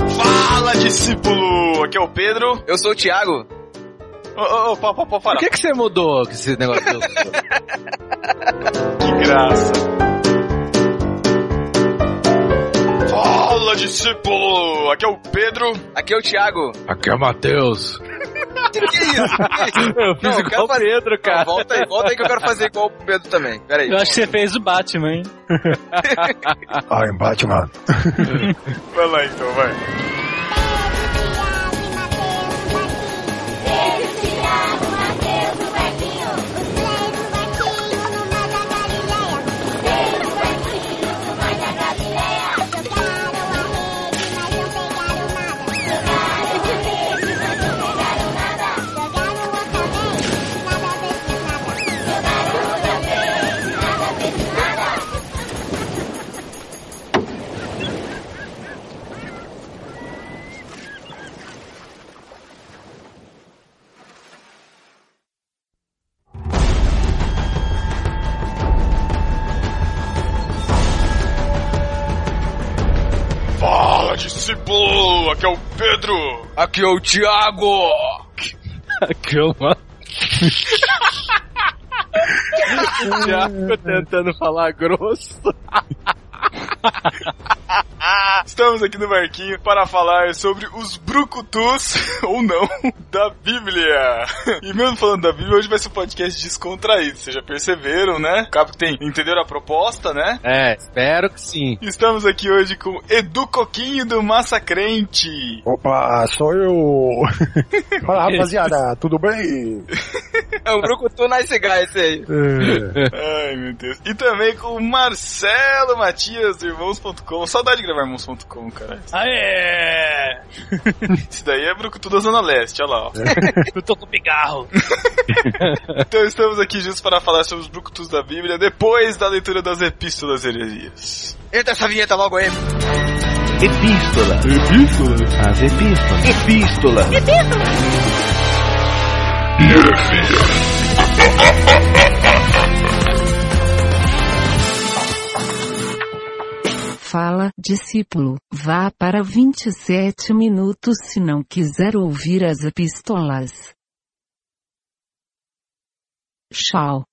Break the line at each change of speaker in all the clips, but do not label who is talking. Fala, discípulo! Aqui é o Pedro.
Eu sou o Thiago.
Ô, ô, ô, pô, pô, pô,
Por
para.
que, que você mudou esse negócio?
Que graça. Fala, discípulo! Aqui é o Pedro.
Aqui é o Thiago.
Aqui é o Matheus.
Que é isso? Que isso?
Eu
Não,
fiz
eu quero
igual o
fazer-
Pedro,
Não,
cara.
volta aí, volta aí que eu quero fazer igual o Pedro também. Pera aí.
Eu acho que você fez o Batman, hein?
I'm Batman.
Vai lá então, vai. Fala, discípulo! Aqui é o Pedro.
Aqui é o Thiago.
Aqui é o Matheus. Thiago tentando falar grosso.
Ah, estamos aqui no barquinho para falar sobre os brucutus, ou não, da Bíblia. E mesmo falando da Bíblia, hoje vai ser um podcast descontraído. Vocês já perceberam, né? O Capo tem, entenderam a proposta, né?
É, espero que sim.
Estamos aqui hoje com Edu Coquinho do Massacrente.
Opa, sou eu. Fala, rapaziada, tudo bem?
É o Brucutu Nice Guy esse aí.
É.
Ai, meu Deus. E também com o Marcelo Matias do Irmãos.com. Saudade de gravar Irmãos.com, cara.
Aê!
Isso daí é Brucutu da Zona Leste, olha lá. Ó.
Eu tô com pigarro.
Então estamos aqui juntos para falar sobre os Brucutus da Bíblia depois da leitura das Epístolas Heresias.
Entra essa vinheta logo aí.
Epístola. Epístola. As epístolas. Epístola.
Fala, discípulo, vá para 27 minutos se não quiser ouvir as epístolas. Tchau.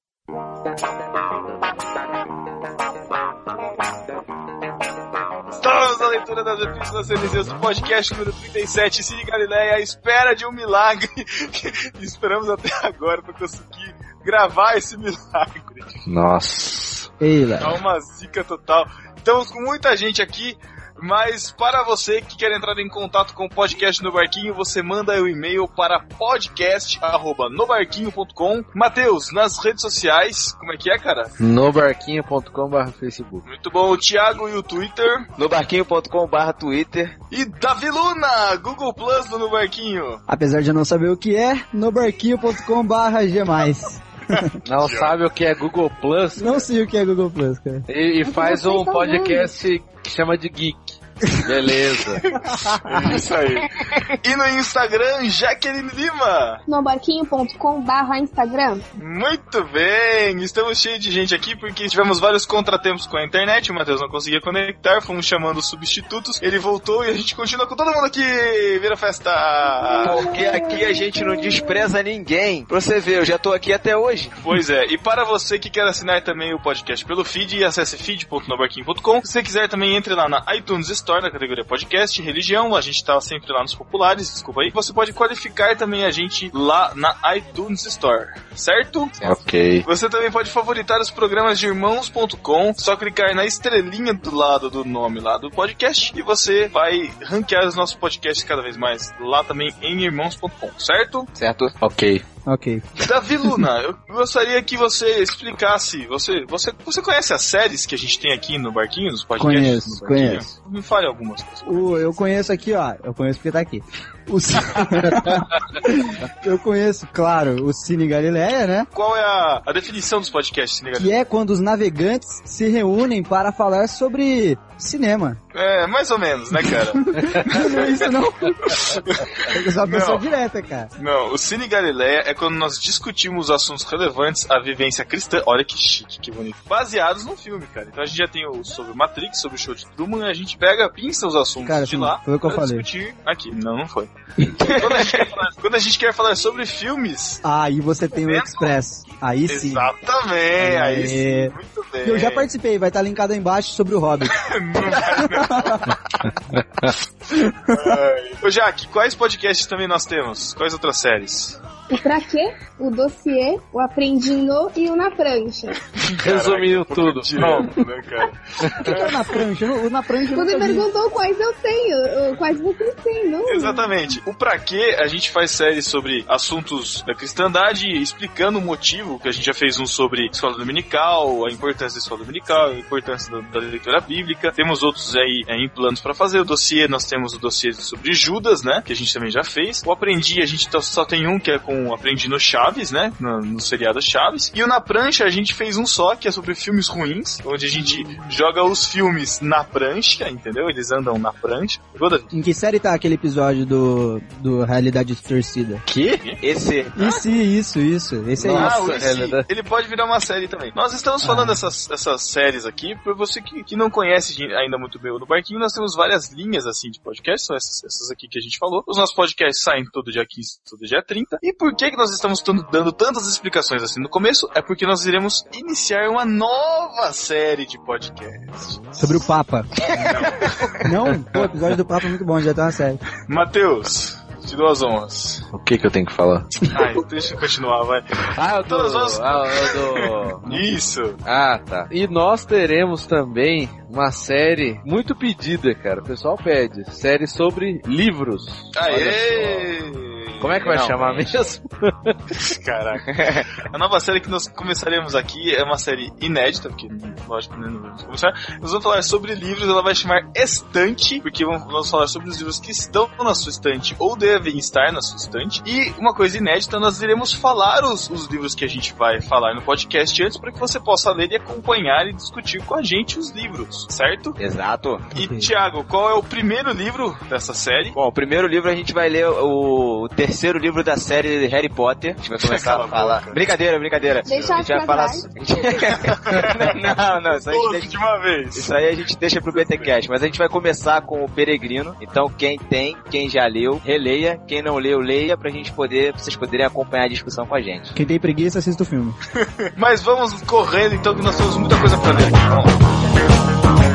Estamos na leitura das Epístolas Heresias do podcast número 37, Cine Galileia, à espera de um milagre. Esperamos até agora para conseguir gravar esse milagre.
Nossa.
Eila.
Tá uma zica total. Estamos com muita gente aqui, mas para você que quer entrar em contato com o podcast No Barquinho, você manda o e-mail para podcast@nobarquinho.com. Matheus, nas redes sociais, como é que é, cara?
Nobarquinho.com.br Facebook.
Muito bom, o Thiago e o Twitter.
No barquinho.com.br Twitter.
E Davi Luna, Google Plus do No Barquinho.
Apesar de eu não saber o que é, no barquinho.com barra G+.
Não sabe o que é Google Plus
Não sei o que é Google Plus, cara.
e, e faz um podcast que chama de Geek. Beleza.
É isso aí. e no Instagram, Jaqueline Lima.
Nobarquinho.com barra Instagram.
Muito bem, estamos cheios de gente aqui porque tivemos vários contratempos com a internet, o Matheus não conseguia conectar, fomos chamando os substitutos, ele voltou e a gente continua com todo mundo aqui, vira festa!
Porque aqui a gente não despreza ninguém. Pra você ver, eu já tô aqui até hoje.
Pois é, e para você que quer assinar também o podcast pelo feed, acesse feed.nobarquinho.com. Se você quiser também entre lá na iTunes Store, na categoria podcast, religião, a gente tá sempre lá nos populares, desculpa aí. Você pode qualificar também a gente lá na iTunes Store, certo?
Ok.
Você também pode favoritar os programas de irmãos.com, só clicar na estrelinha do lado do nome lá do podcast e você vai ranquear os nossos podcasts cada vez mais lá também em irmãos.com, certo?
Certo? Ok.
Ok.
Davi Luna, eu gostaria que você explicasse, você, você, você conhece as séries que a gente tem aqui no Barquinho, nos podcasts?
Conheço,
no Barquinho?
conheço.
Me fale algumas coisas.
O, eu conheço aqui, ó. Eu conheço porque tá aqui. O ci- eu conheço, claro, o Cine Galileia, né?
Qual é a, a definição dos podcasts, né, galera?
Que é quando os navegantes se reúnem para falar sobre cinema.
É, mais ou menos, né, cara?
Não é isso, não. Eu sou uma pessoa
Não.
direta, cara.
Não, o Cine Galileia é é quando nós discutimos assuntos relevantes à vivência cristã. Olha que chique, que bonito. Baseados no filme, cara. Então a gente já tem o sobre Matrix, sobre o show de Truman, a gente pega, pinça os assuntos
Cara,
de
sim,
lá
foi o que eu
pra
falei.
discutir aqui. Não, não foi. quando, a gente quer falar, quando a gente quer falar sobre filmes,
Aí Ah, você tem o
vendo?
Express. Aí sim.
Exatamente, aí
É.
sim, muito bem.
E Eu já participei, vai estar linkado aí embaixo sobre o Hobbit.
Ô Jaque, quais podcasts também nós temos? Quais outras séries?
O pra quê? O dossiê, o aprendi no e o na prancha.
Resumiu tudo.
Pronto, né, cara?
O que que é o na prancha? O na prancha eu
Você
nunca vi.
perguntou quais eu tenho, quais vocês têm, não?
Exatamente. O Pra Quê, a gente faz séries sobre assuntos da cristandade, explicando o motivo, que a gente já fez um sobre escola dominical, a importância da escola dominical, a importância da, da leitura bíblica. Temos outros aí é, em planos pra fazer. O dossiê, nós temos o dossiê sobre Judas, né, que a gente também já fez. O Aprendi, a gente tá- só tem um, que é com o Aprendi no Chaves, né, no, no seriado Chaves. E o Na Prancha, a gente fez um só, que é sobre filmes ruins, onde a gente joga os filmes na prancha, entendeu? Eles andam na prancha. Igual da
Em que série tá aquele episódio do, do Realidade Distorcida?
Que? Esse.
Isso, Ah, isso, isso. Esse é aí.
Ah,
Nossa, é Ah.
o Lucy,
realidade.
ele pode virar uma série também. Nós estamos falando dessas essas séries aqui, para você que, que não conhece de- ainda muito bem o No Barquinho, nós temos várias linhas assim de podcast, são essas, essas aqui que a gente falou. Os nossos podcasts saem todo dia 15, todo dia 30. E por que, que nós estamos tan- dando tantas explicações assim no começo? É porque nós iremos iniciar uma nova série de podcast.
Sobre o Papa. Não? Pô, o episódio do Papa é muito bom, já tá na série.
Matheus, te dou as honras.
O que que eu tenho que falar?
Ai, deixa eu continuar, vai.
Ah, eu tô.
Todas as-
Ah, eu tô.
Isso.
Ah, tá. E nós teremos também uma série muito pedida, cara. O pessoal pede. Série sobre livros. Olha só.
Aê!
Como é que vai
Não,
chamar
gente.
mesmo?
Caraca. A nova série que nós começaremos aqui é uma série inédita, porque, lógico, né, não vamos começar. Nós vamos falar sobre livros, ela vai chamar Estante, porque vamos, vamos falar sobre os livros que estão na sua estante ou devem estar na sua estante. E uma coisa inédita, nós iremos falar os, os livros que a gente vai falar no podcast antes, para que você possa ler e acompanhar e discutir com a gente os livros, certo?
Exato.
E, Thiago, qual é o primeiro livro dessa série?
Bom, o primeiro livro a gente vai ler o, o terceiro livro da série de Harry Potter. A gente vai começar
Cala
a
a
falar.
boca.
Brincadeira, brincadeira.
Deixa
a gente vai
pra
falar.
trás.
não, não, isso aí a gente
Todos
deixa
de uma vez.
Isso aí a gente deixa pro BTcast, mas a gente vai começar com o Peregrino. Então quem tem, quem já leu, releia. Quem não leu, leia pra gente poder, pra vocês poderem acompanhar a discussão com a gente.
Quem tem preguiça, assista o filme.
Mas vamos correndo então que nós temos muita coisa pra ler aqui. Vamos lá.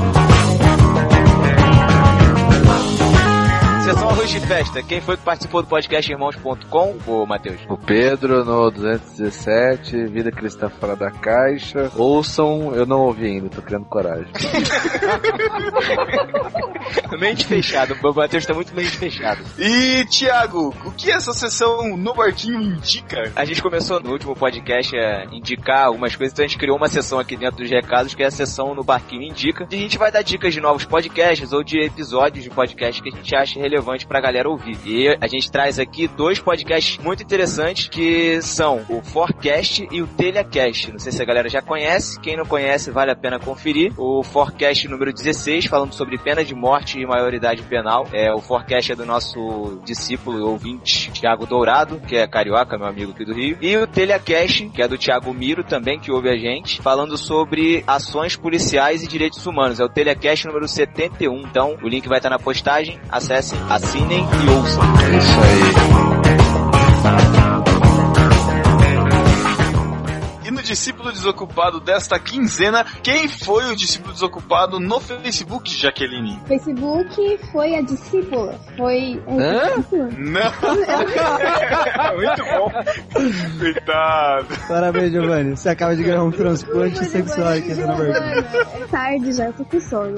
Sessão Arroz de Festa. Quem foi que participou do podcast irmãos.com? Ô, Matheus.
O Pedro no 217, Vida Cristã Fora da Caixa. Ouçam, eu não ouvi ainda, tô criando coragem.
Mente fechada. O Matheus tá muito mente fechado.
E, Thiago, o que essa sessão no barquinho indica?
A gente começou no último podcast a indicar algumas coisas, então a gente criou uma sessão aqui dentro dos recados, que é a sessão no Barquinho Indica. E a gente vai dar dicas de novos podcasts ou de episódios de podcast que a gente acha relevante pra galera ouvir. E a gente traz aqui dois podcasts muito interessantes, que são o Forecast e o Telhacast. Não sei se a galera já conhece, quem não conhece vale a pena conferir. O Forecast número 16, falando sobre pena de morte e maioridade penal. É, o Forecast é do nosso discípulo e ouvinte, Thiago Dourado, que é carioca, meu amigo aqui do Rio. E o Telecast, que é do Thiago Miro também, que ouve a gente, falando sobre ações policiais e direitos humanos. É o Telecast número 71. Então, o link vai estar na postagem. Acessem, assinem e ouçam.
É isso aí.
E no discípulo desocupado desta quinzena, quem foi o discípulo desocupado no Facebook, Jaqueline?
Facebook foi a discípula. Foi.
Hã?
Não. Muito bom. Coitado.
Parabéns, Giovanni. Você acaba de ganhar um transplante sexual
né,
aqui no Burger.
É tarde já, eu tô com sono.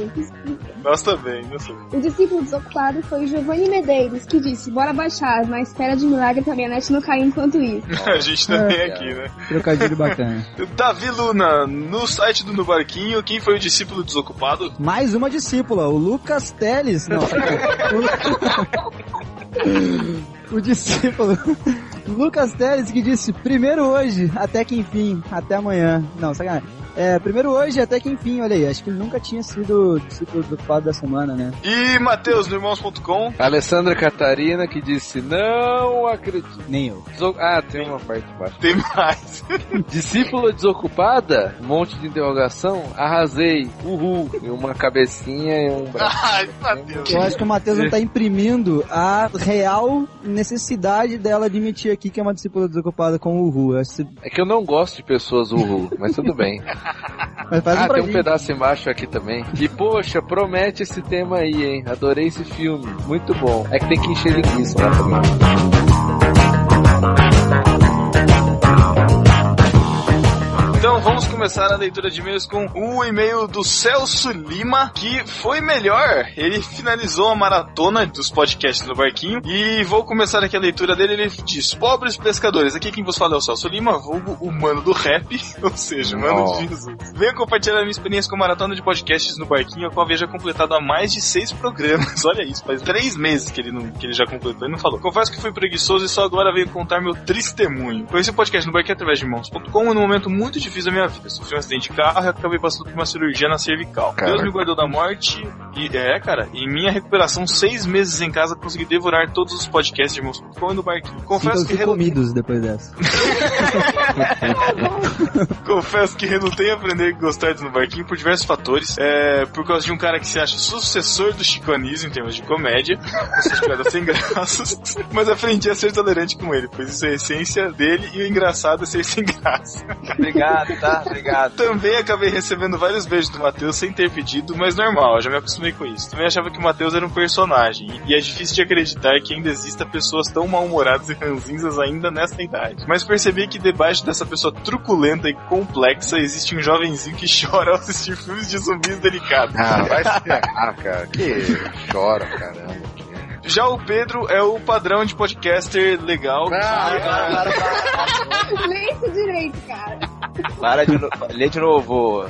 Nós também, nós também.
O discípulo desocupado foi Giovanni Medeiros, que disse: Bora baixar, mas espera de milagre pra minha net não cair enquanto isso.
A gente também aqui, né?
Trocadilho bacana.
Davi Luna, no site do No Barquinho, quem foi o discípulo desocupado?
Mais uma discípula, o Lucas Teles. Não. tá o... o discípulo. Lucas Teles que disse, primeiro hoje, até que enfim, até amanhã. Não, sacanagem. É, primeiro hoje, até que enfim, olha aí. Acho que nunca tinha sido discípulo do quadro da semana, né?
E Matheus, no irmãos.com.
Alessandra Catarina que disse: Não acredito.
Nem eu.
Deso- Ah, tem uma parte embaixo.
Tem mais.
Discípula desocupada? Um monte de interrogação? Arrasei. Uhul. E uma cabecinha e um braço.
Ai, Matheus.
Eu acho que o Matheus não tá imprimindo a real necessidade dela admitir aqui que é uma discípula desocupada com o Ru. Mas
É que eu não gosto de pessoas uhul, mas tudo bem.
faz um
ah,
pra
tem um
mim.
pedaço embaixo aqui também. E poxa, promete esse tema aí, hein? Adorei esse filme. Muito bom. É que tem que encher linguiça lá também.
Então vamos começar a leitura de e-mails com o e-mail do Celso Lima, que foi melhor. Ele finalizou a maratona dos podcasts no barquinho e vou começar aqui a leitura dele. Ele diz: Pobres pescadores, aqui quem vos fala é o Celso Lima, vulgo o mano do rap, ou seja, o mano de Jesus. Venho compartilhar a minha experiência com a maratona de podcasts no barquinho, a qual vejo completado há mais de seis programas. Olha isso, faz três meses que ele, não, que ele já completou e não falou. Confesso que fui preguiçoso e só agora veio contar meu testemunho. Conheci o podcast no barquinho através de irmãos.com e num um momento muito difícil da minha vida. Sofri um acidente de carro e acabei passando por uma cirurgia na cervical. Deus me guardou da morte e, é, cara, em minha recuperação, seis meses em casa, consegui devorar todos os podcasts de irmãos.com e no barquinho.
Então,
Confesso
Sintam-se
que relu-
Então, comidos depois dessa.
Confesso que relutei a aprender a gostar de No Barquinho por diversos fatores. É, por causa de um cara que se acha sucessor do Chico Anísio em termos de comédia, com suas piadas sem graças, mas aprendi a é ser tolerante com ele, pois isso é a essência dele e o engraçado é ser sem graça.
Obrigado, tá? Obrigado.
Também acabei recebendo vários beijos do Matheus sem ter pedido, mas normal, eu já me acostumei com isso. Também achava que o Matheus era um personagem, e é difícil de acreditar que ainda exista pessoas tão mal-humoradas e ranzinzas ainda nessa idade. Mas percebi que debaixo dessa pessoa truculenta e complexa existe um jovenzinho que chora ao assistir filmes de zumbis delicados.
Ah, vai se ferrar, cara. Que chora, caramba.
Já o Pedro é o padrão de podcaster legal.
Ah,
que-
Lê isso direito, cara.
Para de novo. Lê de novo.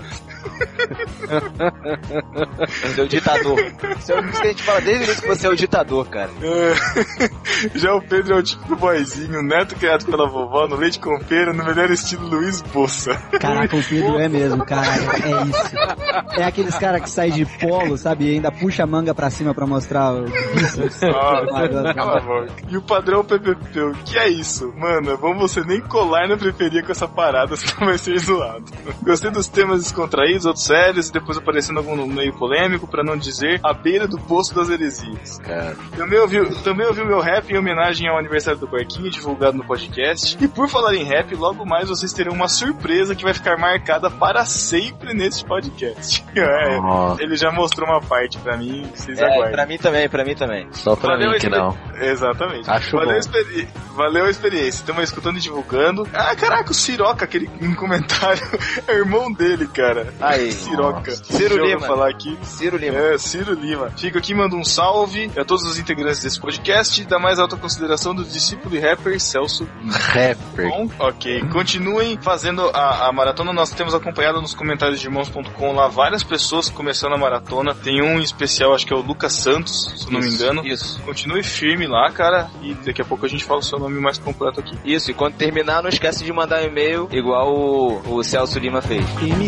Seu ditador. Seu é o que a gente fala desde o início que você é o ditador, cara.
É. Já o Pedro é o típico boizinho, neto criado pela vovó, no leite com pera, no melhor estilo Luiz Bossa.
Caraca, o Pedro é mesmo, cara. É isso. É aqueles caras que saem de polo, sabe? E ainda puxa a manga pra cima pra mostrar o bíceps.
Ah,
Cala a boca. E o padrão PPP, o que é isso? Mano, é bom você nem colar na periferia com essa parada, senão vai ser zoado. Gostei dos temas descontraídos, outros sérios, e depois aparecendo algum meio polêmico, pra não dizer à beira do poço das heresias.
Cara.
Também ouvi, também ouvi o meu rap em homenagem ao aniversário do Barquinho, divulgado no podcast. E por falar em rap, logo mais vocês terão uma surpresa que vai ficar marcada para sempre nesse podcast. É, ele já mostrou uma parte pra mim, vocês
É,
aguardem.
pra mim também, pra mim também.
Só pra
Valeu,
mim que
Espe-
não.
Exatamente.
Acho
Valeu,
bom.
a experi- Valeu a experiência. Estamos escutando e divulgando. Ah, caraca, o Siroca, aquele em comentário, é irmão dele, cara.
Aí.
Siroca.
Nossa.
Ciro
Deixa eu
Lima. falar aqui.
Ciro Lima.
É, Ciro Lima. Fico aqui e mando um salve a todos os integrantes desse podcast da mais alta consideração do discípulo e rapper Celso
Rapper.
Bom, ok. Continuem fazendo a, a maratona. Nós temos acompanhado nos comentários de irmãos.com lá várias pessoas começando a maratona. Tem um em especial, acho que é o Lucas Santos, se eu não me
Isso,
engano.
Isso,
Continue firme lá, cara, e daqui a pouco a gente fala o seu nome mais completo aqui.
isso. E quando terminar, não esquece de mandar um e-mail, igual o, o Celso Lima fez.
um.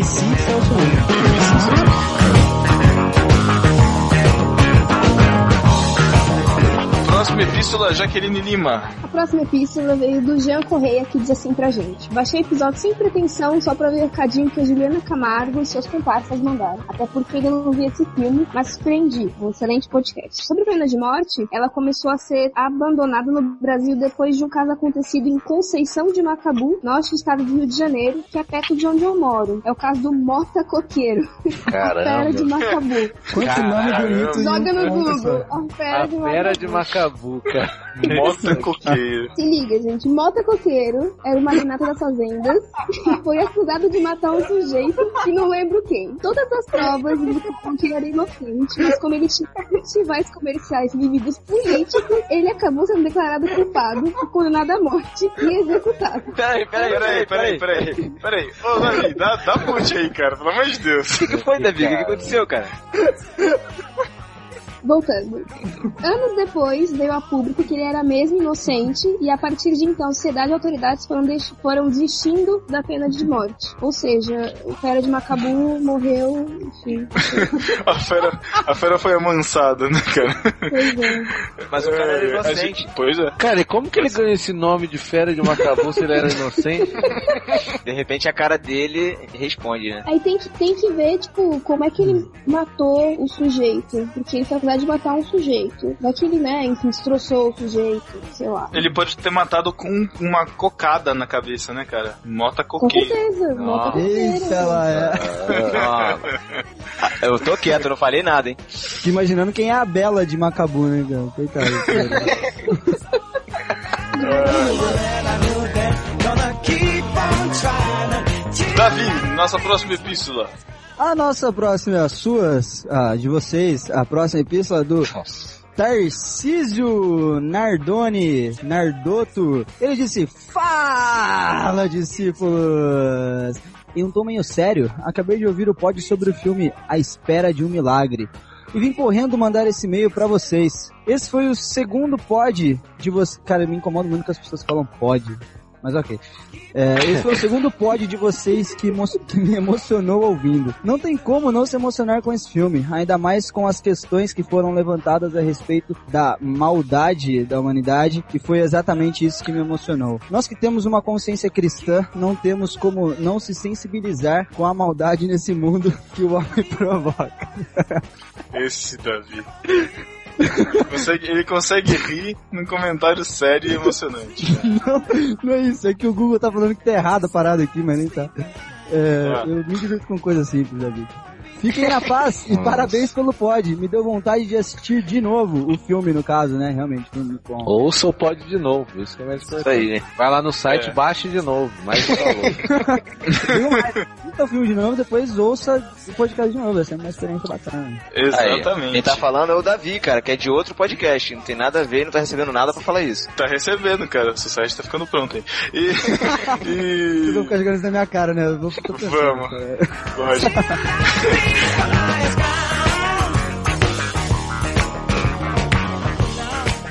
Próxima epístola, Jaqueline Lima.
A próxima epístola veio do Jean Correia, que diz assim pra gente. Baixei o episódio sem pretensão, só pra ver o cadinho que a Juliana Camargo e seus comparsas mandaram. Até porque ainda não vi esse filme, mas surpreendi. Um excelente podcast. Sobre pena de morte, ela começou a ser abandonada no Brasil depois de um caso acontecido em Conceição de Macabu, norte do estado do Rio de Janeiro, que é perto de onde eu moro. É o caso do Mota Coqueiro, Fera de
Caramba.
Macabu.
Quanto nome bonito. em
Joga no
um ponto só.
Google. A fera
A
de
fera
Macabu.
de Macabu, cara.
Mota um coqueiro.
Se liga, gente. Mota Coqueiro era uma renata das fazendas e foi acusado de matar um sujeito que não lembro quem. Todas as provas indicam que ele era inocente, mas como ele tinha festivais comerciais vividos políticos, ele acabou sendo declarado culpado, condenado à morte e executado.
Peraí,
Peraí, peraí, peraí. Peraí. Ô, Davi, dá, dá put aí, cara, pelo amor de Deus.
O que que foi, Davi? O que que aconteceu, cara?
Voltando. Anos depois, veio a público que ele era mesmo inocente e a partir de então, sociedade e autoridades foram, deix- foram desistindo da pena de morte. Ou seja, o fera de Macabu morreu, enfim,
A fera, a fera foi amansada, né, cara?
pois é.
Mas o cara
É,
era
a
inocente.
gente- Pois é.
Cara, e como que ele ganhou esse nome de fera de um macabu se ele era inocente?
De repente a cara dele responde, né?
Aí tem que, tem que ver, tipo, como é que ele matou o sujeito. Porque ele foi acusado de matar um sujeito. Não é que ele, né, enfim, destroçou o sujeito, sei lá.
Ele pode ter matado com um, uma cocada na cabeça, né, cara? Mota
Com
coqueira.
certeza, mata
Nossa.
com
Eita, ela é.
Ah, eu tô quieto, não falei nada, hein?
Fico imaginando quem é a Bela de Macabu, né, cara? Coitado. cara.
Davi, nossa próxima epístola.
A nossa próxima, as suas, a de vocês, a próxima epístola do Tarcísio Nardoni, Nardoto. Ele disse: Fala, discípulos! Em um tom meio sério, acabei de ouvir o pod sobre o filme A Espera de um Milagre. E vim correndo mandar esse e-mail pra vocês. Esse foi o segundo pod de vocês. Cara, eu me incomodo muito que as pessoas falam pod. Mas ok. É, esse foi o segundo pod de vocês que, emo- que me emocionou ouvindo. Não tem como não se emocionar com esse filme, ainda mais com as questões que foram levantadas a respeito da maldade da humanidade, e foi exatamente isso que me emocionou. Nós que temos uma consciência cristã, não temos como não se sensibilizar com a maldade nesse mundo que o homem provoca.
Esse Davi. Ele consegue, ele consegue rir num comentário sério e emocionante.
Não é isso, é que o Google tá falando que tá errado a parada aqui, mas nem tá. É,
Ah.
Eu me divirto com coisa simples, Davi. Fiquem na paz e parabéns pelo pod. Me deu vontade de assistir de novo o filme, no caso, né? Realmente, filme muito bom.
Ouça o pod de novo, isso que é mais
Isso
importante.
aí, né?
Vai lá no site,
É.
baixe de novo, mais um valor.
Viu? Mas Assista o um filme de novo, depois ouça o podcast de novo. Essa é uma experiência bacana.
Aí,
Exatamente.
Quem tá falando é o Davi, cara, que é de outro podcast. Não tem nada a ver e não tá recebendo nada pra falar isso.
Tá recebendo, cara. O site tá ficando pronto aí. E.
Vocês vão
e...
ficar jogando isso na minha cara, né? Eu vou tô pensando,
Vamos.
cara.
Lógico.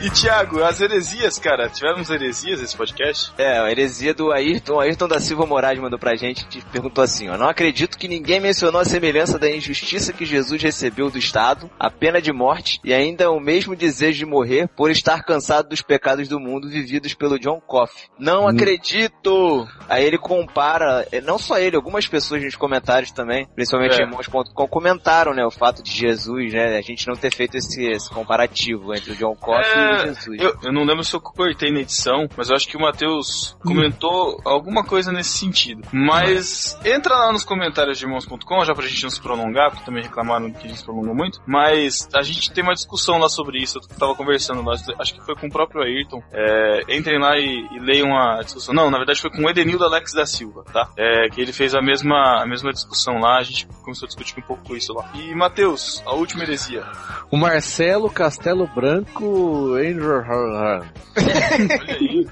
E Thiago, as heresias, cara, tivemos heresias esse podcast?
É, a heresia do Ayrton. Ayrton da Silva Moraes mandou pra gente e perguntou assim, ó. Não acredito que ninguém mencionou a semelhança da injustiça que Jesus recebeu do Estado, a pena de morte e ainda o mesmo desejo de morrer por estar cansado dos pecados do mundo vividos pelo John Coffey.
Hum.
Não acredito! Aí ele compara, eh, não só ele, algumas pessoas nos comentários também, principalmente
É.
irmãos.com, comentaram, né, o fato de Jesus, né, a gente não ter feito esse, esse comparativo entre o John Coffey
É,
e o Jesus. né?
Eu, eu não lembro se eu cortei na edição, mas eu acho que o Matheus comentou alguma coisa nesse sentido. Mas entra lá nos comentários de irmãos.com, já pra gente não se prolongar, porque também reclamaram que a gente se prolongou muito. Mas a gente tem uma discussão lá sobre isso, eu tava conversando lá, acho que foi com o próprio Ayrton. É, entrem lá e, e leiam a discussão. Não, na verdade foi com o Edenildo Alex da Silva, tá? É, que ele fez a mesma, a mesma discussão lá, a gente começou a discutir um pouco isso lá. E Matheus, a última heresia.
O Marcelo Castelo Branco Andrew Harlan.
Olha aí.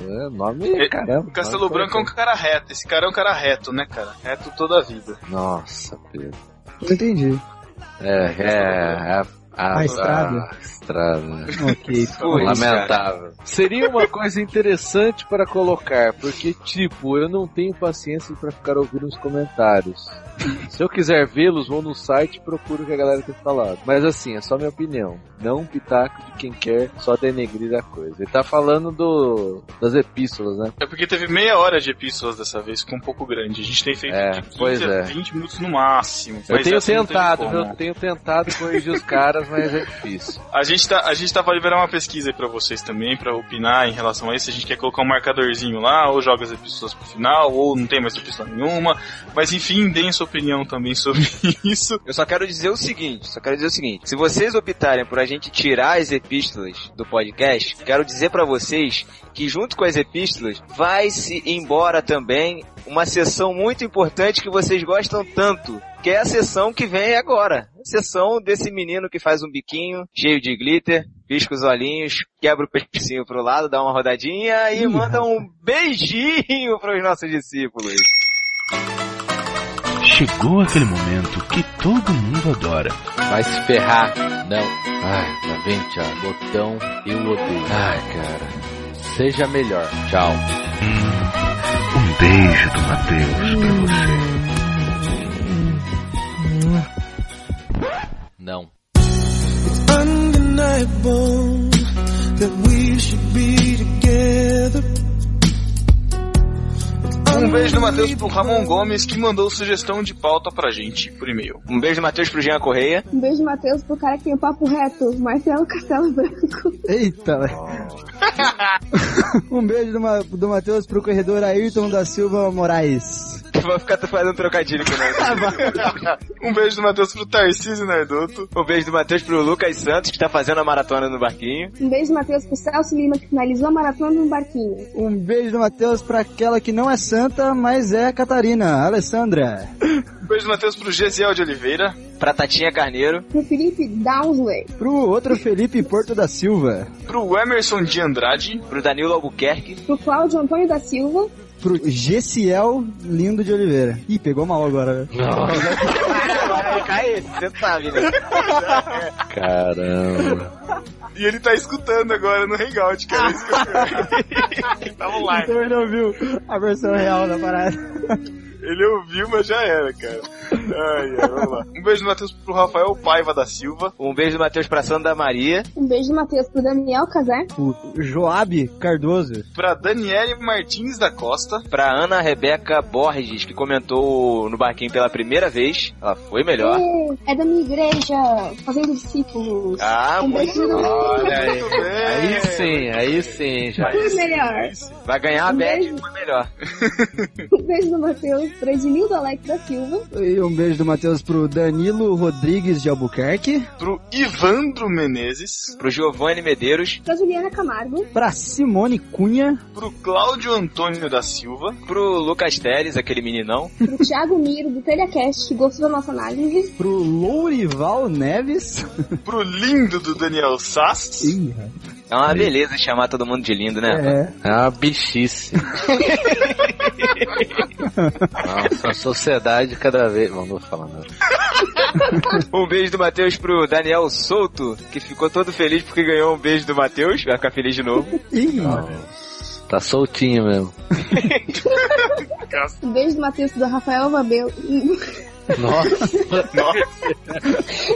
É, nome,
É,
caramba.
O Castelo
nome
Branco é um cara reto. Esse cara é um cara reto, né, cara? Reto toda a vida.
Nossa, Pedro.
Não entendi.
É, é, a, a,
A estrada.
a estrada.
Ok.
Pois,
Lamentável. Seria uma coisa interessante para colocar, porque, tipo, eu não tenho paciência para ficar ouvindo os comentários. Se eu quiser vê-los, vou no site e procuro o que a galera tem falado. Mas assim, é só minha opinião. Não um pitaco de quem quer só denegrir a coisa. Ele tá falando do, das epístolas, né?
É porque teve meia hora de epístolas dessa vez, ficou um pouco grande. A gente tem feito
É,
de 15
pois
a
é.
20 minutos no máximo.
Eu
Mas
tenho
essa não teve
tentado,
como.
viu? eu tenho tentado corrigir os caras, mas é difícil.
A gente, tá, a gente tá pra liberar uma pesquisa aí pra vocês também, pra opinar em relação a isso. A gente quer colocar um marcadorzinho lá, ou joga as epístolas pro final, ou não tem mais epístola nenhuma. Mas enfim, deem sua opinião também sobre isso.
Eu só quero dizer o seguinte, só quero dizer o seguinte. Se vocês optarem por a gente tirar as epístolas do podcast, quero dizer pra vocês que junto com as epístolas vai se embora também uma sessão muito importante que vocês gostam tanto, que é a sessão que vem agora. A sessão desse menino que faz um biquinho cheio de glitter, pisca os olhinhos, quebra o pescocinho pro lado, dá uma rodadinha e manda um beijinho pros nossos discípulos.
Chegou aquele momento que todo mundo adora.
Vai se ferrar. Não. Ai, tá vendo, Thiago? Botão, eu odeio. Ai, cara. Seja melhor. Tchau.
Um beijo do Matheus pra você.
Não.
undeniable that we should be together.
Um beijo do Matheus pro Ramon Gomes, que mandou sugestão de pauta pra gente por e-mail.
Um beijo do Matheus pro Jean Correia.
Um beijo, Matheus, pro cara que tem o papo reto, Marcelo Castelo Branco.
Eita, velho. um beijo do, Ma do Matheus pro corredor Ayrton da Silva Moraes.
Que vai ficar fazendo trocadilho com nós.
um beijo do Matheus pro Tarcísio né, Nardoto.
Um beijo do Matheus pro Lucas Santos, que tá fazendo a maratona no barquinho.
Um beijo, Matheus, pro Celso Lima, que finalizou a maratona no barquinho.
Um beijo do Matheus pra aquela que não é santa, mas é Catarina, Alessandra.
Um beijo do Matheus pro Gesiel de Oliveira.
Pra Tatinha Carneiro.
Pro Felipe Downsley.
Pro outro Felipe Porto da Silva.
Pro Emerson de Andrade.
Pro Danilo Albuquerque.
Pro Cláudio Antônio da Silva.
Pro Gessiel Lindo de Oliveira. Ih, pegou mal agora. né?
Cai, você sabe, né?
Caramba.
E ele tá escutando agora no Hangout, cara. Isso que eu- Tava lá.
Então ele ouviu a versão real da parada.
Ele ouviu, mas já era, cara. Ai, ai, vamos lá. Um beijo do Matheus pro Rafael Paiva da Silva.
Um beijo do Matheus pra Sandra Maria.
Um beijo do Matheus pro Daniel Casar.
O Joab Cardoso.
Pra Daniele Martins da Costa.
Pra Ana Rebeca Borges, que comentou no barquinho pela primeira vez. Ela foi melhor.
É da minha igreja, fazendo discípulos.
Ah,
um
muito
beijo do
Olha aí.
Muito bem.
Aí sim, aí sim, já.
Foi melhor.
Vai ganhar a
Um
bad,
beijo.
foi melhor.
Um beijo do Matheus pro Ednildo Alex da Silva.
E um beijo do Matheus pro Danilo Rodrigues de Albuquerque.
Pro Ivandro Menezes.
Pro Giovanni Medeiros.
Pra Juliana Camargo.
Pra Simone Cunha.
Pro Cláudio Antônio da Silva.
Pro Lucas Teles, aquele meninão.
Pro Thiago Miro, do Telecast, que gostou da nossa análise.
Pro Lourival Neves.
Pro lindo do Daniel Sass.
Ih,
É uma beleza chamar todo mundo de lindo, né?
é.
Ah, bichice. Nossa, a sociedade cada vez. Não, não vou falar nada.
Um beijo do Matheus pro Daniel Souto, que ficou todo feliz porque ganhou um beijo do Matheus. Vai ficar feliz de novo.
Ih,
Tá soltinho mesmo.
Um beijo do Matheus do Rafael Mabel.
Nossa,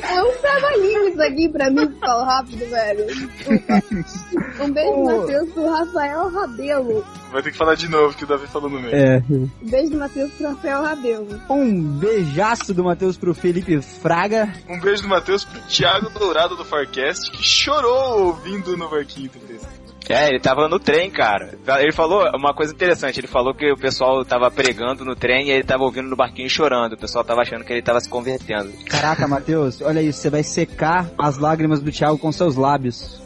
É um trabalhinho isso aqui pra mim, falar rápido, velho. Desculpa. Um beijo do Matheus pro Rafael Rabelo.
Vai ter que falar de novo, que o Davi falou no meio.
é.
Um beijo do Matheus pro Rafael Rabelo.
Um beijaço do Matheus pro Felipe Fraga.
Um beijo do Matheus pro Thiago Dourado do Farcast, que chorou ouvindo no Barquinho 36.
É, ele tava no trem, cara. Ele falou uma coisa interessante. Ele falou que o pessoal tava pregando no trem e ele tava ouvindo no barquinho chorando. O pessoal tava achando que ele tava se convertendo.
Caraca, Matheus, olha isso, você vai secar as lágrimas do Thiago com seus lábios.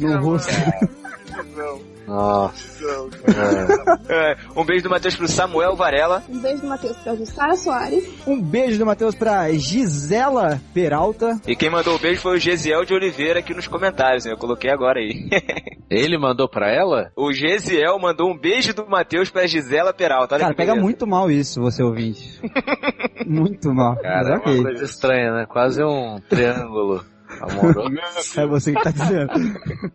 no, no rosto.
nossa.
Não, cara.
É, um beijo do Matheus pro Samuel Varela.
Um beijo do Matheus pra Jussara Soares.
Um beijo do Matheus pra Gisela Peralta.
E quem mandou o beijo foi o Gesiel de Oliveira aqui nos comentários, né? Eu coloquei agora aí.
Ele mandou pra ela?
O Gesiel mandou um beijo do Matheus pra Gisela Peralta. Olha
Cara,
que
pega
beleza.
muito mal isso, você ouvinte. muito mal.
Cara, é
Mas
uma
ok.
coisa estranha, né? Quase um triângulo amoroso.
É você que tá dizendo.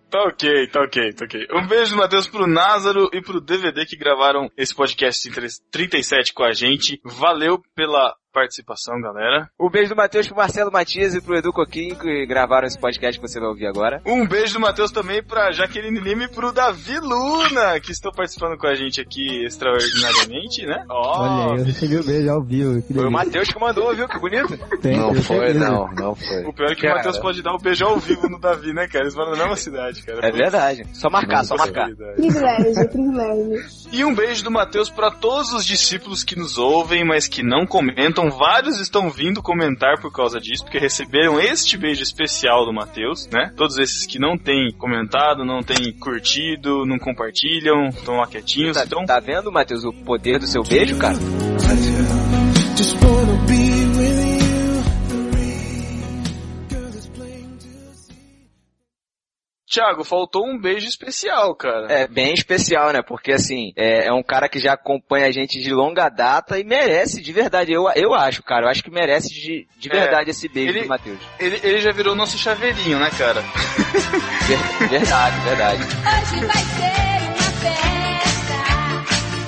Tá ok, tá ok, tá ok. Um beijo, Matheus, pro Názaro e pro DVD que gravaram esse podcast em 3- 37 com a gente. Valeu pela participação, galera.
Um beijo do Matheus pro Marcelo Matias e pro Edu Coquinho, que gravaram esse podcast que você vai ouvir agora.
Um beijo do Matheus também pra Jaqueline Lima e pro Davi Luna, que estão participando com a gente aqui extraordinariamente, né? Ó,
Olha aí, eu recebi o beijo ao vivo. Que
Foi o
delícia.
Matheus que mandou, viu? Que bonito.
Tem,
Não
eu
foi,
tenho
não, não foi.
o pior é que o
Cara.
Matheus pode dar um beijo ao vivo no Davi, né, cara? Eles moram na mesma cidade, cara.
É verdade. Só marcar, só marcar.
Possibilidade.
Privilégio, privilégio.
E um beijo do Matheus pra todos os discípulos que nos ouvem, mas que não comentam. Vários estão vindo comentar por causa disso, porque receberam este beijo especial do Matheus, né? Todos esses que não têm comentado, não têm curtido, não compartilham, estão lá quietinhos.
Tá,
Então,
tá vendo, Matheus, o poder do seu beijo, cara?
Just wanna be with you. The ring, girl, is plain to see.
Thiago, faltou um beijo especial, cara.
É, bem especial, né? Porque, assim, é, é um cara que já acompanha a gente de longa data e merece, de verdade, eu, eu acho, cara. Eu acho que merece de, de
É.
verdade esse beijo
Ele-
do Matheus.
Ele, ele já virou nosso chaveirinho, né, cara?
Ver- Verdade, verdade.
Hoje vai ser uma festa.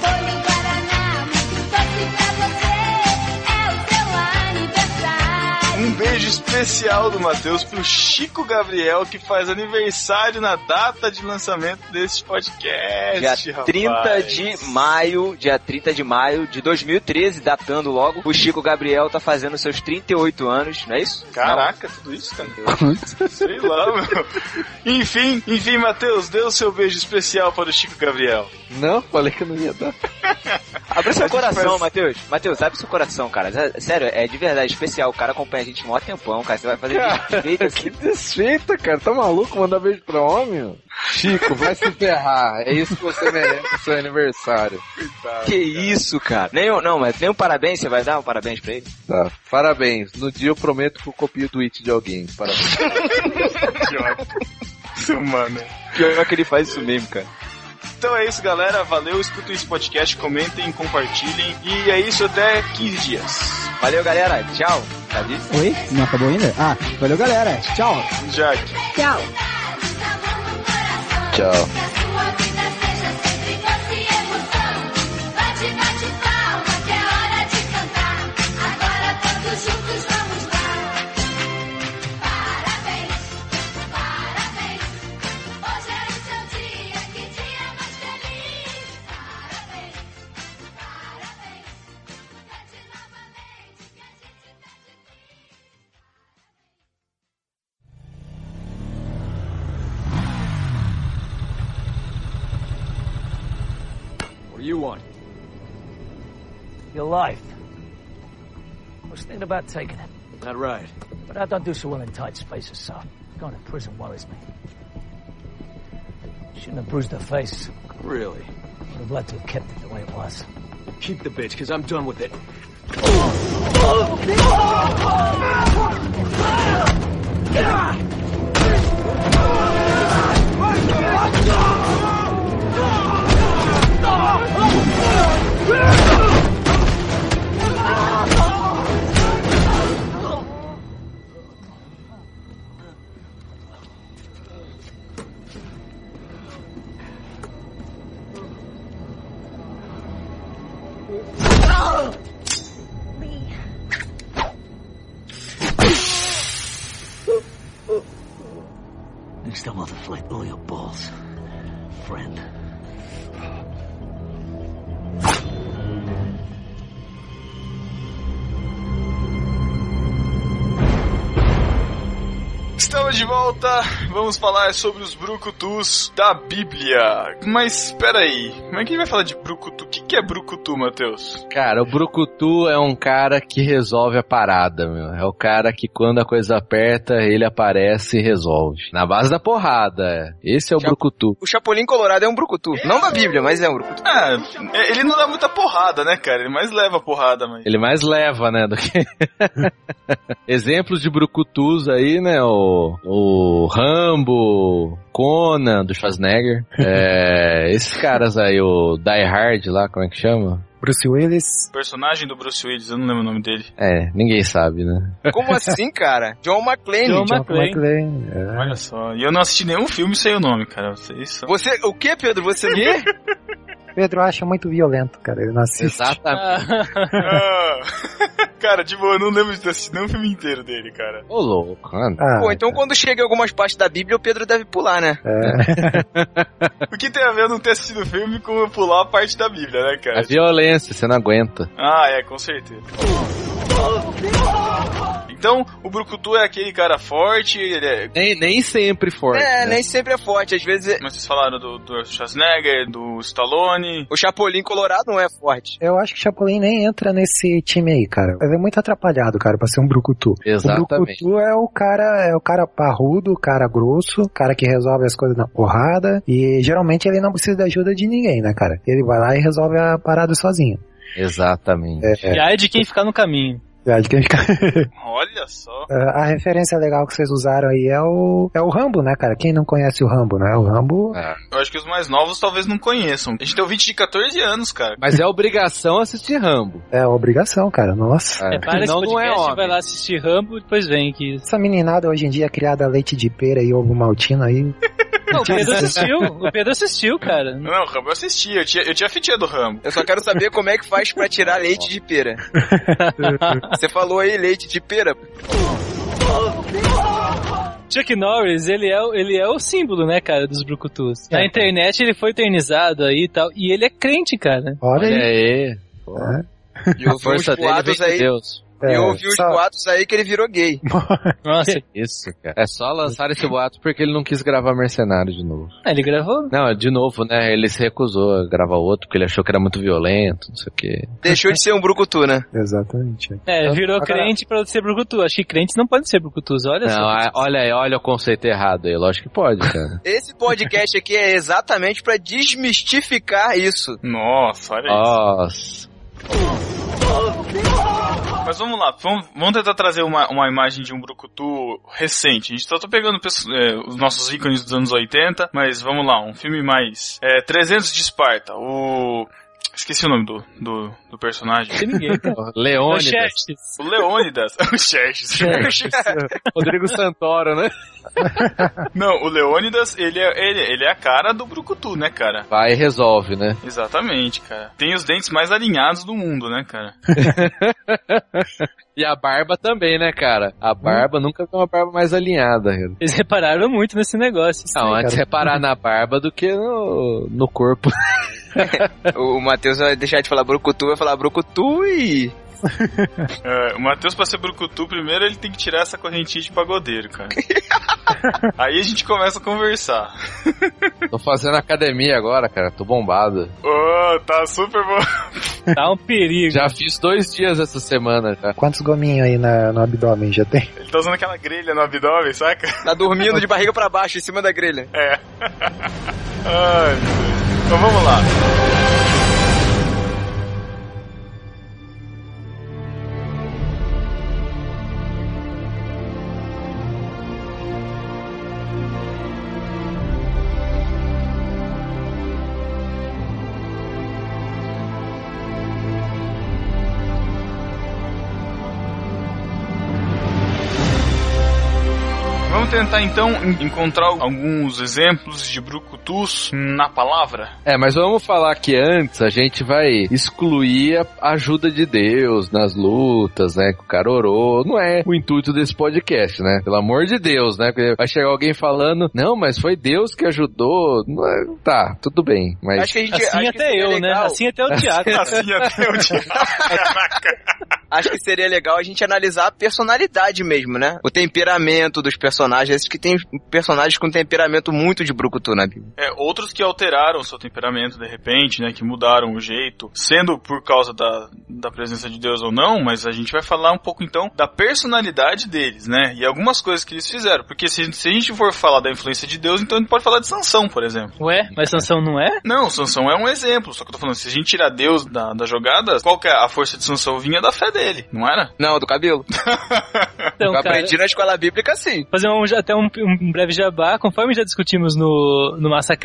Bolo em Guaraná, muito doce pra você. É o seu aniversário.
Um beijo especial do Matheus pro Chico Gabriel, que faz aniversário na data de lançamento desse
Dia
podcast. rapaz.
30 de maio, dia 30 de maio de 2013, datando logo, o Chico Gabriel tá fazendo seus 38 anos, não é isso?
Caraca, tudo isso, cara? Sei lá, meu. Enfim, enfim, Matheus, dê o seu beijo especial para o Chico Gabriel.
Não, falei que não ia dar.
Abre seu
Mas
coração,
depois-
Matheus. Matheus, abre seu coração, cara. Zé- Sério, é de verdade especial. O cara acompanha a gente mó tempão, cara. Você vai fazer
Cara,
desfeita assim.
Que desfeita, cara. Tá maluco mandar beijo pra homem? ó? Chico, vai se ferrar. É isso que você merece no seu aniversário.
Que isso, cara. Nem, um- não, mas nem um parabéns você vai dar um parabéns pra ele?
Tá, parabéns. No dia eu prometo que eu copio o tweet de alguém. Parabéns.
Mano.
Pior é que ele faz isso mesmo, cara.
Então é isso, galera. Valeu, escutem esse podcast, comentem, compartilhem. E é isso, até 15 dias.
Valeu, galera. Tchau. Tá visto?
Oi? Não acabou ainda? Ah, valeu galera. Tchau.
Jack.
Tchau.
Tchau.
Que a sua vida seja sempre doce e emoção. Bate, bate palma, que é hora de cantar. Agora todos juntos vamos lá. Parabéns, parabéns. Hoje é o seu dia, que dia mais feliz. Parabéns, parabéns. Cante novamente, que a gente canta sim.
What do you want? Your life. I was thinking about taking it,
Not right.
but I don't do so well in tight spaces, so going to prison worries me. Shouldn't have bruised her face.
Really?
Would have liked to have kept it the way it was.
Keep the bitch, because I'm done with it.
Next time I'll deflate all your balls, friend.
Estamos de volta, vamos falar sobre os brucutus da Bíblia. Mas espera aí, como é que a gente vai falar de brucutu? O que, que é brucutu, Matheus?
Cara, o Brucutu é um cara que resolve a parada, meu. É o cara que quando a coisa aperta, ele aparece e resolve. Na base da porrada, é. Esse é o Brucutu.
O Chapolin Colorado é um brucutu. Não da Bíblia, mas é um brucutu.
Ah, é, ele não dá muita porrada, né, cara? Ele mais leva porrada, mas...
Ele mais leva, né, do que... Exemplos de brucutus aí, né, o, o Rambo, Conan, do Schwarzenegger, é, esses caras aí, o Die Hard lá, como é que chama?
Bruce Willis. Personagem do Bruce Willis, eu não lembro o nome dele.
É, ninguém sabe, né?
Como assim, cara? John McClane.
é
É.
Olha só, e eu não assisti nenhum filme sem o nome, cara. Vocês são...
Você, o que, Pedro? Você vê?
Pedro acha muito violento, cara. Ele não assiste.
cara, tipo, eu não lembro de ter assistido nenhum filme inteiro dele, cara.
Ô, louco, mano.
Ah,
Ah, é.
Pô, então quando chega em algumas partes da Bíblia, o Pedro deve pular, né?
O que tem a ver eu não ter assistido o filme com eu pular a parte da Bíblia, né, cara?
A violência, você não aguenta.
Ah, é, com certeza. Então, o Brucutu é aquele cara forte, ele é...
Nem, nem sempre forte.
É,
né?
nem sempre é forte, às vezes...
Mas vocês falaram do, do Schwarzenegger, do Stallone...
O Chapolin Colorado não é forte.
Eu acho que o Chapolin nem entra nesse time aí, cara. Ele é muito atrapalhado, cara, pra ser um brucutu.
Exatamente.
O brucutu é o cara, é o cara parrudo, o cara grosso, o cara que resolve as coisas na porrada. E geralmente ele não precisa da ajuda de ninguém, né, cara? Ele vai lá e resolve a parada sozinho.
Exatamente.
É, é.
Já é de quem ficar no caminho.
Verdade, quem fica-
Olha só.
É, A referência legal que vocês usaram aí é o, é o Rambo, né, cara? Quem não conhece o Rambo, né? O Rambo.
É.
Eu acho que os mais novos talvez não conheçam. A gente tem um ouvinte de 14 anos, cara.
Mas é obrigação assistir Rambo.
É obrigação, cara. Nossa.
É, para esse
Não, não é
podcast,
homem.
vai lá assistir Rambo e depois vem aqui.
Essa meninada hoje em dia é criada a leite de pera e ovo maltino aí.
Não, o Pedro assistiu, o Pedro assistiu, cara.
Não, o Rambo eu assisti, eu tinha, eu tinha fitinha do Rambo.
Eu só quero saber como é que faz pra tirar leite de pera. Você falou aí leite de pera.
Chuck Norris, ele é, o- ele é o símbolo, né, cara, dos brucutus. Na internet ele foi eternizado aí e tal, e ele é crente, cara.
Olha
aí.
E eu vi uns
força dele vem
boatos
de
aí.
Deus.
É,
E eu vi uns boatos aí que ele virou gay.
Nossa.
Isso, cara. É só lançar esse boato porque ele não quis gravar Mercenário de novo.
Ah, Ele gravou?
Não, de novo, né? Ele se recusou a gravar outro porque ele achou que era muito violento, não sei o quê.
Deixou de ser um brucutu, né?
Exatamente.
É, virou
Agora-
crente pra ser brucutu. Acho que crentes não podem ser brucutus, olha
Não,
só.
a- olha aí, olha o conceito errado aí. Lógico que pode, cara.
Esse podcast aqui é exatamente pra desmistificar isso.
Nossa, olha isso.
Nossa.
Mas vamos lá, vamos, vamos tentar trazer uma, uma imagem de um brucutu recente. A gente só tá pegando pesso- é, os nossos ícones dos anos 80, mas vamos lá, um filme mais. É, 300 de Esparta, o... Esqueci o nome do, do, do personagem.
ninguém,
Leônidas. O
Xerxes.
O Leônidas. o Xerxes.
Rodrigo Santoro, né?
Não, o Leônidas, ele é, ele, ele é a cara do brucutu, né, cara?
Vai e resolve, né?
Exatamente, cara. Tem os dentes mais alinhados do mundo, né, cara?
E a barba também, né, cara? A barba nunca foi uma barba mais alinhada. cara.
Eles repararam muito nesse negócio. isso
Não,
aí.
antes reparar na barba do que no, no corpo.
O o Matheus vai deixar de falar brucutu, vai falar brucutu e...
É, o Matheus, pra ser brucutu, primeiro ele tem que tirar essa correntinha de pagodeiro, cara. Aí a gente começa a conversar.
Tô fazendo academia agora, cara. Tô bombado.
Ô, tá super bom.
Tá um perigo.
Já fiz dois dias essa semana já.
Quantos gominhos aí na- no abdômen já tem?
Ele tá usando aquela grelha no abdômen, saca?
Tá dormindo de barriga pra baixo, em cima da grelha.
É. Ai, meu Deus. Então vamos lá. Vamos tentar então en- encontrar alguns exemplos de brucutus na palavra?
É, mas vamos falar que antes a gente vai excluir a ajuda de Deus nas lutas, né? Que o cara orou. Não é o intuito desse podcast, né? Pelo amor de Deus, né? Porque vai chegar alguém falando, não, mas foi Deus que ajudou. Não é- Tá, tudo bem. Mas
Acho que a gente...
Assim
acho que
até
seria
eu, né?
legal-
Assim até o Tiago.
Assim até o dia.
Acho que seria legal a gente analisar a personalidade mesmo, né? O temperamento dos personagens. Esses que tem personagens com temperamento muito de brucutu na Bíblia.
É, outros que alteraram seu temperamento de repente, né? Que mudaram o jeito, sendo por causa da, da presença de Deus ou não, mas a gente vai falar um pouco então da personalidade deles, né? E algumas coisas que eles fizeram. Porque se, se a gente for falar da influência de Deus, então a gente pode falar de Sansão, por exemplo.
Ué, mas Sansão não é?
Não, Sansão é um exemplo, só que eu tô falando, se a gente tirar Deus da, da jogada, qual que é a força de Sansão vinha da fé dele, não era?
Não, do cabelo.
Então,
eu
cara,
aprendi na escola bíblica sim.
fazer um, até um, um breve jabá, conforme já discutimos no, no Massacrente,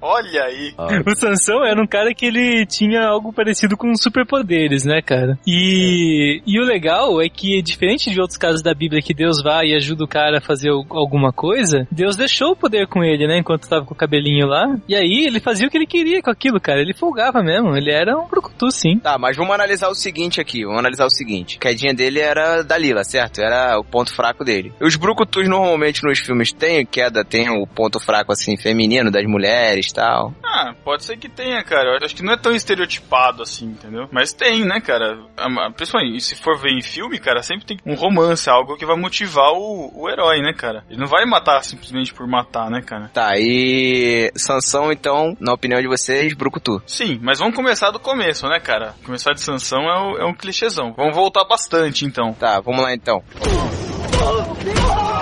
Olha aí.
o Sansão era um cara que ele tinha algo parecido com superpoderes, né, cara? E, e o legal é que, diferente de outros casos da Bíblia que Deus vai e ajuda o cara a fazer al- alguma coisa, Deus deixou o poder com ele, né, enquanto tava com o cabelinho lá. E aí ele fazia o que ele queria com aquilo, cara. Ele folgava mesmo, ele era um brucutu, sim.
Tá, mas vamos analisar o seguinte aqui, vamos analisar o seguinte. A quedinha dele era Dalila, certo? Era o ponto fraco dele. Os brucutus normalmente nos filmes têm queda, tem o ponto fraco assim, feminino, das mulheres e tal.
Ah, pode ser que tenha, cara. Eu acho que não é tão estereotipado assim, entendeu? Mas tem, né, cara? A- a- Principalmente, se for ver em filme, cara, sempre tem um romance, algo que vai motivar o, o herói, né, cara? Ele não vai matar simplesmente por matar, né, cara?
Tá, e Sansão então, na opinião de vocês, brucutu.
Sim, mas vamos começar do começo, né, cara? Começar de Sansão é, o- é um clichêzão. Vamos voltar bastante, então.
Tá, vamos lá então.
Lá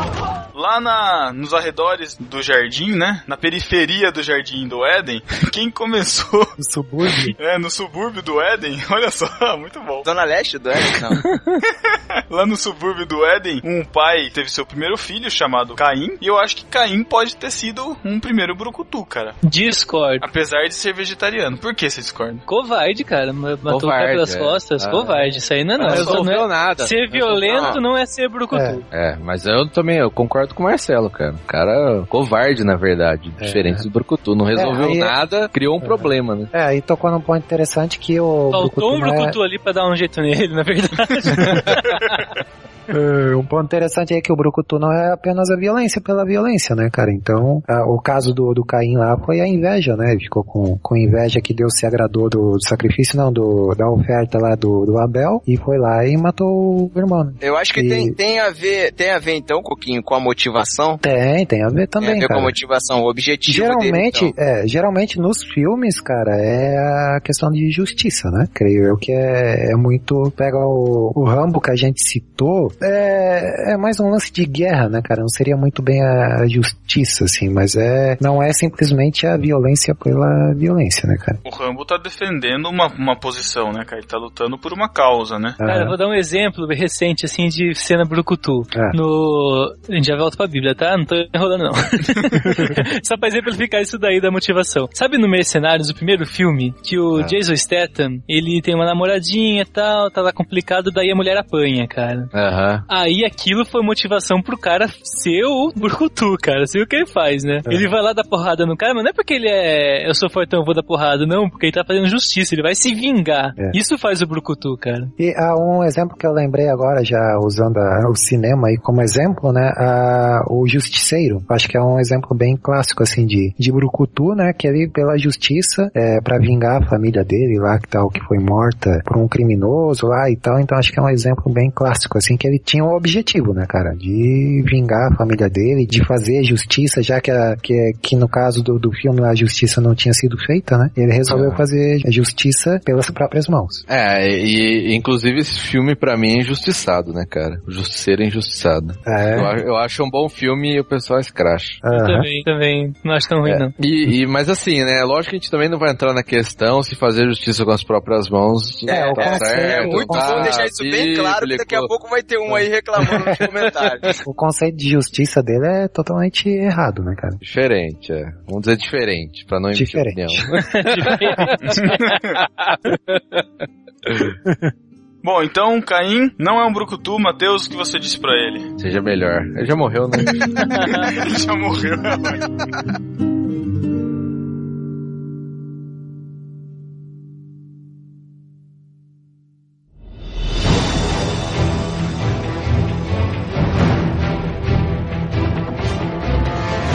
Lá na, nos arredores do jardim, né? Na periferia do jardim do Éden, quem começou. No subúrbio? É, no subúrbio do Éden. Olha só, muito bom.
Zona Leste do Éden, não.
Lá no subúrbio do Éden, um pai teve seu primeiro filho chamado Caim. E eu acho que Caim pode ter sido um primeiro brucutu, cara.
Discord.
Apesar de ser vegetariano. Por que você discorda?
Covarde, cara. ma- Matou o cara
Covarde,
pelas
é.
costas.
Ah.
Covarde. Isso aí não é não.
Não resolveu
né?
Não é-
nada.
Ser
Resolveu
violento
nada.
não é ser brucutu.
É, mas eu também eu concordo com o Marcelo, cara. O cara covarde, na verdade. Diferente do Brucutu. Não resolveu
É, aí-
nada, criou um problema, né?
É, aí tocou num ponto interessante que o.
Faltou um
Brucutu não é-
brucutu ali pra dar um jeito nele, na verdade.
É, um ponto interessante é que o Brucutu não é apenas a violência pela violência, né, cara? Então, a- o caso do, do Caim lá foi a inveja, né? Ele ficou com, com inveja que Deus se agradou do, do sacrifício, não, do, da oferta lá do, do Abel, e foi lá e matou o irmão. né?
Eu acho que
E-
tem, tem a ver, tem a ver então, Coquinho, com a motivação.
Tem, tem a ver também,
tem a ver
cara.
com a motivação, o objetivo
Geralmente,
dele. então?
é, geralmente nos filmes, cara, é a questão de justiça, né? Creio eu que é, é muito. Pega o, o Rambo que a gente citou, é, é mais um lance de guerra, né, cara? Não seria muito bem a justiça, assim, mas é não é simplesmente a violência pela violência, né, cara?
O Rambo tá defendendo uma, uma posição, né, cara? Ele tá lutando por uma causa, né?
Cara,
Ah,
eu vou dar um exemplo recente, assim, de cena brucutu. No... A gente já volta pra Bíblia, tá? Não tô enrolando, não. Só pra exemplificar isso daí da motivação. Sabe no Mercenários, o primeiro filme, que o
Ah.
Jason Statham, ele tem uma namoradinha e tal, tá lá complicado, daí a mulher apanha, cara.
Aham.
Aí aquilo foi motivação pro cara ser o Brucutu, cara. Ser o que ele faz, né?
É.
Ele vai lá dar porrada no cara, mas não é porque ele é. Eu sou fortão, eu vou dar porrada, não. Porque ele tá fazendo justiça, ele vai se vingar.
É.
Isso faz o Brucutu, cara.
E há um exemplo que eu lembrei agora, já usando a- o cinema aí como exemplo, né? a- o Justiceiro. Acho que é um exemplo bem clássico, assim, de, de Brucutu, né? Que ele, pela justiça, é, para vingar a família dele lá, que tal, que foi morta por um criminoso lá e tal. Então acho que é um exemplo bem clássico, assim, que ele tinha um objetivo, né, cara? De vingar a família dele, de fazer justiça, já que, a, que, que no caso do, do filme lá, a justiça não tinha sido feita, né? Ele resolveu
Ah.
fazer justiça pelas próprias mãos.
É, e e, inclusive esse filme pra mim é injustiçado, né, cara? O Justiceiro é injustiçado.
É.
Eu, a- eu acho um bom filme e o pessoal escracha.
Também, também. Não acho tão ruim,
É,
não.
e, e- mas assim, né? Lógico que a gente também não vai entrar na questão se fazer justiça com as próprias mãos. Tá
É, o conceito- é muito bom
Ah,
deixar isso bem claro, que daqui a pouco vai ter um aí reclamando nos comentários.
o conceito de justiça dele é totalmente errado, né, cara?
Diferente, é. Vamos dizer diferente, pra não emitir
Diferente.
opinião.
Bom, então Caim não é um brucutu, Matheus, o que você disse pra ele?
Seja melhor. Ele já morreu, né?
ele já morreu.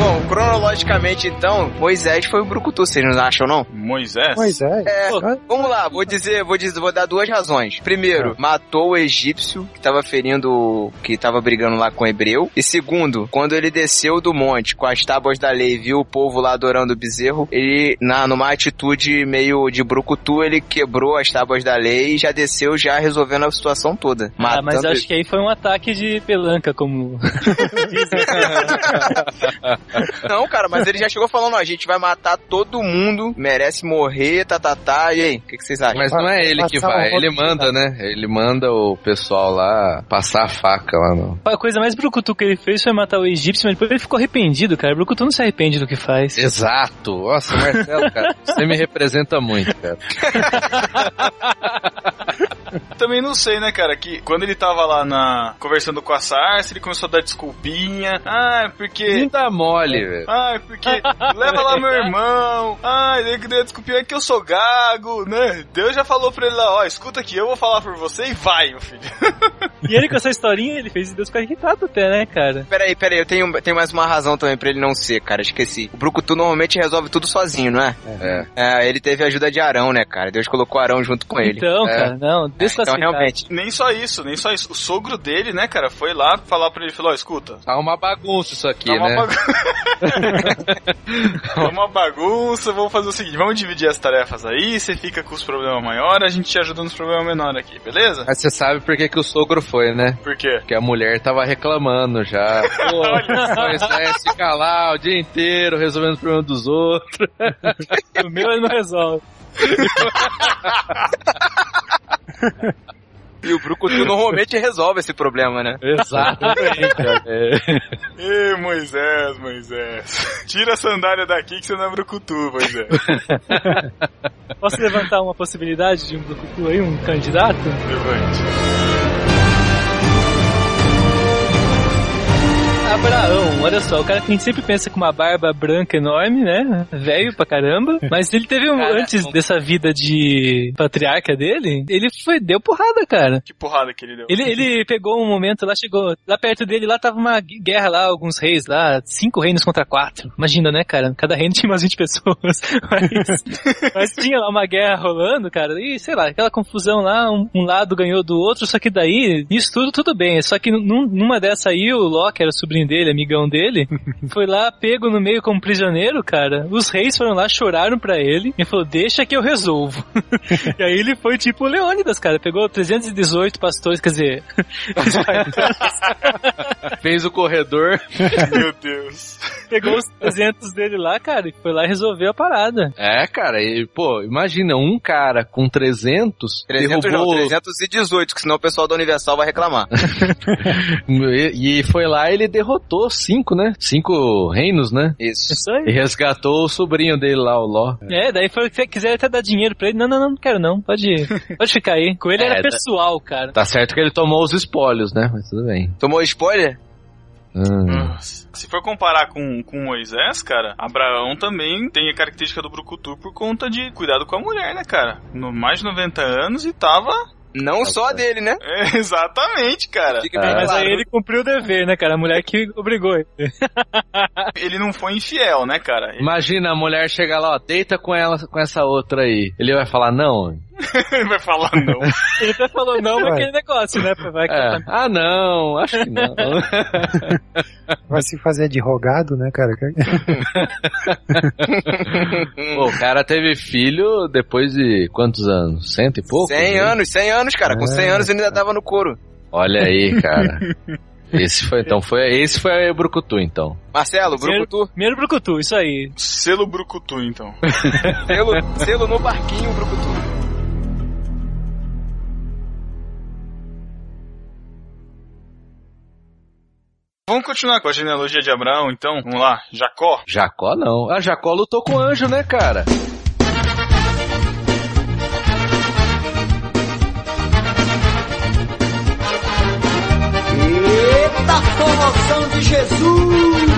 Bom, cronologicamente então, Moisés foi o Brucutu, vocês não acham não?
Moisés?
Moisés?
É, vamos lá, vou dizer, vou dizer, vou dar duas razões. Primeiro,
Tá.
matou o egípcio que tava ferindo, que tava brigando lá com o hebreu. E segundo, quando ele desceu do monte com as tábuas da lei e viu o povo lá adorando o bezerro, ele, na, numa atitude meio de brucutu, ele quebrou as tábuas da lei e já desceu já resolvendo a situação toda.
Ah, mas
Matando-
acho que aí foi um ataque de pelanca, como.
Não, cara, mas ele já chegou falando, ó, a gente vai matar todo mundo, merece morrer, tá, tá, tá. E aí, o que, que vocês acham?
Mas não é ele que vai, ele manda, né? Ele manda o pessoal lá passar a faca lá no.
A coisa mais brucutu que ele fez foi matar o egípcio, mas depois ele ficou arrependido, cara. Brucutu não se arrepende do que faz.
Exato! Nossa, Marcelo, cara, você me representa muito, cara.
Também não sei, né, cara, que quando ele tava lá na conversando com a Sarsa, ele começou a dar desculpinha. Ah, é porque
Não dá mole, velho.
Ah, é porque leva lá meu irmão. Ah, ele que deu a desculpinha é que eu sou gago, né? Deus já falou pra ele lá, ó, escuta aqui, eu vou falar por você e vai, meu filho.
E ele com essa historinha, ele fez Deus ficar irritado até, né, cara?
Peraí, peraí, eu tenho, tenho mais uma razão também pra ele não ser, cara, esqueci. O Brucutu normalmente resolve tudo sozinho, não é?
É.
ele teve a ajuda de Arão, né, cara? Deus colocou Arão junto com ele.
Então, assim,
É.
cara, não,
Então,
desclassificado.
realmente.
Nem só isso, nem só isso. O sogro dele, né, cara, foi lá falar pra ele, falou, ó, escuta.
Tá uma bagunça isso aqui,
tá uma
né?
bagunça. É uma bagunça, vamos fazer o seguinte, vamos dividir as tarefas aí, você fica com os problemas maiores, a gente te ajuda nos problemas menores aqui, beleza?
Mas você sabe por que, que o sogro foi, né?
Por quê?
Porque a mulher tava reclamando já. Pô, Moisés fica lá o dia inteiro resolvendo os problemas dos outros.
o meu ele não resolve.
E o Brucutu normalmente resolve esse problema, né?
Ê, Moisés, Moisés. Tira a sandália daqui que você não é brucutu, Moisés.
Posso levantar uma possibilidade de um Brucutu aí, um candidato? Abraão, olha só, o cara que a gente sempre pensa com uma barba branca enorme, né? Velho pra caramba. Mas ele teve um.
Cara,
antes
um-
dessa vida de patriarca dele, ele foi, deu porrada, cara.
Que porrada que ele deu.
Ele, ele pegou um momento lá, chegou lá perto dele, lá tava uma gu- guerra lá, alguns reis lá, cinco reinos contra quatro. Imagina, né, cara? Cada reino tinha umas 20 pessoas. Mas, mas tinha lá uma guerra rolando, cara, e sei lá, aquela confusão lá, um, um lado ganhou do outro, só que daí, isso tudo, tudo bem. Só que num- numa dessa aí, o Loki era sobrinho dele, amigão dele, foi lá, pego no meio como prisioneiro, cara. Os reis foram lá, choraram pra ele, e falou, deixa que eu resolvo. E aí ele foi tipo o Leônidas, cara. Pegou 318 pastores, quer dizer.
Fez o corredor.
Meu Deus.
Pegou os 300 dele lá, cara, e foi lá e resolveu a parada.
É, cara, e, pô, imagina, um cara com 300,
300 não,
derrubou...
318, que senão o pessoal da Universal vai reclamar.
E, e foi lá ele derrotou cinco, né? Cinco reinos, né?
Isso.
Isso aí.
E resgatou o sobrinho dele lá, o Ló.
É, daí foi se quiser até dar dinheiro pra ele. Não, não, não, não quero não. Pode, pode ficar aí. Com ele
É,
era
tá-
pessoal, cara.
Tá certo que ele tomou os espólios, né? Mas tudo bem.
Tomou spoiler?
Hum.
Se for comparar com, com Moisés, cara, Abraão também tem a característica do brucutu por conta de cuidado com a mulher, né, cara? No mais de 90 anos e tava...
Não
Tá
só dele, né?
É, exatamente,
É.
cara.
Fica bem
Mas
claro.
aí ele cumpriu o dever, né, cara? A mulher que obrigou ele.
Ele não foi infiel, né, cara?
Imagina a mulher chegar lá, ó, deita com ela, com essa outra aí. Ele vai falar, não.
Ele vai falar não.
Ele até falou não
Vai.
naquele negócio, né? Vai que
É. Ah, não, acho que não.
Vai se fazer de rogado, né, cara?
Pô, o cara teve filho depois de quantos anos? Cento e pouco?
100
né? É.
anos, 100 anos, cara. Com 100 anos ele ainda tava no couro.
Olha aí, cara. Esse foi, então, foi, esse foi o Brucutu, então.
Marcelo, Brucutu.
Primeiro Brucutu, isso aí.
Selo Brucutu, então.
Selo, selo no barquinho, Brucutu.
Vamos continuar com a genealogia de Abraão, então. Vamos lá. Jacó.
Jacó não. Ah, Jacó lutou com o anjo, né, cara?
Eita promoção de Jesus!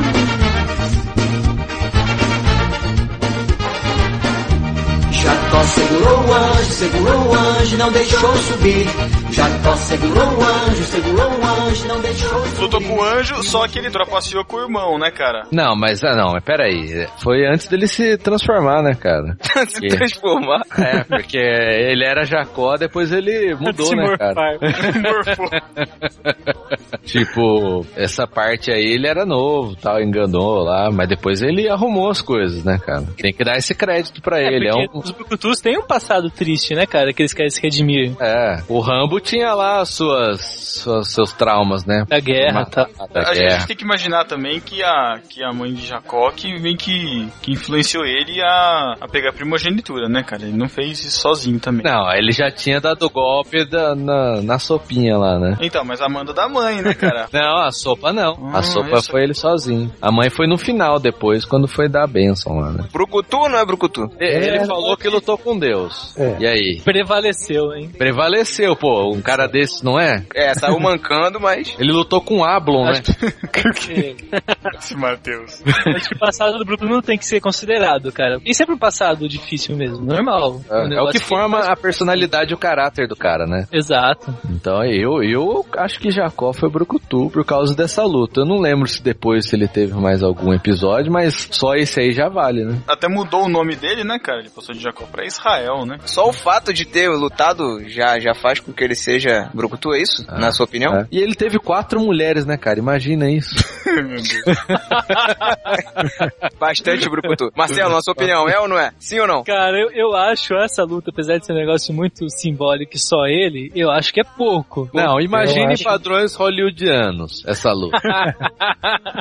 Jacó segurou o anjo, segurou o anjo, não deixou subir. Jacó segurou o anjo, segurou o anjo, não deixou subir.
Lutou com o anjo, só que ele trapaceou com o irmão, né, cara?
Não, mas ah, não, mas peraí. Foi antes dele se transformar, né, cara?
Se transformar.
É, porque ele era Jacó, depois ele mudou, né, cara? Tipo, essa parte aí ele era novo, tal, enganou lá, mas depois ele arrumou as coisas, né, cara? Tem que dar esse crédito pra ele. É
Porque
um,
Os Brucutus têm um passado triste, né, cara? Que eles querem se redimir.
É, o Rambo tinha lá suas, suas- seus traumas, né?
Da guerra, tá.
Da
A gente
guerra.
tem que imaginar também que a, que a mãe de Jacó que vem que, que influenciou ele a, a pegar a primogenitura, né, cara? Ele não fez isso sozinho também.
Não, ele já tinha dado golpe da- na, na sopinha lá, né?
Então, mas a manda da mãe, né, cara?
Não, a sopa não.
Ah,
a sopa
isso.
foi ele sozinho. A mãe foi no final, depois, quando foi dar a bênção lá, né?
Brucutu ou não é Brucutu?
E- Ele falou que lutou com Deus. E aí?
Prevaleceu, hein?
Prevaleceu, pô. Um cara desse, não é?
É, saiu mancando, mas.
Ele lutou com Ablon, né?
Esse Matheus.
Acho que o passado do Brucutu não tem que ser considerado, cara. E sempre um passado difícil mesmo, normal. Um
É, é o
negócio
que forma a personalidade e o caráter do cara, né?
Exato.
Então eu, eu acho que Jacó foi Brucutu por causa dessa luta. Eu não lembro se depois se ele teve mais algum episódio, mas só esse aí já vale, né?
Até mudou o nome dele, né, cara? Ele passou de Jacó pra Israel, né?
Só o fato de ter lutado já, já faz com que ele seja Brucutu, é isso? Na sua opinião?
E ele teve quatro mulheres, né, cara? Imagina isso.
Bastante Brucutu. Marcelo, na sua opinião, é ou não é? Sim ou não?
Cara, eu, eu acho essa luta, apesar de ser um negócio muito simbólico e só ele, eu acho que é pouco.
Não, imagine
acho-
padrões hollywoodianos, essa luta.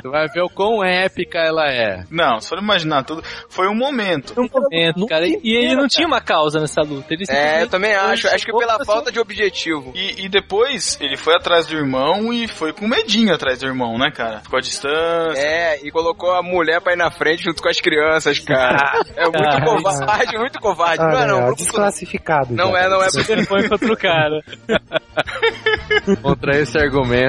Você vai ver o quão épica ela é.
Não, só imaginar tudo. Foi um momento.
Um momento, cara. E ele não tinha uma causa nessa luta. Ele
É, eu também acho. Acho que pela falta
de
assim.
objetivo.
E, e depois ele foi atrás do irmão e foi com medinho atrás do irmão, né, cara? Ficou à distância.
É, e colocou a mulher pra ir na frente junto com as crianças, cara. É muito
Ah,
covarde, muito covarde.
Ah,
Não é não,
ó,
Brucutu.
desclassificado.
Não
já.
é, não é.
Isso.
outro cara.
Contra esse argumento.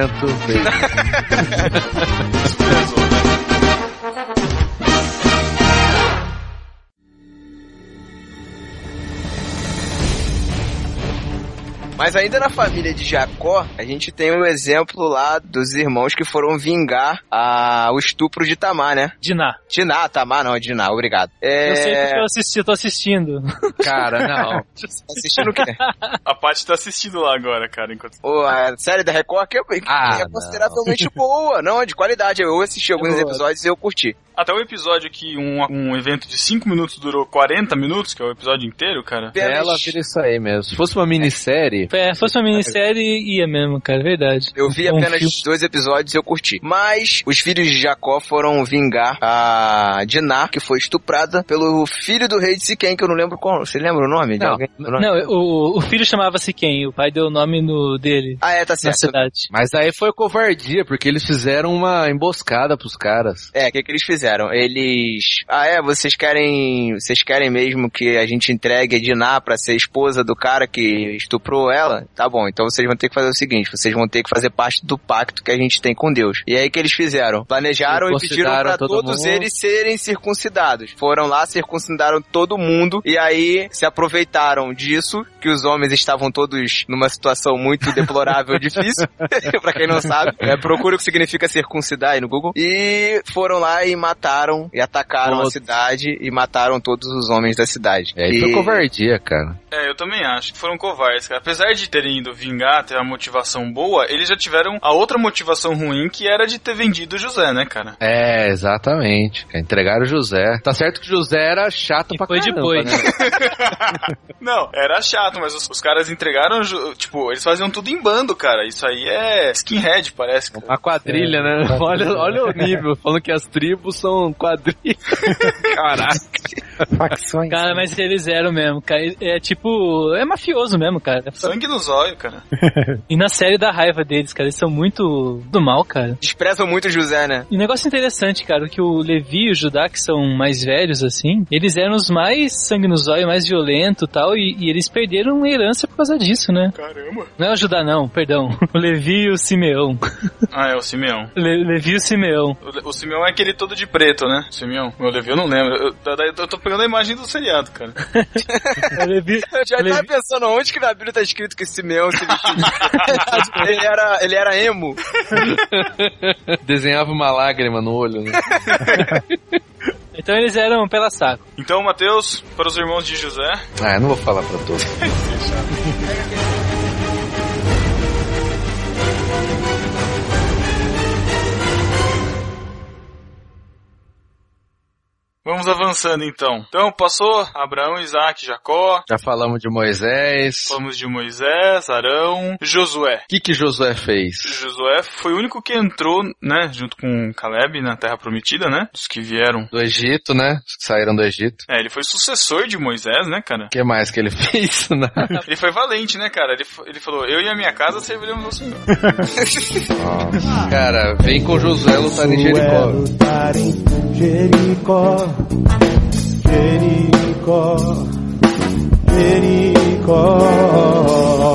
Mas ainda na família de Jacó, a gente tem um exemplo lá dos irmãos que foram vingar a, o estupro de Tamar, né?
Diná.
Diná, Tamar não, é Diná, obrigado. É...
Eu sei porque eu assisti, eu tô assistindo.
Cara, não. Assistindo o quê?
A Paty tá assistindo lá agora, cara, enquanto.
Pô, a série da Record que é, que
Ah,
é consideravelmente boa, não, é de qualidade. Eu assisti alguns episódios e eu curti.
Até o episódio que um, um evento de 5 minutos durou 40 minutos, que é o episódio inteiro, cara.
Ela vira isso aí mesmo. Se fosse uma minissérie,
É, se fosse uma minissérie, ia mesmo, cara, é verdade.
Eu vi
Um
apenas
filme.
dois episódios e eu curti. Mas os filhos de Jacó foram vingar a Diná, que foi estuprada pelo filho do rei de Siquém, que eu não lembro qual. Você lembra o nome de
Não,
alguém? O nome?
não o, o filho chamava-se quem? O pai deu o nome no dele.
Ah, é, tá
Na
certo.
cidade.
Mas aí foi covardia, porque eles fizeram uma emboscada pros caras.
É, o que, que eles fizeram? Eles. Ah, é, vocês querem. Vocês querem mesmo que a gente entregue a Diná pra ser esposa do cara que estuprou ela? Tá bom, então vocês vão ter que fazer o seguinte: vocês vão ter que fazer parte do pacto que a gente tem com Deus. E aí o que eles fizeram? Planejaram e pediram
Circuncidaram
pra
todo
todos
mundo.
eles serem circuncidados. Foram lá, circuncidaram todo mundo e aí se aproveitaram disso, que os homens estavam todos numa situação muito deplorável e difícil. pra quem não sabe, é, procura o que significa circuncidar aí no Google. E foram lá e mataram e atacaram a
Todos.
cidade e mataram todos os homens da cidade.
É, aí foi covardia, cara.
É, eu também acho que foram covardes, cara. Apesar de terem ido vingar, ter uma motivação boa, eles já tiveram a outra motivação ruim, que era de ter vendido o José, né, cara?
É, exatamente. cara. Entregaram o José. Tá certo que o José era chato pra
foi
caramba,
depois.
né?
Não, era chato, mas os, os caras entregaram, ju- tipo, eles faziam tudo em bando, cara. Isso aí é skinhead, parece. Cara.
Uma quadrilha, né?
Quadrilha.
Olha, olha o nível, falando que as tribos são quadrilha.
Caraca.
Facções.
Cara, mas eles eram mesmo, cara. É tipo. É mafioso mesmo, cara.
Sangue nos olhos, cara.
E na série da raiva deles, cara, eles são muito do mal, cara.
Desprezam muito o José, né?
E um negócio interessante, cara, que o Levi e o Judá, que são mais velhos, assim, eles eram os mais sangue no zóio, mais violento e tal, e, e eles perderam herança por causa disso, né?
Caramba.
Não é o Judá, não, perdão. O Levi e o Simeão.
Ah, é o Simeão.
Le, Levi e o Simeão.
O, Le- o Simeão é aquele todo de preto, né? Simeão. Meu Levi, eu não lembro. Eu, da- da- eu tô pegando a imagem do seriado, cara.
O Levi,
Eu já tava pensando onde que na Bíblia tá escrito que Simeão se vestiu. de- ele, era, ele era emo.
Desenhava uma lágrima no olho, né?
Então eles eram pela saco.
Então, Matheus, para os irmãos de José.
Ah, eu não vou falar pra todos.
Vamos avançando então. Então, passou Abraão, Isaac, Jacó.
Já falamos de Moisés.
Falamos de Moisés, Arão, Josué.
O que que Josué fez?
Josué foi o único que entrou, né, junto com Caleb na Terra Prometida, né? Os que vieram.
Do Egito, né? Os que saíram do Egito.
É, ele foi sucessor de Moisés, né, cara?
O que mais que ele fez? né? Nada.
Ele foi valente, né, cara? Ele, fo- ele falou: Eu e a minha casa serviremos ao Senhor.
Nossa, cara, vem com Josué lutar em Jericó.
lutar em Jericó, Jericó, Jericó.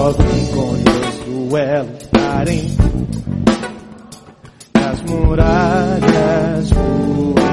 Vem com Josué lutar em as muralhas ruirão.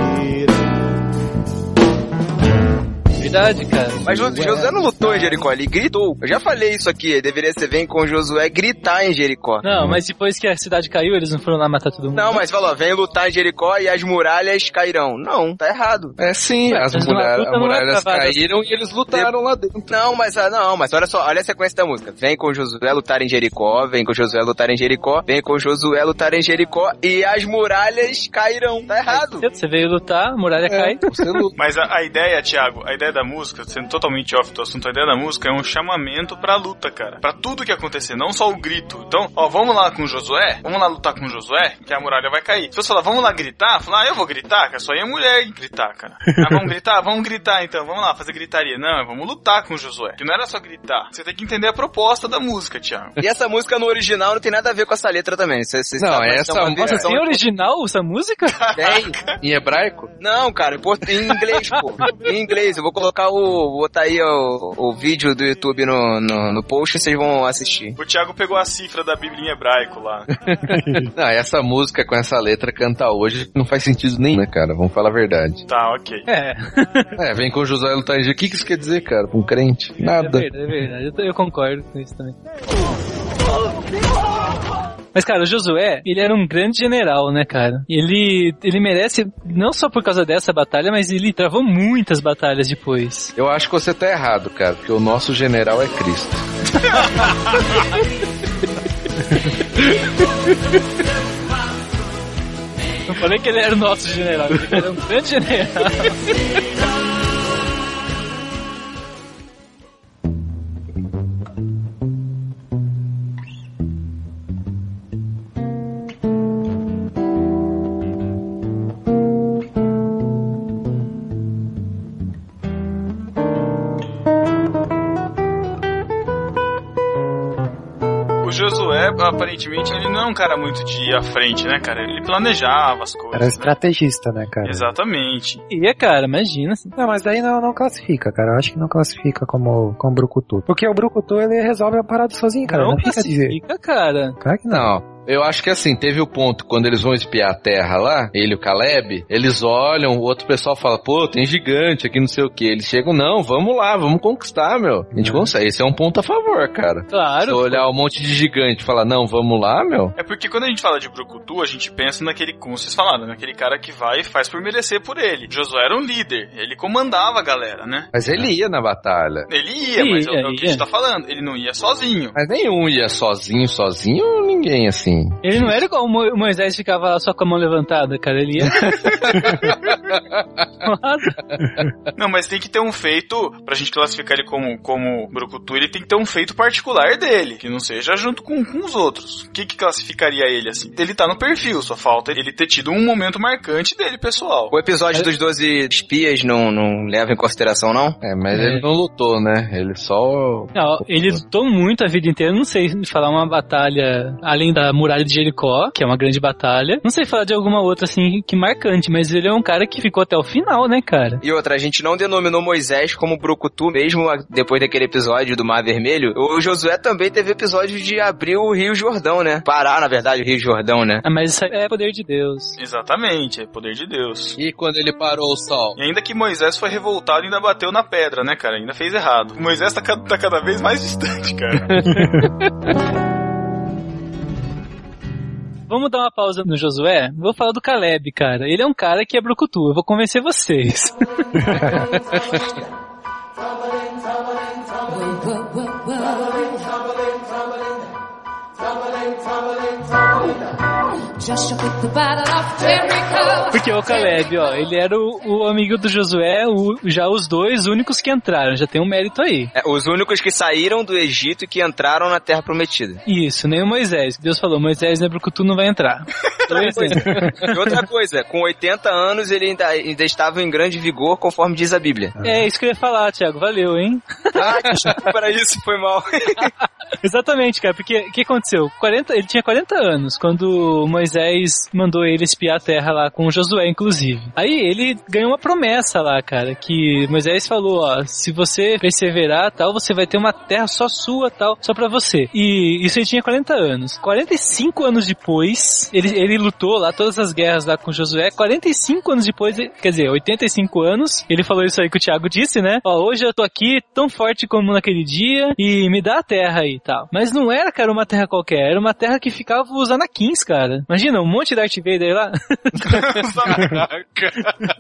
E
verdade, cara.
Mas Lu- Josué não lutou em Jericó, ele gritou. Eu já falei isso aqui, deveria ser vem com Josué gritar em Jericó.
Não, mas depois que a cidade caiu, eles não foram lá matar todo mundo.
Não, mas falou, vem lutar em Jericó e as muralhas cairão. Não, tá errado.
É sim, as
Mas
muralhas-
luta
as
não é
muralhas
travada.
caíram e eles lutaram lá dentro.
Não, mas ah, não, mas olha só, olha a sequência da música. Vem com Josué lutar em Jericó, vem com Josué lutar em Jericó, vem com Josué lutar em Jericó e as muralhas cairão. Tá errado.
Você veio lutar, a
É,
muralha cai.
então-
Mas a, a ideia, Thiago, a ideia da música, sendo totalmente off do assunto, a ideia da música é um chamamento pra luta, cara. Pra tudo que acontecer, não só o grito. Então, ó, vamos lá com o Josué, vamos lá lutar com o Josué, que a muralha vai cair. Se você falar, vamos lá gritar, falar, ah, eu vou gritar, cara, só aí é mulher gritar, cara. Ah, vamos gritar? Vamos gritar então, vamos lá fazer gritaria. Não, vamos lutar com o Josué. Que não era só gritar. Você tem que entender a proposta da música, Thiago.
E essa música no original não tem nada a ver com essa letra também. Cê, cê é
Não, essa
Nossa, tem original essa música?
Tem.
Em hebraico?
Não, cara, em port- em inglês, pô. Em inglês. Eu vou colocar o. Vou botar aí o, o vídeo do YouTube no, no, no post e vocês vão assistir.
O Thiago pegou a cifra da Bíblia em hebraico lá.
não, essa música com essa letra cantar hoje não faz sentido nenhum, né, cara? Vamos falar a verdade.
Tá, ok.
É.
É, vem com Josué lutar em Jericó. O que, que isso quer dizer, cara? Com crente?
É
Nada.
verdade, é verdade. Eu, tô- eu concordo com isso também. Mas, cara, o Josué, ele era um grande general, né, cara? Ele, ele merece, não só por causa dessa batalha, mas ele travou muitas batalhas depois.
Eu acho que você tá errado, cara, porque o nosso general é Cristo.
Não falei que ele era o nosso general, ele era um grande general.
O Josué, aparentemente, ele não é um cara muito de ir à frente, né, cara? Ele planejava as coisas.
Era estrategista, né, cara?
Exatamente.
E é, cara, imagina.
Não, mas daí não, não classifica, cara. Eu acho que não classifica como, como Brucutu. Porque o Brucutu, ele resolve a parada sozinho, cara. Não,
Não
fica de...
Fica, cara.
Claro que
É
não.
Não. Eu acho que assim, teve o ponto, quando eles vão espiar a terra lá, ele e o Caleb, eles olham, o outro pessoal fala, pô, tem gigante aqui, não sei o que. Eles chegam, não, vamos lá, vamos conquistar, meu. A gente consegue. Esse é um ponto a favor, cara.
Claro.
Se eu olhar um monte de gigante e falar, não, vamos lá, meu.
É porque quando a gente fala de Brucutu, a gente pensa naquele, como vocês falaram, naquele cara que vai e faz por merecer por ele. Josué era um líder, ele comandava a galera, né?
Mas ele ia na batalha.
Ele ia,
Sim,
mas é, o- é o
ia,
que a gente
ia.
tá falando, ele não ia sozinho.
Mas nenhum ia sozinho, sozinho, ninguém assim.
Ele não era igual o Mo- o Moisés ficava lá só com a mão levantada, cara. Ele ia.
Não, mas tem que ter um feito, pra gente classificar ele como, como Brucutu, ele tem que ter um feito particular dele, que não seja junto com, com os outros. O que que classificaria ele assim? Ele tá no perfil, só falta ele ter tido um momento marcante dele, pessoal.
O episódio dos 12 espias não, não leva em consideração, não?
É, mas
É. ele
não lutou, né? Ele só.
Não, ele lutou muito a vida inteira. Não sei falar uma batalha além da Muralha de Jericó, que é uma grande batalha. Não sei falar de alguma outra assim que marcante, mas ele é um cara que ficou até o final, né, cara?
E outra, a gente não denominou Moisés como Brucutu, mesmo a- depois daquele episódio do Mar Vermelho. O Josué também teve episódio de abrir o Rio Jordão, né? Pará, na verdade, o Rio Jordão, né?
Ah, mas isso é poder de Deus.
Exatamente, é poder de Deus.
E quando ele parou o sol?
E ainda que Moisés foi revoltado, ainda bateu na pedra, né, cara? Ainda fez errado. Moisés tá, ca- tá cada vez mais distante, cara.
Vamos dar uma pausa no Josué? Vou falar do Caleb, cara. Ele é um cara que é brucutu. Eu vou convencer vocês.
Just to pick the battle of Jericho.
Porque o Caleb, ó, ele era o, o amigo do Josué, o- já os dois únicos que entraram. Já tem um mérito aí.
É, os únicos que saíram do Egito e que entraram na Terra Prometida.
Isso, nem o Moisés. Deus falou, Moisés não é brucutu, não vai entrar. Dois né?
E outra coisa, com 80 anos ele ainda, ainda estava em grande vigor, conforme diz a Bíblia.
É isso que eu ia falar, Thiago. Valeu, hein?
Ah, desculpa, era isso, foi mal.
Exatamente, cara, porque o que aconteceu? 40, ele tinha 40 anos quando Moisés mandou ele espiar a terra lá com Josué, inclusive. Aí ele ganhou uma promessa lá, cara, que Moisés falou, ó, se você perseverar, tal, você vai ter uma terra só sua, tal, só pra você. E isso ele tinha 40 anos. 45 anos depois, ele, ele lutou lá todas as guerras lá com Josué. 45 anos depois, quer dizer, 85 anos, ele falou isso aí que o Thiago disse, né? Ó, hoje eu tô aqui tão forte como naquele dia e me dá a terra aí, tal. Mas não era, cara, uma terra qualquer, era uma terra que ficava os anakins, cara. Imagina, um monte de Darth Vader lá.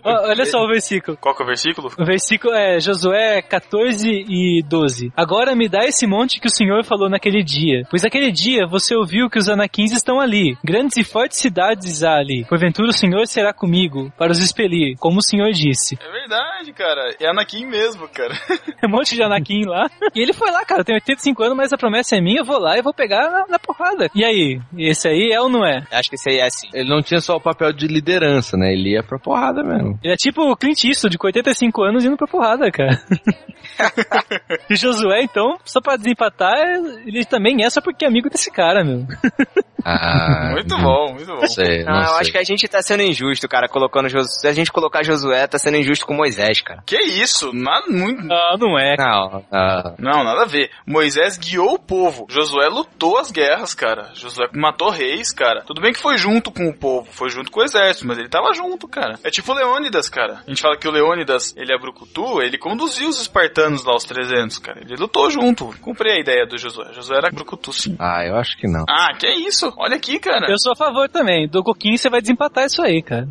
Ó, Olha só o versículo.
Qual que é o versículo?
O versículo é Josué 14 e 12. Agora me dá esse monte que o Senhor falou naquele dia. Pois aquele dia você ouviu que os anakins estão ali. Grandes e fortes cidades há ali. Porventura o Senhor será comigo para os expelir, como o Senhor disse.
É verdade, cara. É Anakin mesmo, cara.
É um monte de anaquim lá. E ele foi lá, cara. Tem 85 anos, mas a promessa é minha. Eu vou lá e vou pegar na, na porrada. E aí? Esse aí é ou não é?
Acho que esse aí é assim.
Ele não tinha só o papel de liderança, né? Ele ia pra porrada mesmo.
Ele é tipo o Clint Eastwood, com 85 anos, indo pra porrada, cara. e Josué, então, só pra desempatar, ele também é só porque é amigo desse cara, meu.
Ah,
Muito
não
bom, muito bom.
Sei, não
Não, eu
sei.
acho que a gente tá sendo injusto, cara, colocando Josué. Se a gente colocar Josué, tá sendo injusto com Moisés, cara.
Que isso? Nada, muito...
Ah, não é.
Não, ah,
Não, nada a ver. Moisés guiou o povo. Josué lutou as guerras, cara. Josué matou reis, cara. Tudo bem que foi junto com o povo, foi junto com o exército, mas ele tava junto, cara. É tipo o Leônidas, cara. A gente fala que o Leônidas, ele é brucutu, ele conduziu os espartanos lá, os 300, cara. Ele lutou junto. Cumpri a ideia do Josué. Josué era brucutu, sim.
ah, eu acho que não.
Ah, que isso? Olha aqui, cara.
Eu sou a favor também. Do Gokin você vai desempatar isso aí, cara.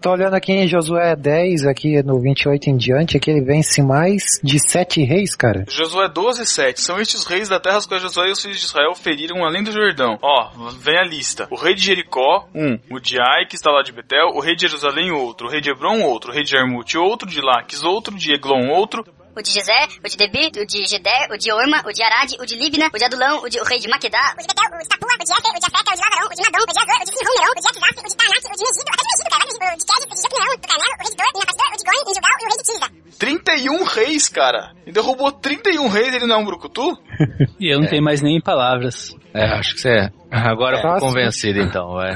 Tô olhando aqui em Josué 10, aqui no 28 em diante, que ele vence mais de sete reis, cara.
Josué 12, 7. São estes reis da terra os quais Josué e os filhos de Israel feriram além do Jordão. Ó, vem a lista. O rei de Jericó, um. O de Ai, que está lá de Betel. O rei de Jerusalém, outro. O rei de Hebron, outro. O rei de Armute, outro. De Laques, outro. De Eglon, outro.
O de José, o de Debi, o de Gedé, o de Orma, o de Arade, o de Libna, o de Adulão, o de o rei de Maquedá. O de Betel, o de Tapua, o de Éter, o de Afeca, o de Lavarão, o de Madão, o de Azor, o de Quirumerão, o de Atzaf, o de Tarnac, o de Megido, até de Megido, cara, o de Kedge, o de Jopinão, do Carmelo, o rei de Dor, o de Napasdor, o de Goim, o de Jugal e o rei de Tisga.
31 reis, cara. E derrubou 31 reis, ele não é um brucutu?
E eu não tenho mais nem palavras.
É, acho que você é. Agora eu fui
Próximo.
convencido, então, vai.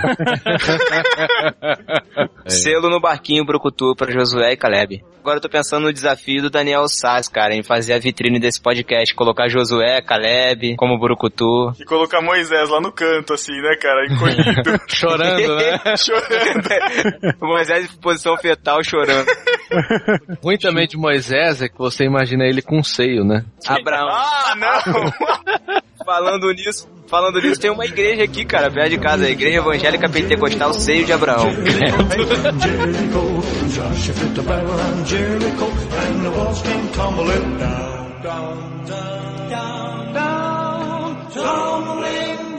É.
Selo no barquinho Brucutu pra Josué e Caleb. Agora eu tô pensando no desafio do Daniel Sass, cara, em fazer a vitrine desse podcast, colocar Josué, Caleb, como Brucutu.
E colocar Moisés lá no canto, assim, né, cara? Encolhido,
Chorando, né?
chorando.
Moisés em posição fetal chorando.
Ruim também de Moisés é que você imagina ele com seio, né?
Abraão,
Ah, não!
falando nisso, falando nisso, tem uma igreja aqui, cara, perto de casa, a Igreja Evangélica Pentecostal Seio de Abraão.
Jericho, Joshua fit the battle around Jericho, and the walls came tumbling down, down, down, down, down, tumbling down.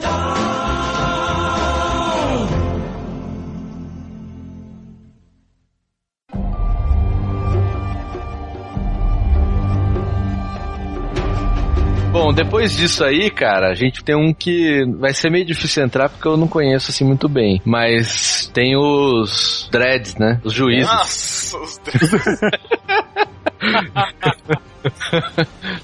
Bom, depois disso aí, cara, a gente tem um que vai ser meio difícil entrar porque eu não conheço assim muito bem. Mas tem os dreads, né? Os juízes.
Ah. Nossa, os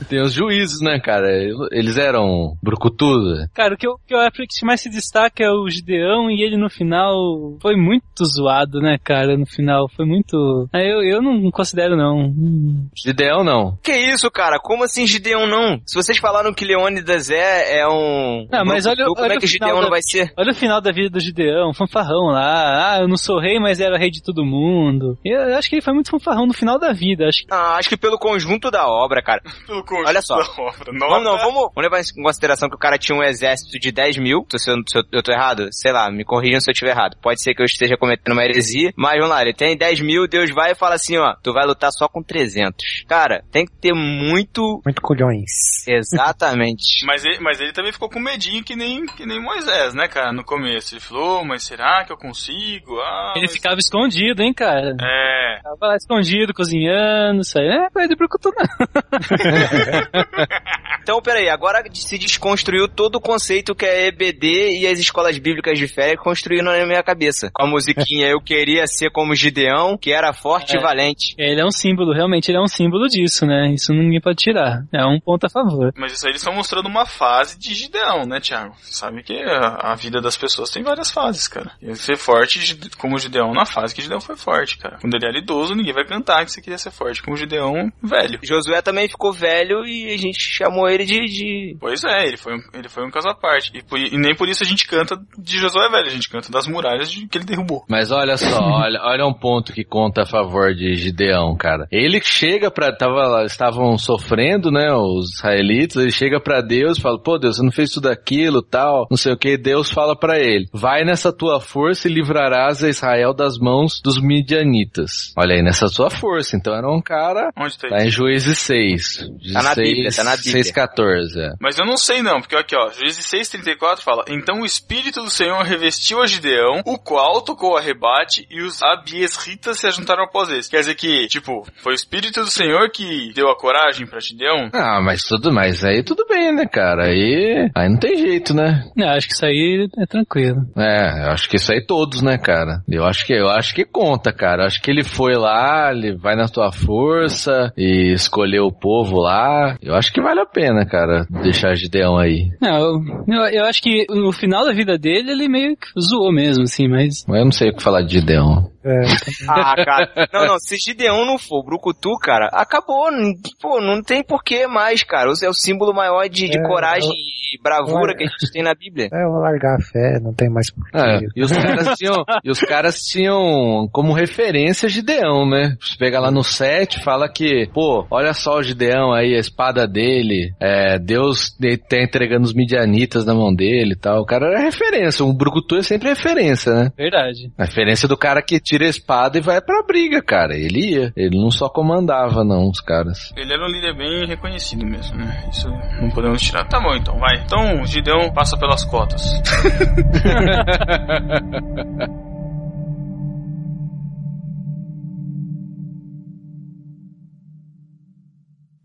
Tem os juízes, né, cara? Eles eram brucutuda.
Cara, o que eu, o que eu acho que mais se destaca é o Gideão e ele no final foi muito zoado, né, cara? No final foi muito. Ah, Eu, eu não considero, não. Hum.
Gideão não.
Que isso, cara? Como assim Gideon não? Se vocês falaram que Leônidas é, é um.
Ah, mas olha-
Brucutu, como
olha
é que
o final
Gideon
da-
não vai ser?
Olha o final da vida do Gideão, fanfarrão lá. Ah, eu não sou rei, mas era rei de todo mundo. Eu, eu acho que ele foi muito fanfarrão no final da vida. Acho que
Ah, acho que pelo conjunto da obra, cara.
pelo conjunto
Olha só.
da obra.
Vamos, não,
Nota.
vamos, vamos levar em consideração que o cara tinha um exército de 10 mil. Tô- Se eu, se eu, eu tô errado, sei lá, me corrijam se eu estiver errado. Pode ser que eu esteja cometendo uma heresia, mas vamos lá, ele tem 10 mil, Deus vai e fala assim, ó, tu vai lutar só com 300. Cara, tem que ter muito...
Muito culhões.
Exatamente.
Mas ele, mas ele também ficou com medinho que nem, que nem Moisés, né, cara, no começo. Ele falou, "Ô, mas será que eu consigo? Ah,
ele
mas-
ficava escondido, hein, cara?
É.
Tava né? lá escondido, cozinhando, isso aí. É, coisa de brucutu, não.
Então, peraí, agora se desconstruiu todo o conceito que é EBD e as escolas bíblicas de férias construíram na minha cabeça. Com a musiquinha Eu Queria Ser Como Gideão, que era forte
É.
e valente.
Ele é um símbolo, realmente ele é um símbolo disso, né? Isso ninguém pode tirar. É um ponto a favor.
Mas isso aí eles estão mostrando uma fase de Gideão, né, Thiago? Sabe que a, a vida das pessoas tem várias fases, cara. E ser forte Gide- como Gideão na fase que Gideão foi forte, cara. Quando ele era idoso, ninguém vai cantar que você queria ser forte como Gideão velho.
Josué também ficou velho e a gente chamou ele de. de...
Pois é, ele foi um, ele foi um caso à parte. E, por- e nem por isso a gente canta de Josué velho, a gente canta das muralhas de- que ele derrubou.
Mas olha só, olha, olha um ponto que conta a favor de Gideão, cara. Ele chega pra. Tava, lá, estavam sofrendo, né? Os israelitas. Ele chega pra Deus e fala: Pô, Deus, você não fez tudo aquilo, tal, não sei o que. Deus fala pra ele: Vai nessa tua força e livrarás a Israel das mãos dos midianitas. Olha aí, nessa sua força. Então era um cara.
Onde tá
Tá
isso?
em Juízes 6.
Tá na Bíblia, tá na Bíblia.
6,14. é.
Mas eu não sei não, porque aqui ó, Juízes 6,34 fala Então o Espírito do Senhor revestiu a Gideão, o qual tocou a rebate e os abiesritas se ajuntaram após eles. Quer dizer que, tipo, foi o Espírito do Senhor que deu a coragem pra Gideão?
Ah, mas tudo mais. Aí tudo bem, né, cara? Aí, aí não tem jeito, né?
Não, acho que isso aí é tranquilo.
É, eu acho que isso aí todos, né, cara? Eu acho que eu acho que conta, cara. Eu acho que ele foi lá, ele vai na tua força e escolheu o povo lá. Eu acho que vale a pena, cara, deixar Gideão aí.
Não, eu, eu acho que no final da vida dele ele meio que zoou mesmo, assim, mas.
Mas eu não sei o que falar de Gideão.
É,
Ah, cara. Não, não, se Gideão não for Brucutu, cara, acabou. N- Pô, não tem porquê mais, cara. Isso é o símbolo maior de, de
É,
coragem
eu-
e bravura que a gente tem na Bíblia.
É, eu vou largar a fé, não tem mais porquê.
É, e os caras tinham, e os caras tinham como referência Gideão, né? Você pega lá no set, fala que, pô, olha só o Gideão aí, a espada dele, é, Deus de- tá entregando os midianitas na mão dele e tal. O cara era referência, um brucutu é sempre referência, né?
Verdade.
A referência do cara que tira a espada e vai pra briga, cara. Ele ia. Ele não só comandava, não, os caras.
Ele era um líder bem reconhecido mesmo, né? Isso não podemos tirar. Tá bom então, vai. Então Gideão passa pelas cotas.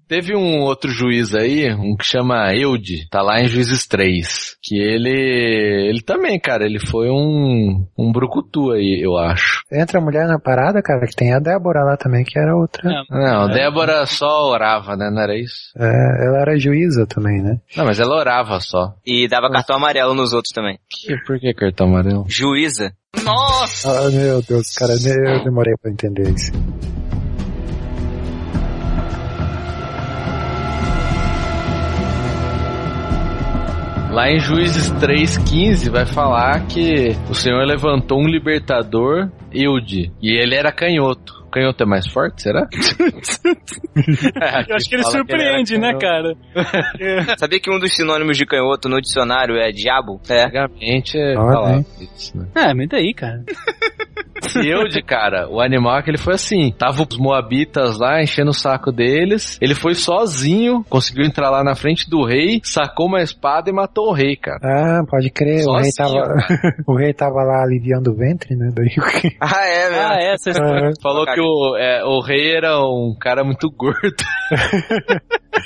Teve um outro juiz aí, um que chama Eude, tá lá em Juízes 3, que ele, ele também, cara, ele foi um, um brucutu aí, eu acho.
Entra a mulher na parada, cara, que tem a Débora lá também, que era outra.
Não, Débora só orava, né, não era isso?
É, ela era juíza também, né?
Não, mas ela orava só.
E dava cartão amarelo nos outros também.
Por que cartão amarelo?
Juíza. Nossa!
Ah, meu Deus, cara, eu demorei pra entender isso.
Lá em Juízes 3,15 vai falar que o Senhor levantou um libertador, Eude, e ele era canhoto. Canhoto é mais forte, será?
Eu acho que ele
fala que ele era
surpreende, né, cara?
Sabia que um dos sinônimos de canhoto no dicionário é diabo? É.
Antigamente é
falar.
É, mas daí, cara.
E Eude, cara, o animal que ele foi assim. Tava os moabitas lá enchendo o saco deles. Ele foi sozinho, conseguiu entrar lá na frente do rei, sacou uma espada e matou o rei, cara.
Ah, pode crer, o rei,
Sozinho,
tava, o rei tava lá aliviando o ventre, né? Daí o que?
Ah, é, mesmo.
Ah, é, essa história.
Falou que o, é, o rei era um cara muito gordo.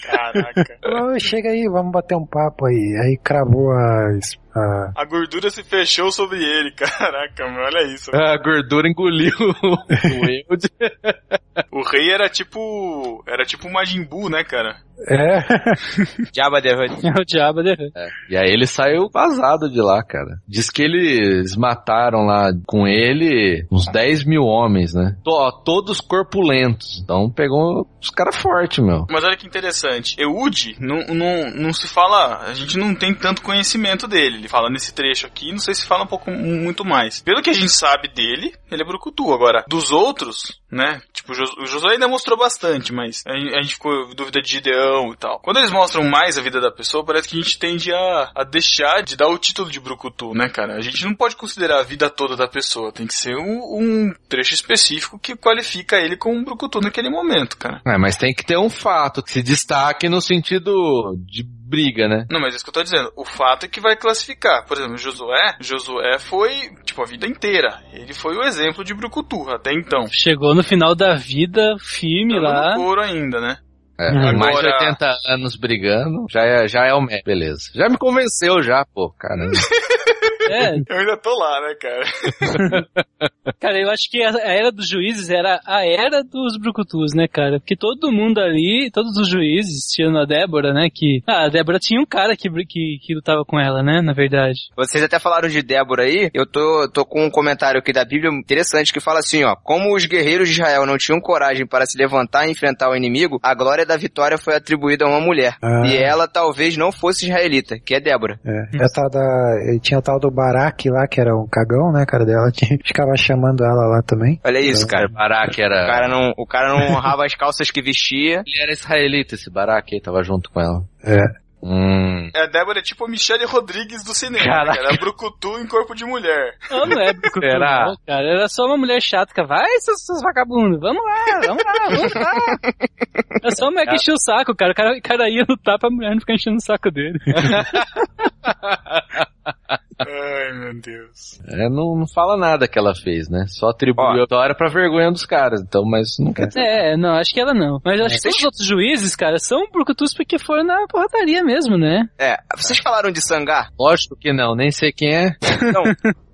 Caraca.
Ô, chega aí, vamos bater um papo aí. Aí cravou a. es- a-
A gordura se fechou sobre ele, caraca, mano, olha isso.
A gordura engoliu o Eude.
O rei era tipo. Era tipo um Majin Buu, né, cara?
É.
Diabo de Hood.
É o diabo de
E aí ele saiu vazado de lá, cara. Diz que eles mataram lá com ele uns 10 mil homens, né? To- ó, Todos corpulentos. Então pegou os caras fortes, meu.
Mas olha que interessante, Eude não, não, não se fala, a gente não tem tanto conhecimento dele. Ele fala nesse trecho aqui, não sei se fala um pouco muito mais. Pelo que a gente sabe dele, ele é brucutu. Agora, dos outros, né? Tipo, o Jos- o Josué ainda mostrou bastante, mas a gen- a gente ficou em dúvida de Gideão e tal. Quando eles mostram mais a vida da pessoa, parece que a gente tende a, a deixar de dar o título de brucutu, né, cara? A gente não pode considerar a vida toda da pessoa, tem que ser um, um trecho específico que qualifica ele como um brucutu naquele momento, cara.
É, mas tem que ter um fato que se destaque no sentido de briga, né?
Não, mas é isso que eu tô dizendo. O fato é que vai classificar. Por exemplo, Josué, Josué foi, tipo, a vida inteira. Ele foi o exemplo de Brucutu até então.
Chegou no final da vida, firme
Tava
lá.
no couro ainda, né?
É,
Uhum.
Agora-
Mais de 80 anos brigando, já é, já é o mérito. Beleza. Já me convenceu já, pô, caramba.
Eu ainda tô lá, né, cara?
É, Cara, eu acho que a a era dos juízes era a era dos brucutus, né, cara? Porque todo mundo ali, todos os juízes, tirando a Débora, né, que... Ah, a Débora tinha um cara que, br- que, que lutava com ela, né, na verdade.
Vocês até falaram de Débora aí, eu tô, tô com um comentário aqui da Bíblia interessante que fala assim, ó. Como os guerreiros de Israel não tinham coragem para se levantar e enfrentar o inimigo, a glória da vitória foi atribuída a uma mulher.
Ah.
E é ela talvez não fosse israelita, que é Débora.
É, é o tal da, e tinha o tal do Baraque lá, que era um cagão, né, cara dela? Tinha, ficava chamando ela lá também.
Olha
É.
isso, cara.
Barak era.
O cara não, o cara não honrava as calças que vestia.
Ele era israelita, esse Barak aí, tava junto com ela.
É.
Hum.
É, a Débora é tipo a Michelle Rodrigues do cinema,
Caraca.
cara. É brucutu em corpo de mulher.
Não, não é brucutu,
Será?
não, cara. Era só uma mulher chata, cara. Vai, seus, seus vagabundos, vamos lá, vamos lá, vamos lá. É só uma mulher que enchia o saco, cara. O cara, o cara ia lutar pra mulher não ficar enchendo o saco dele.
Ai, meu Deus.
É, não, não fala nada que ela fez, né? Só atribuiu a vitória pra vergonha dos caras. Então, mas isso não quer dizer.
É, não, acho que ela não. Mas acho que todos os outros juízes, cara, são brucutus porque foram na porradaria mesmo, né?
É, vocês falaram de Sangar?
Lógico que não, nem sei quem é.
Não,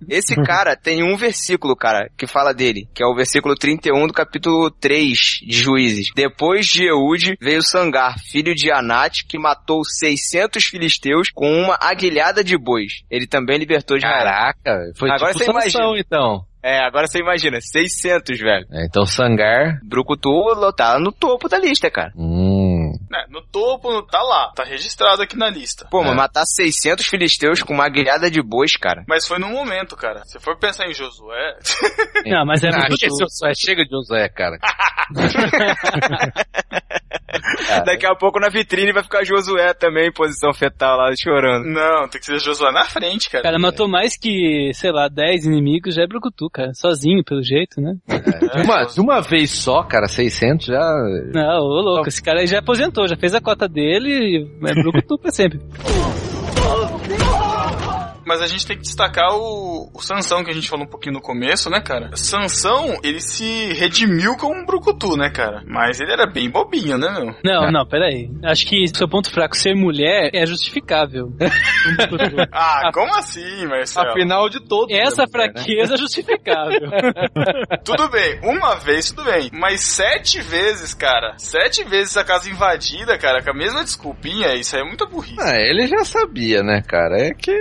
esse
Uhum.
cara tem um versículo, cara, que fala dele, que é o versículo 31 do capítulo 3 de Juízes. Depois de Eude veio Sangar, filho de Anat, que matou 600 filisteus com uma aguilhada de bois. Ele também libertou de
Caraca, foi
Agora
tipo
você
Sansão,
imagina.
então.
É, agora você imagina, 600, velho.
É, então, Sangar.
Brucutu tá no topo da lista, cara.
Hum.
É, no topo, no- tá lá. Tá registrado aqui na lista.
Pô, mas matar 600 filisteus com uma aguilhada de bois, cara.
Mas foi num momento, cara. Se for pensar em Josué.
Não, mas é
Ah,
brucutu.
que Josué, chega de Josué, cara. Ah,
Daqui a pouco na vitrine vai ficar Josué também em posição fetal lá, chorando.
Não, tem que ser Josué na frente, cara.
O cara matou mais que, sei lá, 10 inimigos, já é brucutu, cara. Sozinho, pelo jeito, né?
De uma, de uma vez só, cara, 600 já.
Não, ô louco, esse cara aí já aposentou, já fez a cota dele e é brucutu pra sempre.
Mas a gente tem que destacar o, o Sansão, que a gente falou um pouquinho no começo, né, cara? Sansão, ele se redimiu como um brucutu, né, cara? Mas ele era bem bobinho, né, meu?
Não, não, peraí. Acho que seu ponto fraco ser mulher é justificável.
Ah, como assim, Marcelo?
Afinal de todos. né,
Essa fraqueza é justificável.
Tudo bem, uma vez tudo bem. Mas sete vezes, cara. Sete vezes a casa invadida, cara, com a mesma desculpinha, isso aí é muita burrice.
Ah, ele já sabia, né, cara? É que,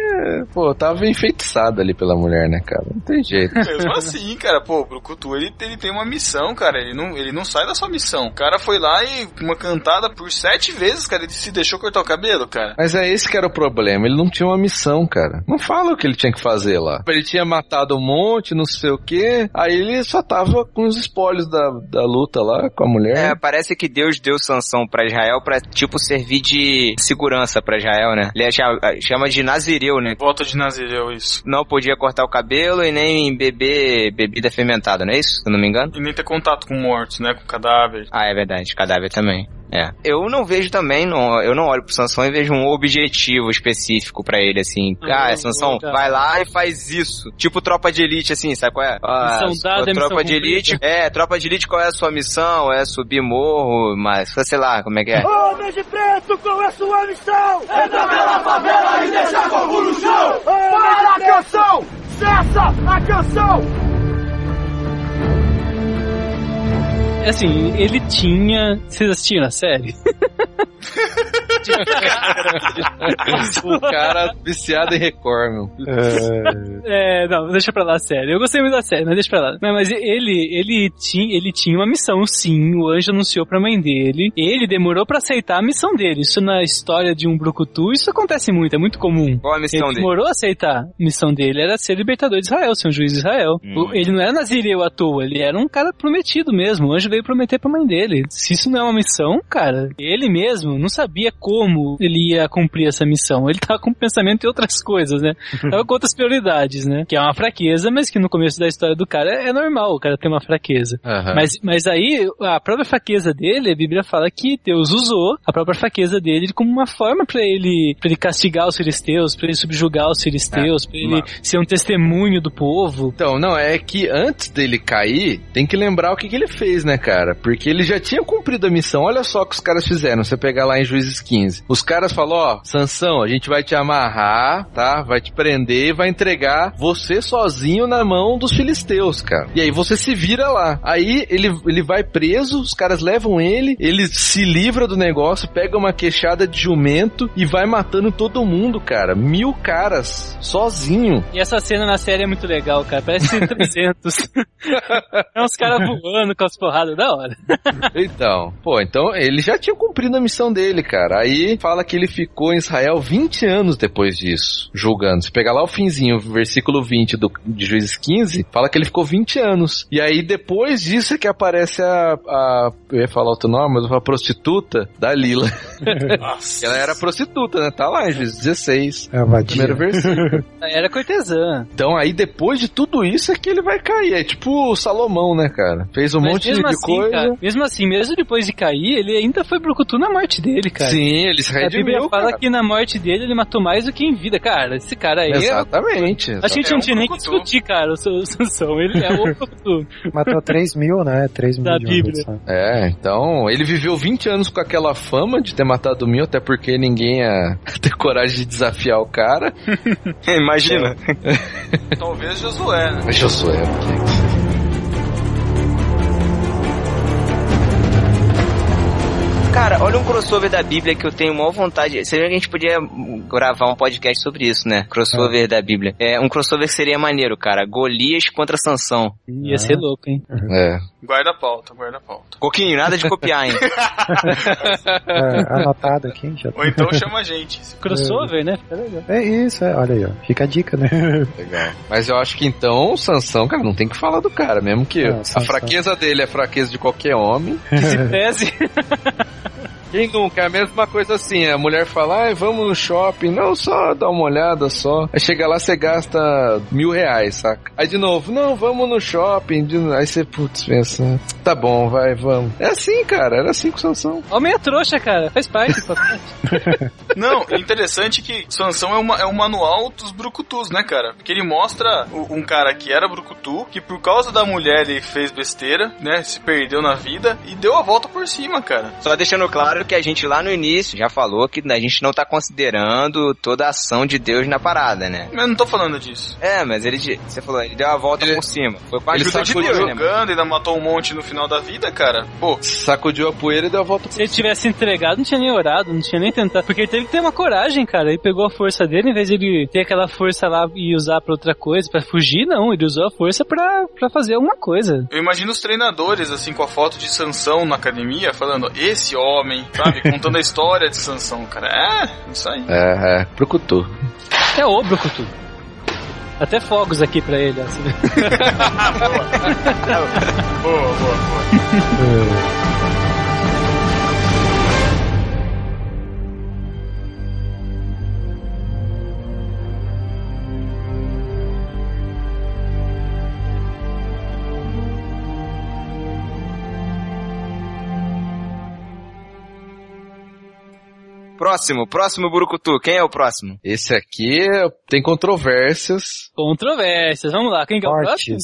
pô, tava enfeitiçado ali pela mulher, né, cara? Não tem jeito.
Mesmo assim, cara, pô, o Brucutu, ele, ele tem uma missão, cara, ele não, ele não sai da sua missão. O cara foi lá e uma cantada por sete vezes, cara, ele se deixou cortar o cabelo, cara.
Mas é esse que era o problema, ele não tinha uma missão, cara. Não fala o que ele tinha que fazer lá. Ele tinha matado um monte, não sei o quê, aí ele só tava com os espólios da, da luta lá com a mulher.
É, parece que Deus deu sanção pra Israel pra, tipo, servir de segurança pra Israel, né? Ele acha- chama de nazireu, né?
Volta de Nazireu, isso.
Não podia cortar o cabelo e nem beber bebida fermentada, não é isso? Se eu não me engano?
E nem ter contato com mortos, né, com cadáveres.
Ah, é verdade, cadáver também. É. Eu não vejo também, não, eu não olho pro Sansão e vejo um objetivo específico pra ele, assim. Ah, Sansão,
cara.
vai lá e faz isso. Tipo tropa de elite, assim, sabe qual é? Ah,
Missão dada,
a
missão
tropa de elite. É, tropa de elite, qual é a sua missão? É subir morro, mas sei lá, como é que é?
Homem de preto, qual é a sua missão? É pela favela e deixar fogo no chão! Para a canção! Cessa a canção!
Assim, ele tinha. Vocês assistiram a série?
o cara viciado em Record, meu.
É, não, deixa pra lá a série. Eu gostei muito da série, mas deixa pra lá. Não, mas ele, ele, tinha, ele tinha uma missão, sim. O anjo anunciou pra mãe dele. Ele demorou pra aceitar a missão dele. Isso na história de um brucutu, isso acontece muito, é muito comum.
Qual a missão
ele
dele?
demorou a aceitar. A missão dele era ser libertador de Israel, ser um juiz de Israel.
Hum.
O- Ele não era nazireu à toa, ele era um cara prometido mesmo. O anjo veio prometer pra mãe dele. Se isso não é uma missão, cara, ele mesmo não sabia como ele ia cumprir essa missão. Ele tava com pensamento em outras coisas, né? Tava com outras prioridades, né? Que é uma fraqueza, mas que no começo da história do cara é é normal o cara ter uma fraqueza.
Aham.
Mas, mas aí, a própria fraqueza dele, a Bíblia fala que Deus usou a própria fraqueza dele como uma forma pra ele, pra ele castigar os filisteus, pra ele subjugar os
É,
filisteus, pra ele
mas-
ser um testemunho do povo.
Então, não, é que antes dele cair, tem que lembrar o que, que ele fez, né, cara? Porque ele já tinha cumprido a missão. Olha só o que os caras fizeram. Você pegar lá em Juízes 15. Os caras falaram, ó, Sansão, a gente vai te amarrar, tá? Vai te prender e vai entregar você sozinho na mão dos filisteus, cara. E aí você se vira lá. Aí ele, ele vai preso, os caras levam ele, ele se livra do negócio, pega uma queixada de jumento e vai matando todo mundo, cara. Mil caras, sozinho.
E essa cena na série é muito legal, cara. Parece 300. é uns caras voando com as porradas da hora.
Então, pô, então ele já tinha cumprido a missão dele, cara. Aí fala que ele ficou em Israel 20 anos depois disso, julgando. Se pegar lá o finzinho, o versículo 20 do, de Juízes 15, fala que ele ficou 20 anos. E aí depois disso é que aparece a. a- eu ia falar outro nome, mas eu vou falar prostituta da Lila. Ela era prostituta, né? Tá lá em Juízes 16.
É, vadia.
Primeiro versículo.
Era cortesã.
Então aí depois de tudo isso é que ele vai cair. É tipo o Salomão, né, cara? Fez um
Mas
monte de
mesmo assim,
coisa.
cara, mesmo assim, mesmo depois de cair, ele ainda foi brucutu na morte dele, cara.
Sim, ele se
A Bíblia
redimiu,
fala
cara.
que na morte dele ele matou mais do que em vida, cara. Esse cara aí. é-
Exatamente.
Acho que a gente
É
não
um
tinha nem que discutir, cara, o Sa- o Sansão. Ele é o brucutu.
Matou 3 mil, né? 3 mil
Tá
Da
de uma vez
Bíblia.
só.
É, então ele viveu 20 anos com aquela fama de ter matado mil, até porque ninguém ia ter coragem de desafiar o cara.
Imagina. Talvez Josué, né?
Josué.
Cara, olha um crossover da Bíblia que eu tenho maior vontade. Seria que a gente podia hum, gravar um podcast sobre isso, né? Crossover da Bíblia. É, um crossover que seria maneiro, cara. Golias contra Sansão.
Ia ser louco, hein?
É.
Guarda a pauta, guarda a pauta.
Coquinho, nada de copiar, hein?
É, anotado aqui. Já
Ou então chama a gente.
Crossover, né?
É isso, é, olha aí, ó. Fica a dica, né?
Legal. Mas eu acho que então o Sansão, cara, não tem que falar do cara, mesmo que
É,
a
Sansão.
fraqueza dele é a fraqueza de qualquer homem.
Tese.
Quem nunca? É a mesma coisa assim, a mulher fala, ai, vamos no shopping, não, só dá uma olhada só. Aí chega lá, você gasta mil reais, saca? Aí de novo, não, vamos no shopping, de no- aí você, putz, pensa, tá bom, vai, vamos. É assim, cara, era assim com o Sansão.
Homem é trouxa, cara. Faz parte. faz parte.
Não, é interessante que Sansão é, uma, é um manual dos brucutus, né, cara? Porque ele mostra o- um cara que era brucutu, que por causa da mulher ele fez besteira, né? Se perdeu na vida e deu a volta por cima, cara.
Só deixando claro que a gente lá no início já falou que a gente não tá considerando toda a ação de Deus na parada, né?
Mas eu não tô falando disso.
É, mas ele, de- você falou, ele deu a volta por cima. Foi com a
Ele
ajuda de
sacudiu
Deus, né? mano?
jogando, ainda matou um monte no final da vida, cara. Pô,
Sacudiu a poeira e deu a volta
Se ele tivesse entregado, não tinha nem orado, não tinha nem tentado. Porque ele teve que ter uma coragem, cara. Ele pegou a força dele, em vez de ele ter aquela força lá e usar pra outra coisa, pra fugir, não. Ele usou a força pra, pra fazer alguma coisa.
Eu imagino os treinadores, assim, com a foto de Sansão na academia, falando, esse homem, sabe? Contando a história de Sansão, cara. É, isso aí.
É, é, procutou.
É o Brucutu. Até fogos aqui pra ele, ó. você vê.
Boa, boa, boa.
Próximo, próximo Burucutu. Quem é o próximo?
Esse aqui é, tem controvérsias.
Controvérsias, vamos lá. Quem que é o próximo?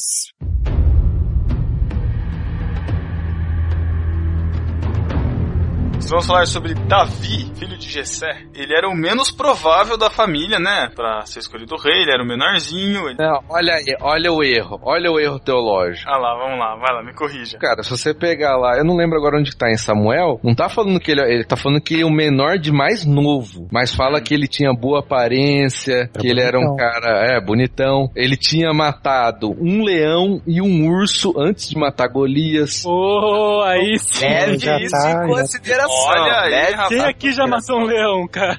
Nós Vamos falar sobre Davi, filho de Jessé. Ele era o menos provável da família, né? Pra ser escolhido rei, ele era o menorzinho. Ele...
Não, olha aí, olha o erro, olha o erro teológico.
Ah lá, vamos lá, vai lá, me corrija.
Cara, se você pegar lá, eu não lembro agora onde que tá em Samuel, não tá falando que ele, ele tá falando que o menor de mais novo, mas fala que ele tinha boa aparência, que ele era um
bonitão.
cara, é, bonitão. Ele tinha matado um leão e um urso antes de matar Golias.
Ô, aí sim.
É,
Leve
Já
isso
tá,
É em
já-
consideração. né?
Olha aí,
Leve-
rapaz.
Quem aqui já matou um leão, cara?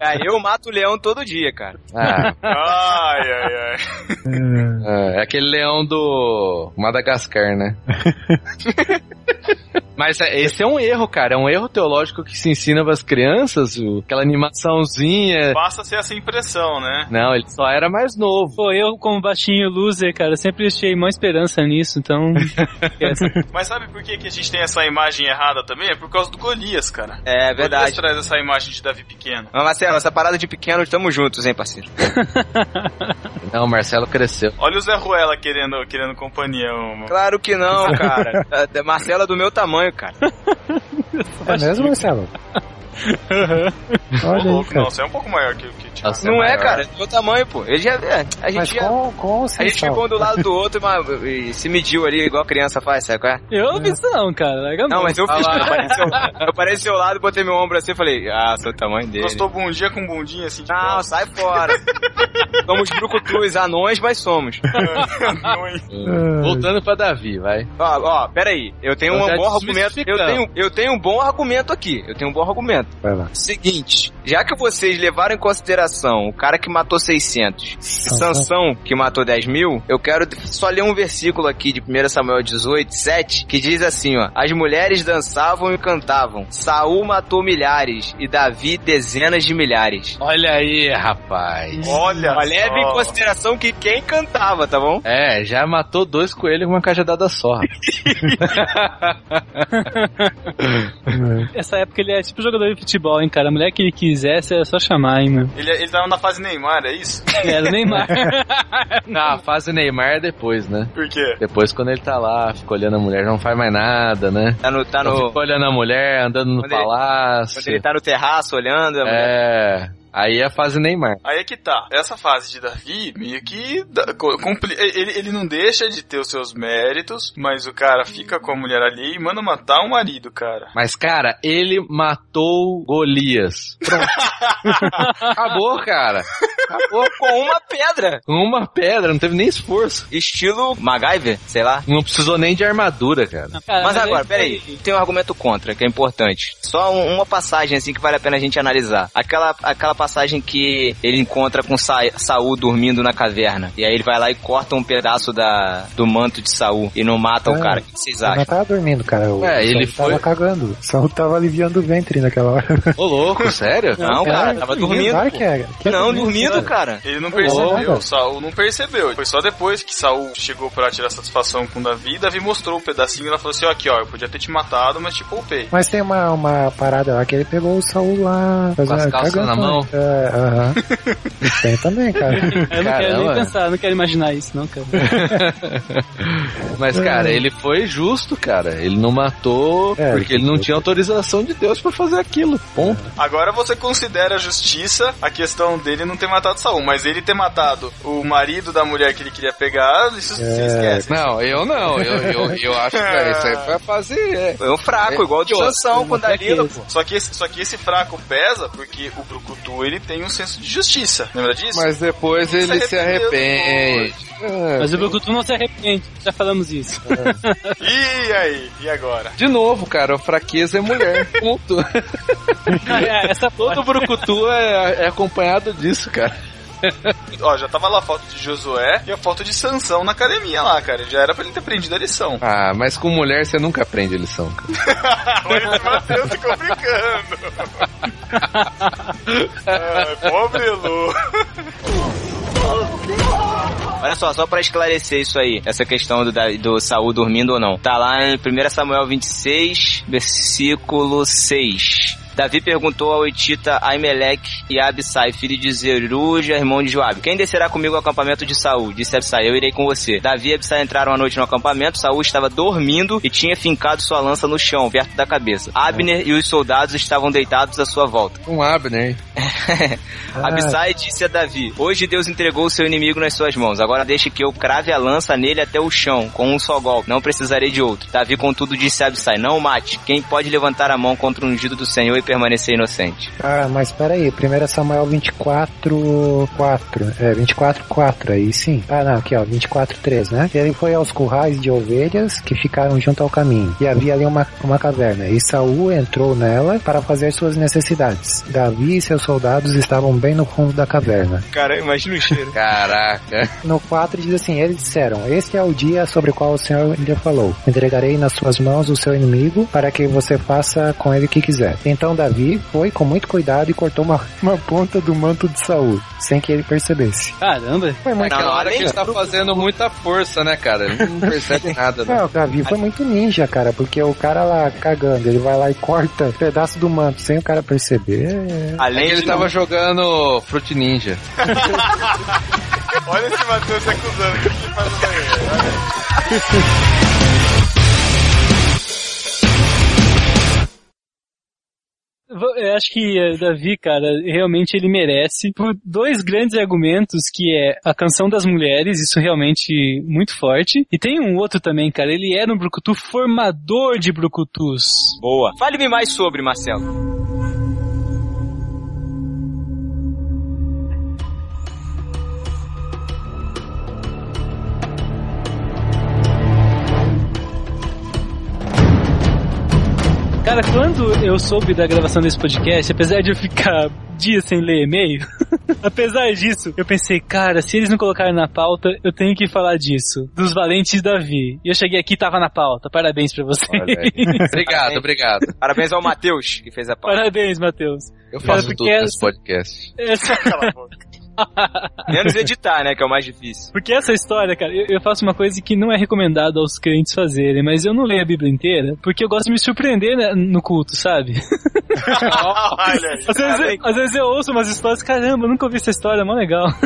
Ah, eu mato o leão todo dia, cara.
ah,
Ai, ai, ai.
é aquele leão do Madagascar, né? Mas é- esse é um erro, cara. É um erro teológico que se ensina pras crianças, o- aquela animaçãozinha.
Basta ser essa impressão, né?
Não, ele só era mais novo.
Pô, eu, como baixinho loser, cara, sempre achei maior esperança nisso, então. esquece.
Mas sabe por que, que a gente tem essa imagem errada também? É por causa do Golias, cara.
É
Golias
verdade.
traz essa imagem de Davi pequeno.
Mas Marcelo, essa parada de pequeno, estamos juntos, hein, parceiro?
Não, o Marcelo cresceu.
Olha o Zé Ruela querendo, querendo companhia. ô.
Claro que não, cara. A Marcelo é do meu tamanho, cara.
É mesmo, Marcelo? Olha aí, cara.
Não, você é um pouco maior que o que tinha.
não é, cara, é do meu tamanho, pô. Ele já. é, a gente
Mas
já-
com, com ou
A
sem
gente
sal?
ficou um do lado do outro mas- e se mediu ali, igual a criança faz, sabe qual é?
Eu não fiz isso não, cara. Larga a
Não,
mão.
mas eu fiz. Eu parei, do seu, eu parei do seu lado, botei meu ombro assim e falei, ah, sou o tamanho dele.
Gostou bom dia com bundinha assim de
Não, sai fora. somos brucutus, anões, mas somos.
Voltando pra Davi, vai.
Ó, ó, peraí. Eu tenho
Então
um
já
bom argumento. Eu tenho, eu tenho um bom argumento aqui. Eu tenho um bom argumento.
Vai lá.
Seguinte, já que vocês levaram em consideração o cara que matou 600 e Sansão que matou 10 mil, eu quero só ler um versículo aqui de 1 Samuel 18, 7, que diz assim, ó. As mulheres dançavam e cantavam. Saul matou milhares e Davi dezenas de milhares.
Olha aí, É, rapaz.
Olha
Leve em consideração que quem cantava, tá bom?
É, já matou dois coelhos com uma cajadada só.
Essa época ele é tipo jogador de futebol, hein, cara. A mulher que ele quisesse era só chamar, hein, meu.
Ele, ele tava na fase Neymar, é isso?
Era o Neymar.
não, a fase Neymar é depois, né?
Por quê?
Depois, quando ele tá lá, fica olhando a mulher, não faz mais nada, né?
Tá no. Tá
Então
no
Fica olhando a mulher, andando no
Quando ele-
palácio.
quando ele tá no terraço olhando. a mulher-
É. Aí é a fase Neymar.
Aí é que tá. Essa fase de Davi, meio que. da- co- compli- Ele, ele não deixa de ter os seus méritos, mas o cara fica com a mulher ali e manda matar o marido, cara.
Mas, cara, ele matou Golias. Pronto. Acabou, cara.
Acabou com É uma pedra.
Com uma pedra, não teve nem esforço.
Estilo MacGyver, sei lá.
Não precisou nem de armadura, cara.
mas
é
agora, peraí, tem um argumento contra, que é importante. Só um- uma passagem, assim, que vale a pena a gente analisar. Aquela, aquela passagem que ele encontra com Sa Saul dormindo na caverna. E aí ele vai lá e corta um pedaço da, do manto de Saul e não mata o
Ah,
cara. O que vocês
Eu não
acham?
tava dormindo, cara. O
É, ele
Saul
foi-
tava cagando. O Saul tava aliviando o ventre naquela hora.
Ô, louco, sério?
Não, cara, tava dormindo.
Claro
pô.
que é. Que é
Não, dormindo, cara.
Ele não
Olha.
percebeu, Saul não percebeu. Foi só depois que Saul chegou pra tirar satisfação com Davi, Davi mostrou um pedacinho e ela falou assim: ó, aqui ó, eu podia ter te matado, mas te poupei.
Mas tem uma, uma parada lá que ele pegou o Saul lá. fazendo-
as calças
cagando,
na mão?
né? É, aham. tem também, cara.
Eu não quero
Caramba.
nem pensar, não quero imaginar isso, não, cara.
Mas, cara, ele foi justo, cara. Ele não matou
É,
porque ele não tinha autorização de Deus pra fazer aquilo. Ponto.
Agora você considera a justiça a questão dele não ter matado Saul, mas ele ter matado o marido da mulher que ele queria pegar, isso se esquece.
Não, eu não. Eu, eu, eu acho que cara, isso aí foi a fase. É.
Foi um fraco, igual o de Sansão com
é
Dalila, pô.
Só que, esse, só que esse fraco pesa porque o Brucutu ele tem um senso de justiça, lembra disso?
Mas depois ele se arrepende.
Mas o Bokutu não se arrepende, já falamos isso.
E aí? E agora?
De novo, cara, a fraqueza é mulher. Ponto.
É, essa
Todo brucutu é, é acompanhado disso, cara.
Ó, já tava lá a foto de Josué e a foto de Sansão na academia lá, cara. Já era pra ele ter aprendido a lição.
Ah, mas com mulher você nunca aprende lição, cara.
Mas o Matheus ficou brincando. Ai, pobre Lu.
Olha só, só pra esclarecer isso aí, essa questão do, da- do Saul dormindo ou não. Tá lá em 1 Samuel 26, versículo 6. Davi perguntou ao Etita Aimelec e a Abissai, filho de Zeruja, irmão de Joabe. Quem descerá comigo ao acampamento de Saul? Disse Abissai, eu irei com você. Davi e Abissai entraram à noite no acampamento. Saul estava dormindo e tinha fincado sua lança no chão, perto da cabeça. Abner e os soldados estavam deitados à sua volta.
Um Abner.
Ah.
Abissai disse a Davi: Hoje Deus entregou o seu inimigo nas suas mãos. Agora deixe que eu crave a lança nele até o chão, com um só golpe. Não precisarei de outro. Davi, contudo, disse a Abissai: Não o mate. Quem pode levantar a mão contra o ungido do Senhor e permanecer inocente.
Ah, mas peraí, 1 Samuel 24, 4. É, 24, 4 aí sim. Ah, não, aqui ó, 24, 3, né? Ele foi aos currais de ovelhas que ficaram junto ao caminho. E havia ali uma, uma caverna. E Saul entrou nela para fazer suas necessidades. Davi e seus soldados estavam bem no fundo da caverna.
Cara, imagina o cheiro.
Caraca.
No 4 diz assim: Eles disseram: Este é o dia sobre o qual o Senhor lhe falou. Entregarei nas suas mãos o seu inimigo para que você faça com ele o que quiser. Então Davi foi com muito cuidado e cortou uma, uma ponta do manto de Saul, sem que ele percebesse.
Caramba.
Foi muito
Na hora que ele
ninja.
tá fazendo muita força, né, cara? Ele não percebe nada, né?
Não, Davi foi muito ninja, cara, porque o cara lá cagando, ele vai lá e corta um pedaço do manto sem o cara perceber. É-
Além ele tava jogando Fruit Ninja.
Olha esse Matheus se acusando. O que que faz no banheiro?
V- Eu acho que eh, Davi, cara, realmente ele merece por dois grandes argumentos que é a canção das mulheres, isso realmente muito forte. E tem um outro também, cara, ele era um brucutu formador de brucutus.
Boa. Fale-me mais sobre, Marcelo.
Cara, quando eu soube da gravação desse podcast, apesar de eu ficar dias sem ler e-mail, apesar disso, eu pensei, cara, se eles não colocarem na pauta, eu tenho que falar disso, dos valentes Davi. E eu cheguei aqui e tava na pauta. Parabéns pra você.
Olha aí. Obrigado, obrigado.
Parabéns ao Matheus, que fez a pauta.
Parabéns, Matheus. É,
Eu
Cara,
faço tudo
porque
nesse podcast.
essa-
Menos editar, né? Que é o mais difícil.
Porque essa história, cara, eu, eu faço uma coisa que não é recomendado aos crentes fazerem, mas eu não leio a Bíblia inteira, porque eu gosto de me surpreender né, no culto, sabe?
Olha aí.
Às vezes, eu, às vezes eu ouço umas histórias, caramba, eu nunca ouvi essa história, é mó legal.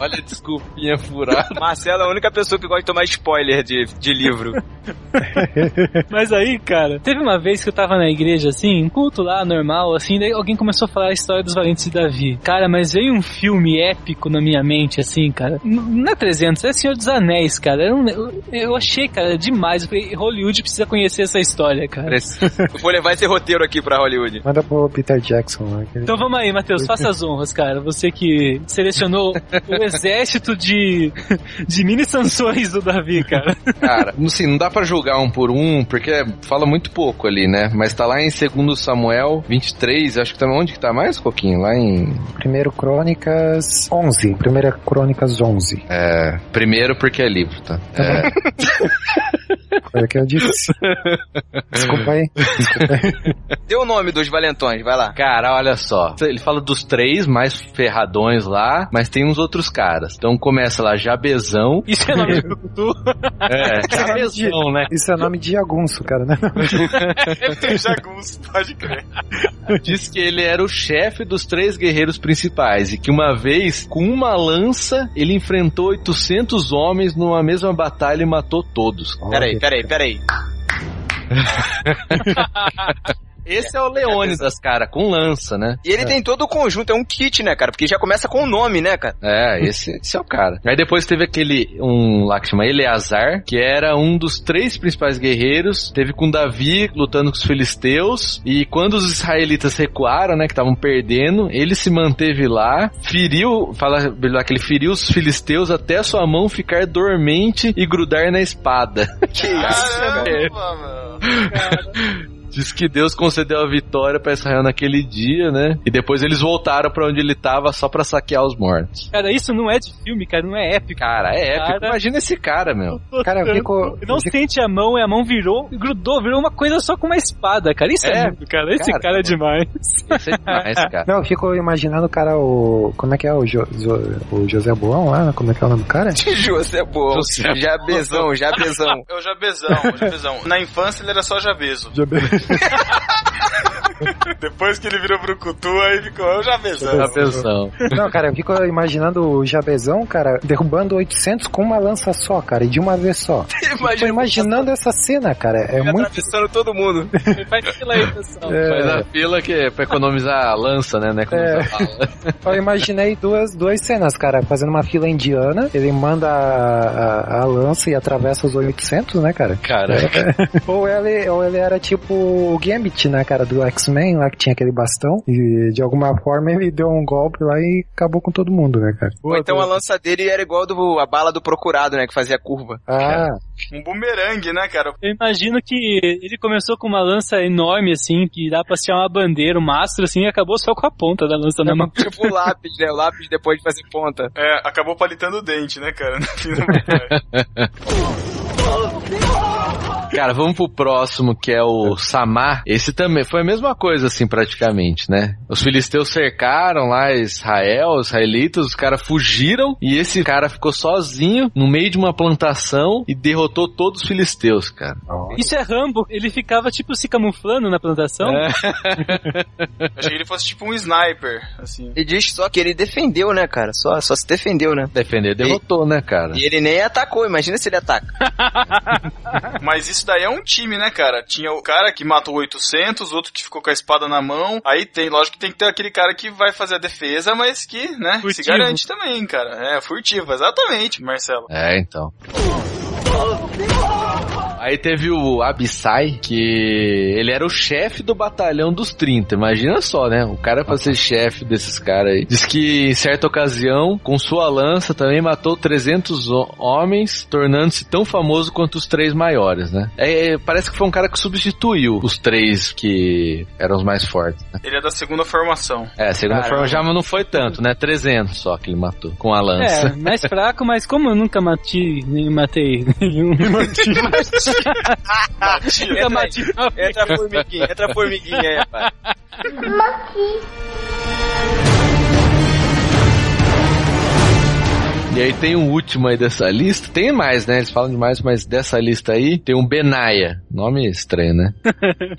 Olha a desculpinha furada.
Marcelo é a única pessoa que gosta de tomar spoiler de, de livro.
Mas aí, cara, teve uma vez que eu tava na igreja, assim, um culto lá, normal, assim, daí alguém começou a falar a história dos valentes de Davi. Cara, mas veio um filme épico na minha mente, assim, cara. N- Não é 300, é Senhor dos Anéis, cara. Era um- Eu, eu achei, cara, demais. Eu falei, Hollywood precisa conhecer essa história, cara.
Eu vou levar esse roteiro aqui pra Hollywood.
Manda pro Peter Jackson lá. que ele-
Então vamos aí, Matheus, faça as honras, cara. Você que selecionou o exército de, de mini sanções do Davi, cara.
Cara, assim, não dá pra julgar um por um, porque fala muito pouco ali, né? Mas tá lá em 2 Samuel 23, acho que tá onde que tá mais, Coquinho? Lá em.
Primeiro Crônicas 11. Primeira Crônicas 11.
É. Primeiro porque é livro, tá? É.
Foi o que eu disse. Desculpa aí.
Dê o nome dos valentões, vai lá.
Cara, olha só. Ele fala dos três mais ferradões lá, mas tem uns outros caras. Então começa lá Jabezão.
Isso é nome de Brucutu?
É, Jabezão, né?
Isso é nome de jagunço, cara, né?
Tem jagunço, pode crer.
Diz que ele era o chefe dos três guerreiros principais e que uma vez, com uma lança, ele enfrentou 800 homens numa mesma batalha e matou todos.
Peraí, peraí, peraí.
Esse é o Leônidas, cara, com lança, né?
E ele tem todo o conjunto, é um kit, né, cara? Porque já começa com o nome, né, cara?
É, esse, esse é o cara. Aí depois teve aquele, um lá que chama Eleazar, que era um dos três principais guerreiros. Teve com Davi lutando com os filisteus. E quando os israelitas recuaram, né, que estavam perdendo, ele se manteve lá, feriu, fala lá que ele feriu os filisteus até a sua mão ficar dormente e grudar na espada.
Que
Caramba, mano.
Diz que Deus concedeu a vitória pra Israel naquele dia, né? E depois eles voltaram pra onde ele tava só pra saquear os mortos.
Cara, isso não é de filme, cara, não é épico.
Cara, é épico.
Cara.
Imagina esse cara, meu.
Cara, eu fico.
Não sente a mão, e a mão virou, grudou, virou uma coisa só com uma espada, cara. Isso é,
É,
muito, cara. Esse
cara.
cara, é demais.
Isso é demais, cara.
Não, eu fico imaginando o cara, o. Como é que é o, Jo- Jo- o José Boão lá? né? Como é que é o nome do cara?
José Boa.
José
Jabezão, Jabezão.
É o Jabezão, o Jabezão. Na infância ele era só Jabezo. Depois que ele virou Brucutu, aí ficou é o Jabezão.
Tá pensando.
Não, cara, eu fico imaginando o Jabezão, cara, derrubando 800 com uma lança só, cara, e de uma vez só. Tô
Imagina,
imaginando essa cena, cara. É
ele
muito.
atravessando todo mundo.
Faz fila aí, pessoal.
Faz
É,
a fila que é pra economizar a lança, né? né como
É.
você fala.
eu imaginei duas, duas cenas, cara. Fazendo uma fila indiana, ele manda a, a- a lança e atravessa os 800, né, cara?
Cara,
Ou ele, ou ele era tipo o Gambit, né, cara, do X-Men lá que tinha aquele bastão e de alguma forma ele deu um golpe lá e acabou com todo mundo, né, cara?
Ou então a lança dele era igual do, a bala do procurado, né? Que fazia curva.
Ah,
Um bumerangue, né, cara?
Eu imagino que ele começou com uma lança enorme, assim, que dá pra ser uma bandeira, um mastro, assim, e acabou só com a ponta da lança
É
na mão.
Tipo o lápis, né? O lápis depois de fazer ponta.
É, acabou palitando o dente, né, cara? No fim, na verdade.
Cara, vamos pro próximo, que é o Samar. Esse também foi a mesma coisa, assim, praticamente, né? Os filisteus cercaram lá Israel, os israelitas, os caras fugiram e esse cara ficou sozinho no meio de uma plantação e derrotou todos os filisteus, cara.
Isso é Rambo, ele ficava, tipo, se camuflando na plantação.
É.
Achei que ele fosse tipo um sniper, assim.
E diz só que ele defendeu, né, cara? Só, só se defendeu, né?
Defender, derrotou, né, cara?
E ele nem atacou, imagina se ele ataca.
Mas isso daí é um time, né, cara? Tinha o cara que matou 800, outro que ficou com a espada na mão. Aí tem, lógico que tem que ter aquele cara que vai fazer a defesa, mas que, né, se
Furtivo.
garante também, cara. É, furtivo, exatamente, Marcelo.
É, então. Aí teve o Abissai, que ele era o chefe do batalhão dos 30. Imagina só, né? O cara pra ser chefe desses caras aí. Diz que em certa ocasião, com sua lança, também matou 300 ho- homens, tornando-se tão famoso quanto os três maiores, né? É, é, parece que foi um cara que substituiu os três que eram os mais fortes. né?
Ele é da segunda formação.
É, segundo
Caramba.
forma já não foi tanto, né? 300 só que ele matou com a lança.
É, mais fraco, mas como eu nunca matei, nem matei nenhum.
Ah,
Tá,
entra, entra a formiguinha, entra a formiguinha aí, rapaz.
E aí tem o último aí dessa lista. Tem mais, né? Eles falam demais, mas dessa lista aí tem um Benaya. Nome estranho, né?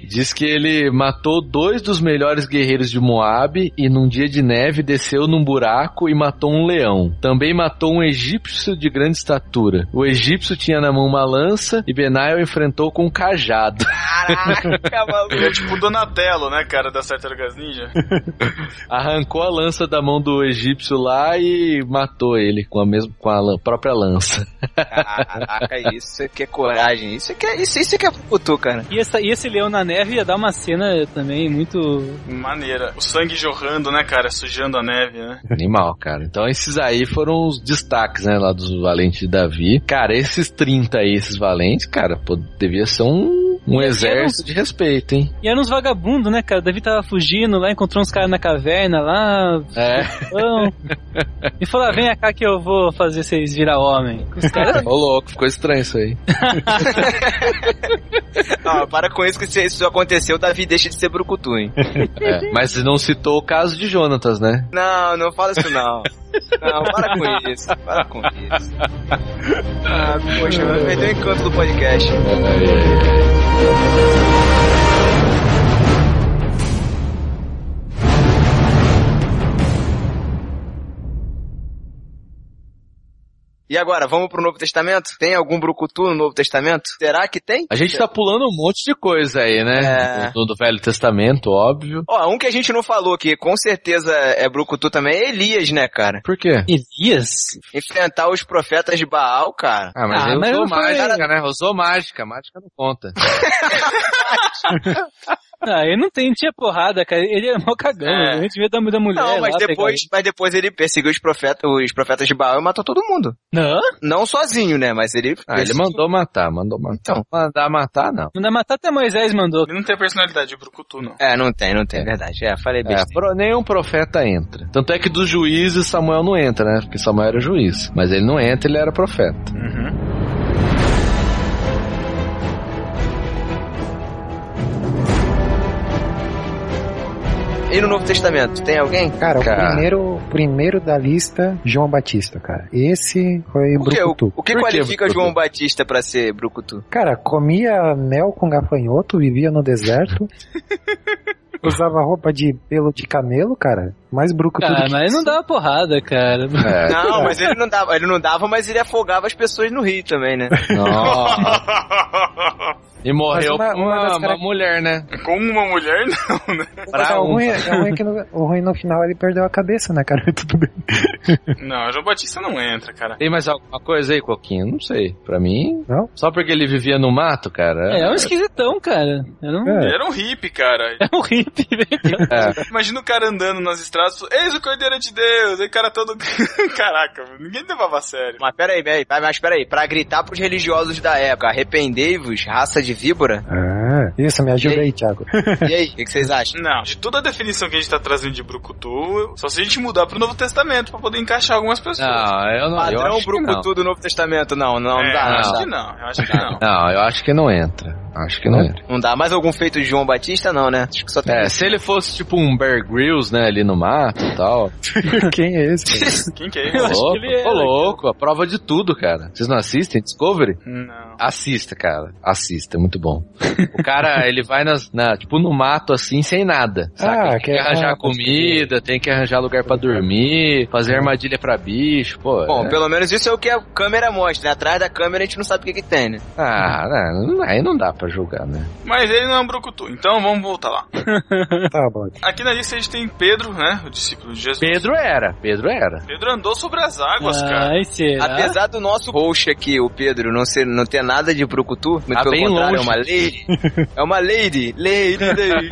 Diz que ele matou dois dos melhores guerreiros de Moab e num dia de neve desceu num buraco e matou um leão. Também matou um egípcio de grande estatura. O egípcio tinha na mão uma lança e Benaya o enfrentou com um cajado.
Caraca, maluco.
Ele é tipo o Donatello, né, cara, das Tartarugas Ninja.
Arrancou a lança da mão do egípcio lá e matou ele com a, mesma, com a lan- própria lança.
Caraca, isso é que é coragem. Isso é que é, isso, isso é que é putu, cara.
E, essa- e esse leão na neve ia dar uma cena também muito.
Maneira. O sangue jorrando, né, cara, sujando a neve, né?
Animal, cara. Então esses aí foram os destaques, né, lá dos valentes de Davi. Cara, esses 30 aí, esses valentes, cara, pô, devia ser um, um exército de respeito, hein?
E eram uns vagabundos, né, cara? Davi tava fugindo lá, encontrou uns caras na caverna lá.
É.
pão. E falou: ah, vem cá que eu vou fazer vocês virar homem. Os caras.
Ô louco, ficou estranho isso aí.
Ah, para com isso que se isso aconteceu, o Davi deixa de ser brucutu, hein?
É, mas não citou o caso de Jonatas, né?
Não, não fala isso não. Não, para com isso, para com isso. Ah, poxa, perdeu o encanto do podcast. E agora, vamos pro Novo Testamento? Tem algum brucutu no Novo Testamento? Será que tem?
A gente tá pulando um monte de coisa aí, né?
É.
Do, do Velho Testamento, óbvio.
Ó, um que a gente não falou, que com certeza é brucutu também, é Elias, né, cara?
Por quê?
Elias?
Enfrentar os profetas de Baal, cara.
Ah, mas ele usou
não foi-
mágica, né? Usou mágica, mágica não conta.
Ah, ele não tem, tinha porrada, cara. Ele era mó cagão,
É.
né? A gente vê da, da mulher.
Não, mas
lá, tá
depois, mas depois ele perseguiu os profetas, os profetas de Baal e matou todo mundo.
Não?
Não sozinho, né? Mas ele.
Ah, ele mandou matar, mandou matar. Então, mandar matar, não.
Não dá matar até Moisés mandou.
Ele não tem personalidade de brucutu, não.
É, não tem, não tem, é verdade. É, falei
É,
besteira.
pro- nenhum profeta entra. Tanto é que dos juízes Samuel não entra, né? Porque Samuel era juiz. Mas ele não entra, ele era profeta.
E no Novo Testamento, tem alguém?
Cara,
Cara.
o primeiro, primeiro da lista, João Batista, cara. Esse foi
O que, o,
Brucutu.
o que qualifica João Batista pra ser brucutu?
Cara, comia mel com gafanhoto, vivia no deserto. usava roupa de pelo de camelo, cara. Mais brucutu do
Cara,
que
Ah, mas não dá porrada, cara.
É,
Não, mas ele não dava, ele não dava, mas ele afogava as pessoas no rio também, né?
Nossa. E morreu
Mas uma-
com
uma
uma,
das
uma
carac-
mulher, né?
Com uma mulher, não, né?
Mas é
um.
o, ruim, é o ruim que no, o ruim no final ele perdeu a cabeça, né, cara? Tudo bem.
Não, João Batista não entra, cara.
Tem mais alguma coisa aí, Coquinho? Não sei. Pra mim.
Não?
Só porque ele vivia no mato, cara.
É, é um esquisitão, cara. Eu não...
Ele era um hippie, cara.
É um hippie,
É.
Imagina o cara andando nas estradas, eis o cordeiro de Deus, aí o cara todo. Caraca, ninguém levava a sério.
Mas peraí, peraí, mas mas peraí, pra gritar pros religiosos da época, arrependei-vos, raça de víbora?
Ah, isso, me ajuda aí, Thiago.
E aí, o que que vocês acham?
Não, de toda a definição que a gente tá trazendo de brucutu, só se a gente mudar pro Novo Testamento pra poder encaixar algumas pessoas.
Não, eu não eu
Padrão
acho que não.
brucutu do Novo Testamento, não, não,
É,
dá,
eu
não,
acho
dá.
que não, eu acho que não.
Não, eu acho que não entra. Acho que não entra.
Não dá mais algum feito de João Batista, não, né? Acho que só tem.
É, se ele fosse tipo um Bear Grylls, né, ali no mato e tal.
Quem é esse? cara?
Quem que é
Ô
ele?
louco, ô louco, a prova de tudo, cara. Vocês não assistem Discovery?
Não.
Assista, cara. Assista, é muito bom. O cara, ele vai nas, na- tipo no mato assim, sem nada. Saca?
Ah,
tem que
que-
arranjar
ah, pode
comida, tem que arranjar lugar pra dormir, fazer armadilha pra bicho, pô.
Bom,
é-
pelo menos isso é o que a câmera mostra, né? Atrás da câmera a gente não sabe o que que tem, né?
Ah, não, aí não dá pra julgar, né?
Mas ele não é um brucutu, então vamos voltar lá.
Tá bom.
Aqui na lista a gente tem Pedro, né? O discípulo de Jesus.
Pedro era, Pedro era.
Pedro andou sobre as águas, cara.
Ai, será?
Apesar do nosso roxo aqui, o Pedro, não, ser, não ter nada de brucutu, muito
Tá
pelo
bem
contrário, é
longe.
uma lady. É uma lady, lady, lady.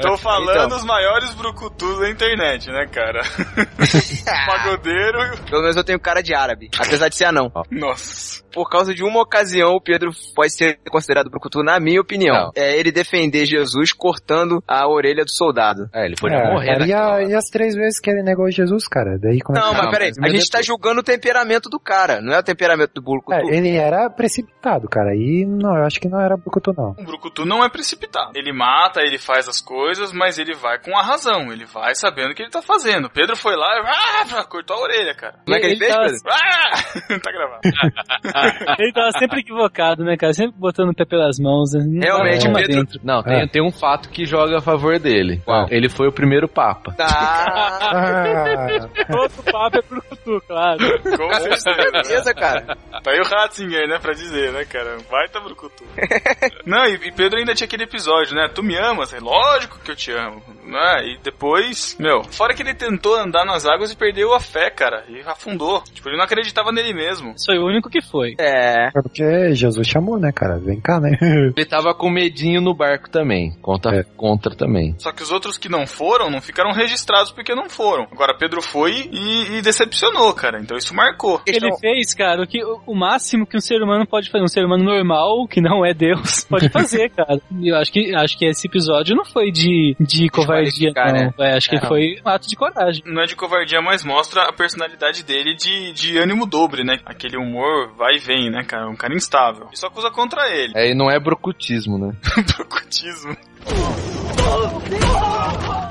Tô falando
Então.
os maiores brucutus da internet, né, cara? Pagodeiro. e
Pelo menos eu tenho cara de árabe, apesar de ser anão.
o- Nossa.
Por causa de uma ocasião, o Pedro pode ser considerado brucutu, na minha opinião.
Não.
É ele defender Jesus cortando a orelha do soldado.
É, ele podia
É,
morrer,
cara,
né?
e, a- e as três vezes que ele negou Jesus, cara? Daí como é
Não,
que...
mas peraí,
mas
a gente tá julgando o temperamento do cara, não é o temperamento do brucutu.
É, ele era precipitado, cara. E não, eu acho que não era Brucutu, não.
Um brucutu não é precipitado. Ele mata, ele faz as coisas, mas ele vai com a razão. Ele vai sabendo o que ele tá fazendo. Pedro foi lá e ah, cortou a orelha, cara.
Como é que ele,
Então,
Ele
fez,
tava-
assim,
Ah!
Pedro?
tá gravado.
Ele tava sempre equivocado, né, cara? Sempre botando o pé pelas mãos. né? Não
Realmente,
tava
o
lá
Pedro.
dentro.
Não,
Ah.
tem, tem um fato que joga a favor dele.
Qual?
Ele foi o primeiro papa.
Tá.
Ah,
Todo papo é brucutu, claro.
Com certeza.
Beleza, cara?
Tá aí o Ratzinger, né, pra dizer, né, cara? Vai tá brucutu. Não, e, e Pedro ainda tinha aquele episódio, né? Tu me amas, é lógico que eu te amo. Né? E depois, meu, fora que ele tentou andar nas águas e perdeu a fé, cara. E afundou. Tipo, ele não acreditava nele mesmo.
Foi o único que foi.
É.
porque Jesus chamou, né, cara? Vem cá, né?
Ele tava com medinho no barco também. Conta,
É.
Contra também.
Só que os outros que não foram, não ficaram registrados porque não foram. Agora, Pedro foi e, e decepcionou, cara. Então isso marcou.
Ele fez, cara, o, que, o o máximo que um ser humano pode fazer. Um ser humano normal, que não é Deus, pode fazer, cara. E eu acho que, acho que esse episódio não foi de, de covardia,
Desqualificar,
não.
né?
É, acho que
Não.
foi um ato de coragem.
Não é de covardia, mas mostra a personalidade dele de, de ânimo dobre, né? Aquele humor vai e vem, né, cara? Um cara instável. Isso acusa contra ele.
É, e não é brocutismo, né?
Brucutismo.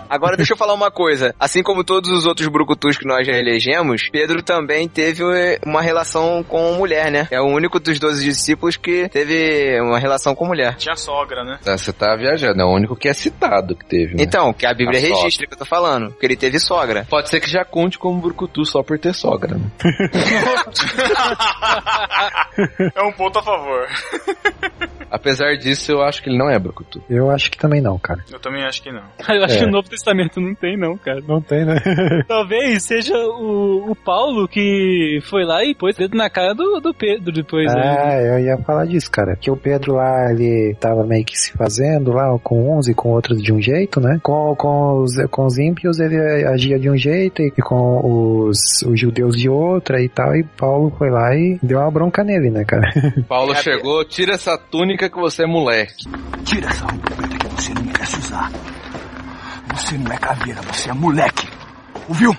Agora deixa eu falar uma coisa. Assim como todos os outros brucutus que nós já elegemos, Pedro também teve uma relação com mulher, né? É o único dos 12 discípulos que teve uma relação com mulher.
Tinha sogra, né?
Tá, Você tá viajando, é o único que é citado que teve. Né?
Então, que a Bíblia
A sogra.
registra que eu tô falando, porque ele teve sogra.
Pode ser que já conte como brucutu só por ter sogra. Né?
É um ponto a favor.
Apesar disso, eu acho que ele não é brucutu.
Eu acho que também não, cara.
Eu também acho que não.
Eu acho
É.
que o Novo Testamento não tem, não, cara.
Não tem, né?
Talvez seja o, o Paulo que foi lá e pôs o dedo na cara do, do Pedro depois. né?
Ah, eu ia falar disso, cara. Que o Pedro lá, ele tava meio que se fazendo lá, com uns e com outros de um jeito, né? Com, com, os, com os ímpios ele agia de um jeito e com os, os judeus de outra e tal. E Paulo foi lá e deu uma bronca nele, né, cara?
Paulo
É,
chegou, tira essa túnica que você é moleque.
Tira essa roupa que você não quer se usar. Você não é caveira, você é moleque. Ouviu?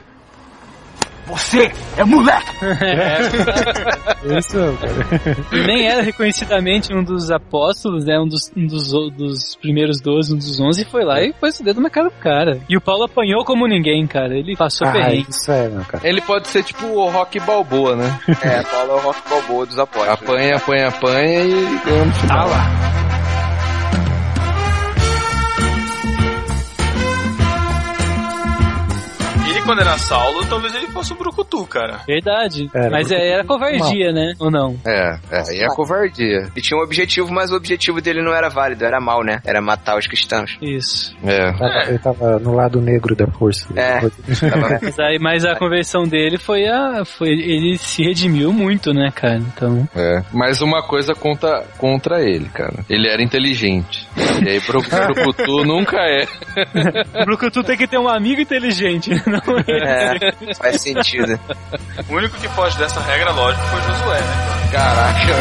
Você é moleque!
Isso, cara.
Ele nem era reconhecidamente um dos apóstolos, né? Um dos, um dos, o- dos primeiros 12, um dos 11, foi lá e pôs o dedo na cara do cara. E o Paulo apanhou como ninguém, cara. Ele passou
Ah,
perrengue.
isso é, meu cara.
Ele pode ser tipo o Rock Balboa, né?
É, Paulo é o rock balboa dos apóstolos.
Apanha, apanha, apanha e ganha no final.
E quando era Saulo, talvez ele fosse um brucutu, cara.
Verdade. Mas é, era covardia, né? Ou não?
É, é, e é covardia.
Ele tinha um objetivo, mas o objetivo dele não era válido, era mal, né? Era matar os cristãos.
Isso.
É.
Tava- Ele tava no lado negro da força.
É.
Mas, aí, mas a conversão dele foi a. Foi, ele se redimiu muito, né, cara? Então.
É. Mas uma coisa conta contra ele, cara. Ele era inteligente. E aí pro, pro Kutu nunca é.
O Brucutu tem que ter um amigo inteligente, né? não
É, faz sentido.
O único que foge dessa regra, lógico, foi Josué, né?
Caraca.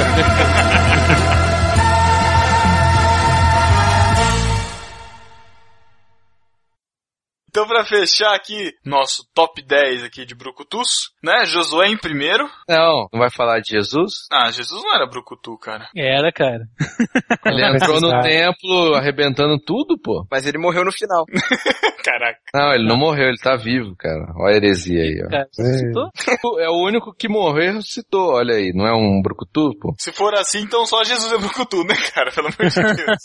Então, pra fechar aqui, nosso top 10 aqui de brucutus, né? Josué em primeiro.
Não, não vai falar de Jesus?
Ah, Jesus não era brucutu, cara.
Era, cara.
Ele entrou no templo arrebentando tudo, pô.
Mas ele morreu no final.
Caraca.
Não, ele não morreu, ele tá vivo, cara. Olha a heresia aí, ó.
Cara,
É o único que morreu e ressuscitou, olha aí. Não é um brucutu, pô?
Se for assim, então só Jesus é brucutu, né, cara? Pelo amor de Deus.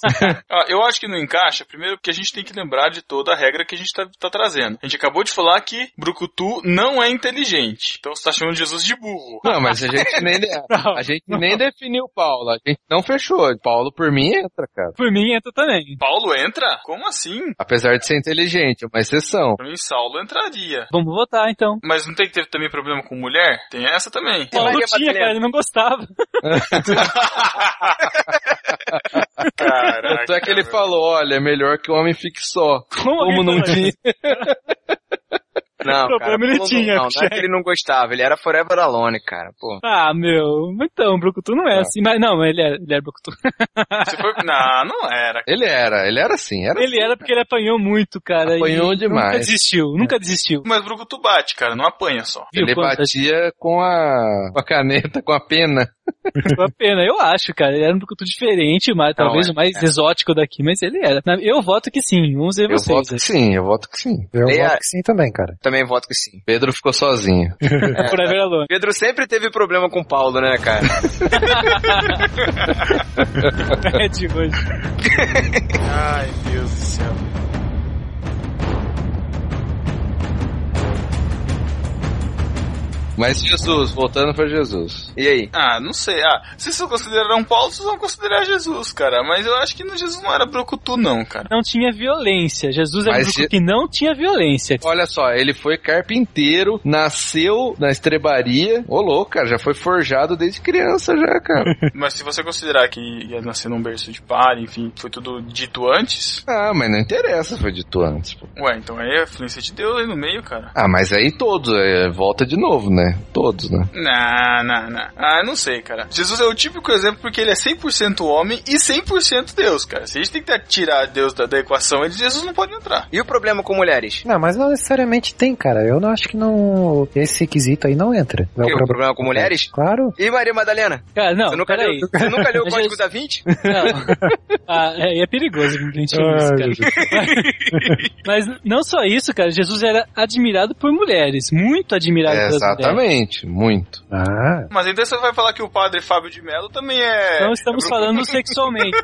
Ah, eu acho que não encaixa, primeiro porque a gente tem que lembrar de toda a regra que a gente tá, tá trazendo. A gente acabou de falar que brucutu não é inteligente. Então você tá chamando Jesus de burro.
Não, mas a gente nem, a gente nem definiu Paulo. A gente não fechou. Paulo, por mim, entra, cara.
Por mim entra também.
Paulo entra? Como assim?
Apesar de ser inteligente, é uma exceção.
Pra mim, Saulo entraria.
Vamos votar então.
Mas não tem que ter também problema com mulher? Tem essa também.
Paulo tinha, cara, ele não gostava.
Caraca.
Tanto é que ele falou, olha, é melhor que o homem fique só.
Como,
não tinha.
Não,
O
cara,
problema ele
não,
tinha,
não, não é
chefe.
que ele não gostava, ele era Forever Alone, cara, pô.
Ah, meu. Então, o Brucutu não
Tá.
é assim. Mas não, ele era, ele era Brucutu.
Se for... Não, não era.
Ele era, ele era sim, era
Ele era porque ele apanhou muito, cara. e
Apanhou
Nunca
demais.
desistiu, nunca desistiu.
Mas brucutu bate, cara, não apanha só.
Viu
Ele
quantas-
batia com a, com a caneta, com a pena.
Foi a pena, eu acho, cara. Ele era um Brucutu diferente, mas
Não,
talvez
é,
o mais
é.
exótico daqui, mas ele era. Na- Eu voto que sim, vamos ver
Eu
vocês.
voto que sim, eu voto que sim.
Eu
Leia-
voto que sim também, cara.
Também voto que sim.
Pedro ficou sozinho.
É. Forever Alone.
Pedro sempre teve problema com Paulo, né, cara?
Pede É hoje.
Ai, Deus do céu.
Mas Jesus, voltando pra Jesus.
E aí?
Ah, não sei. Ah, se vocês consideraram Paulo, vocês vão considerar Jesus, cara. Mas eu acho que no Jesus não era brucutu, não, cara.
Não tinha violência. Jesus era um
Mas
Brucutu
Je-
que não tinha violência.
Olha só, ele foi carpinteiro, nasceu na estrebaria. Ô, louco, cara, já foi forjado desde criança, já, cara.
Mas se você considerar que ia nascer num berço de palha, enfim, foi tudo dito antes,
ah, mas não interessa, foi dito antes, pô.
ué, então aí a influência de Deus aí no meio, cara.
Ah, mas aí todos, é, volta de novo, né? Todos, né?
Não, não, não. Ah, não sei, cara. Jesus é o típico exemplo porque ele é 100% homem e 100% Deus, cara. Se a gente tentar tirar Deus da, da equação, ele, Jesus não pode entrar.
E o problema com mulheres?
Não, mas não necessariamente tem, cara. Eu não acho que não. Esse requisito aí não entra.
O, quê? o problema com mulheres?
Claro.
E Maria Madalena?
Cara, não,
Você nunca leu,
peraí.
você nunca leu o
Mas
Código
Jesus-
da Vinci?
Não. Ah, é, é perigoso a gente ouvir isso, cara. Mas não só isso, cara. Jesus era admirado por mulheres. Muito admirado pelas mulheres.
É, Exatamente, muito.
Ah,
Mas ainda você vai falar que o padre Fábio de Mello também é.
Não Então, estamos
é
falando sexualmente.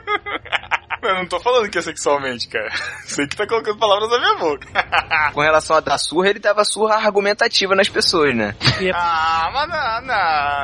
Eu não tô falando que é sexualmente, cara. Você que tá colocando palavras na minha boca.
Com relação a dar surra, ele dava surra argumentativa nas pessoas, né?
E é-
Ah, mas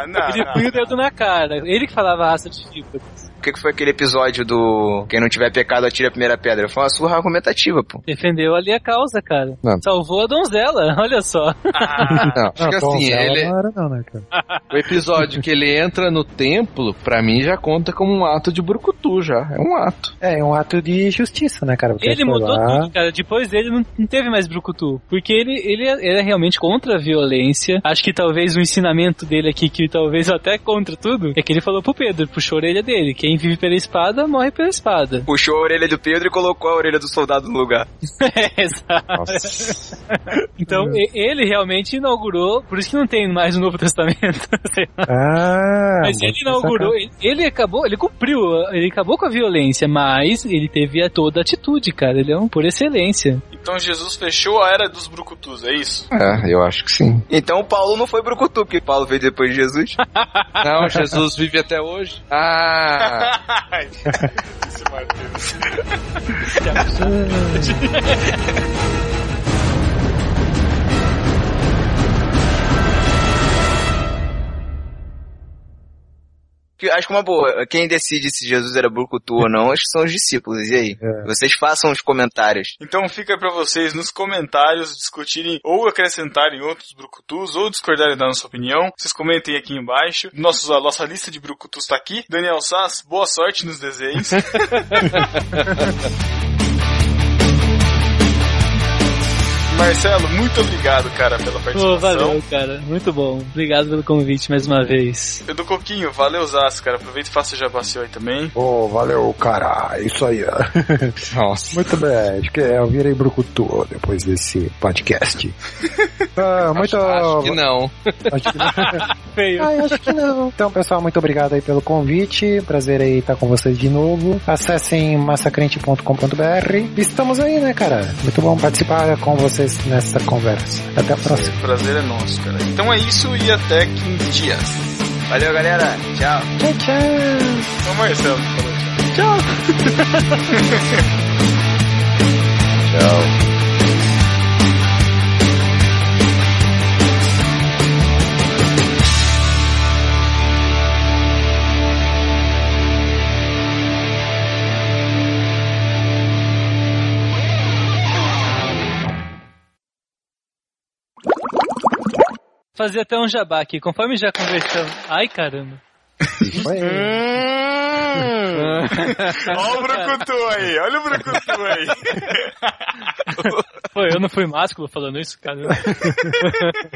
não, não,
ele
não,
punha
não.
o dedo na cara. Ele que falava raça de tipo. víboras.
O que, que foi aquele episódio do Quem não tiver pecado atira a primeira pedra? Foi uma surra argumentativa, pô.
Defendeu ali a causa, cara.
Não.
Salvou a donzela, olha só.
Ah,
Não, acho que
não,
assim,
donzela
ele,
não era não, né, cara?
o episódio que ele entra no templo, pra mim já conta como um ato de brucutu já. É um ato.
É, é um ato de justiça, né, cara? Porque
Ele
foi
mudou
lá-
tudo, cara. Depois dele não, não teve mais brucutu. Porque ele, ele era realmente contra a violência. Acho que talvez o ensinamento dele aqui, que talvez eu até contra tudo, é que ele falou pro Pedro, puxou a orelha dele. Quem vive pela espada, morre pela espada.
Puxou a orelha do Pedro e colocou a orelha do soldado no lugar.
É, exato. Então, e- ele realmente inaugurou, por isso que não tem mais o Novo Testamento. sei lá.
Ah,
Mas ele inaugurou, ele, ele acabou, ele cumpriu, ele acabou com a violência, mas ele teve a toda a atitude, cara. Ele é um por excelência.
Então Jesus fechou a era dos brucutus, é isso?
É, eu acho que sim.
Então Paulo não foi brucutu, porque Paulo veio depois de Jesus.
Ah.
Não, Jesus vive até hoje. Ah!
Esse Mateus.
Ah,
Que- Acho que é uma boa. Quem decide se Jesus era brucutu ou não, acho que são os discípulos. E aí?
É.
Vocês façam os comentários.
Então fica aí pra vocês nos comentários discutirem ou acrescentarem outros brucutus ou discordarem da nossa opinião. Vocês comentem aqui embaixo. Nossos, a nossa lista de brucutus tá aqui. Daniel Sass, boa sorte nos desenhos. Marcelo, muito obrigado, cara, pela participação.
Pô, valeu, cara. Muito bom. Obrigado pelo convite mais uma vez.
Edu Coquinho, valeu Zaço, cara. Aproveita e faça o jabá seu aí também.
Ô, valeu, cara. Isso aí. ó.
Nossa.
Muito bem. Acho que
é,
eu virei brucutu depois desse podcast. Ah, muito...
Acho que não.
Feio.
Ah, eu acho que não. Então, pessoal, muito obrigado aí pelo convite. Prazer aí estar com vocês de novo. Acessem massacrente.com.br. Estamos aí, né, cara? Muito bom participar com vocês nessa conversa. Até a próxima.
O prazer é nosso, cara. Então é isso e até 15 dias.
Valeu, galera. Tchau.
Tchau, tchau.
Então, Marcelo, falou
Tchau.
Tchau.
Fazer até um jabá aqui, conforme já conversamos. Ai, caramba.
Olha o brucutu aí, olha o brucutu aí.
Pô, eu não fui másculo falando isso, cara.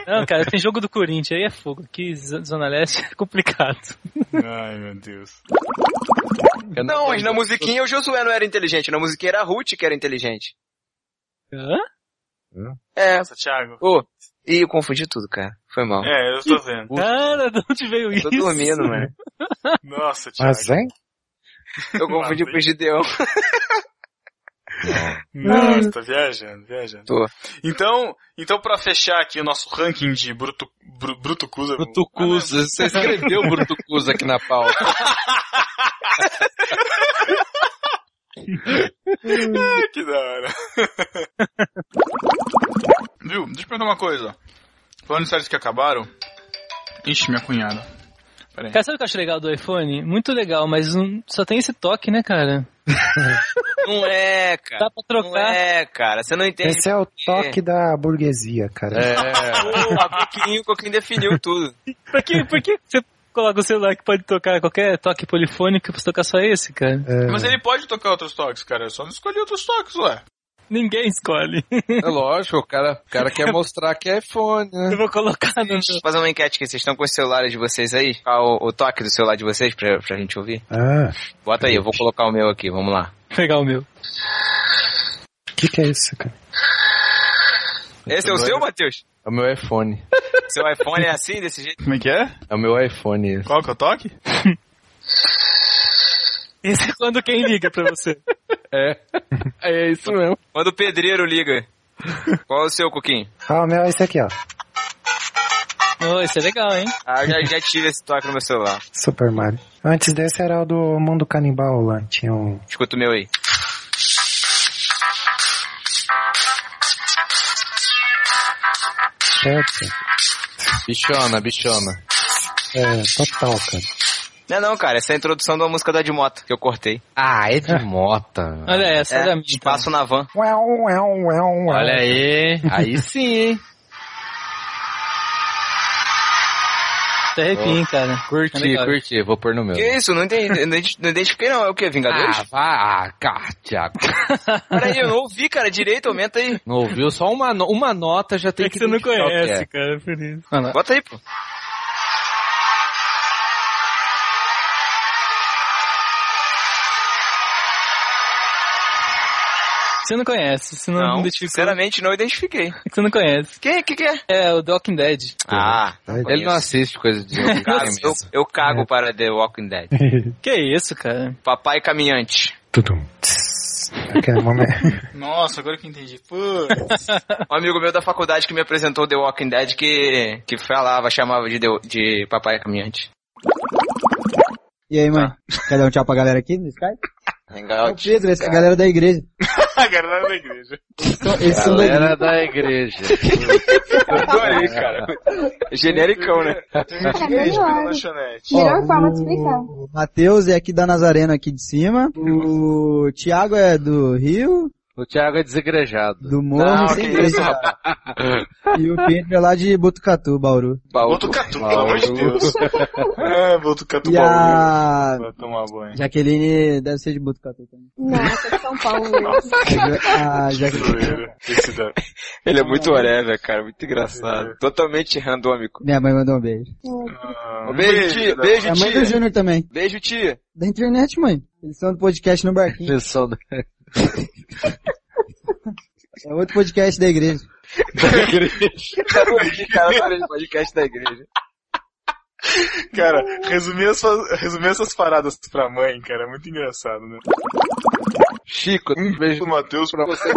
Não, cara, tem jogo do Corinthians, aí é fogo. Que zo- Zona Leste é complicado.
Ai, meu Deus.
Não, mas na musiquinha o Josué não era inteligente. Na musiquinha era a Ruth que era inteligente.
Hã?
É.
Nossa, Thiago.
Ô, ih, eu confundi tudo, cara. Foi mal.
É, eu tô vendo.
Cara, de onde veio
Eu
isso?
tô dormindo, mano.
Nossa, Thiago.
Mas, é? hein?
Eu confundi com o Gideon.
Nossa, tá viajando, viajando.
Tô.
Então, então pra fechar aqui o nosso ranking de bruto, bru, brutucusa...
Ah,
Brutucusa, você escreveu Brutucusa aqui na pauta.
Ah, que da hora. Viu, deixa eu perguntar uma coisa. Falando de séries que acabaram... Ixi, minha cunhada.
Cara, sabe o que eu acho legal do iPhone? Muito legal, mas não- só tem esse toque, né, cara?
Não é, cara.
Dá pra trocar.
Não é, cara. Você não entende.
Esse é o toque da burguesia, cara.
É.
Pô, a Coquinho, o Coquinho definiu tudo.
Por que, por que você coloca o celular que pode tocar qualquer toque polifônico e você tocar só esse, cara?
É.
É.
Mas ele pode tocar outros toques, cara. Eu só não escolhi outros toques, ué.
Ninguém escolhe.
É lógico, o cara, o cara quer mostrar que é iPhone, né?
Eu vou colocar no.
Deixa eu fazer uma enquete aqui. Vocês estão com os celulares de vocês aí? Qual o, o toque do celular de vocês pra, pra gente ouvir?
Ah,
Bota aí, eu vou colocar o meu aqui. Vamos lá.
Pegar o meu.
o que, que é isso, cara?
Esse é o seu, Matheus?
É o meu iPhone.
Seu iPhone é assim, desse jeito?
Como é que é?
É o meu iPhone esse.
Qual que é o toque?
Esse é quando quem liga pra você.
É. É isso mesmo.
Quando o pedreiro liga. Qual é o seu, Coquinho?
Ah, o meu é esse aqui, ó.
Oh, esse é legal, hein?
Ah, eu já, já tive esse toque no meu celular.
Super Mario. Antes desse era o do Mundo Canibal lá. Tinha um.
Escuta o meu aí.
Certo?
Bichona, bichona.
É, total, cara.
Não, não, cara. Essa é a introdução da música da Edmota, que eu cortei.
Ah, é de mota.
Olha, essa
É,
é, da minha. então.
espaço na van.
Uau, uau, uau, uau.
Olha aí. Aí sim, hein?
Até arrepio, hein, cara. É
Curti,
legal.
curti. Vou pôr no meu.
Que isso? Não, entendi, não identi- não identifiquei, não. É o quê? Vingadores?
Ah, vá, ah, cá, Thiago.
Peraí, eu não ouvi, cara. Direito, aumenta aí.
Não ouviu? Só uma, no- uma nota já tem
É que você não
identificar o que
conhece,
é.
cara. Por isso.
Bota aí, pô.
Você não conhece, você não,
Não,
identificou.
sinceramente não identifiquei.
É que Você não conhece.
Quem? Que que é?
É o The Walking Dead.
Ah,
Ele não assiste coisa de videogame
cago, eu,
mesmo.
eu cago para The Walking Dead.
Que isso, cara?
Papai caminhante.
Tudo. Aquele momento.
Nossa, agora que eu entendi. Pô,
Um amigo meu da faculdade que me apresentou The Walking Dead que, que falava, chamava de, The- de Papai caminhante.
Ah.
E aí, mãe? Quer dar um tchau pra galera aqui no Skype? É o
Legal.
é
Pedro, essa galera da igreja.
A galera da tá igreja.
Então,
Esse Galera da igreja.
Adorei, cara. É.
Genericão, né?
Melhor forma de explicar.
O Matheus é aqui da Nazareno, aqui de cima. O Thiago é do Rio.
O Thiago é desigrejado.
Do Morro sem Igreja. E o Pedro é lá de Botucatu, Bauru.
Botucatu, pelo amor de Deus. É, Botucatu,
E a-
Vai tomar banho.
Jaqueline deve ser de Botucatu também.
Nossa, São Paulo.
A Jaqueline.
Zoeira. Esse da-
Ele é muito whatever, cara. Muito engraçado. Totalmente randômico.
Minha mãe mandou um beijo.
Um beijo, tia. Beijo,
a mãe é do
tia.
Júnior também.
Beijo, tia.
Da internet, mãe. Eles são do podcast no barquinho.
Eles são do...
É outro podcast da igreja.
Da igreja. Tá bom, cara, tá no podcast da igreja.
Cara, resumir essas, resumir essas paradas pra mãe, cara, é muito engraçado, né?
Chico,
um beijo do Matheus pra você.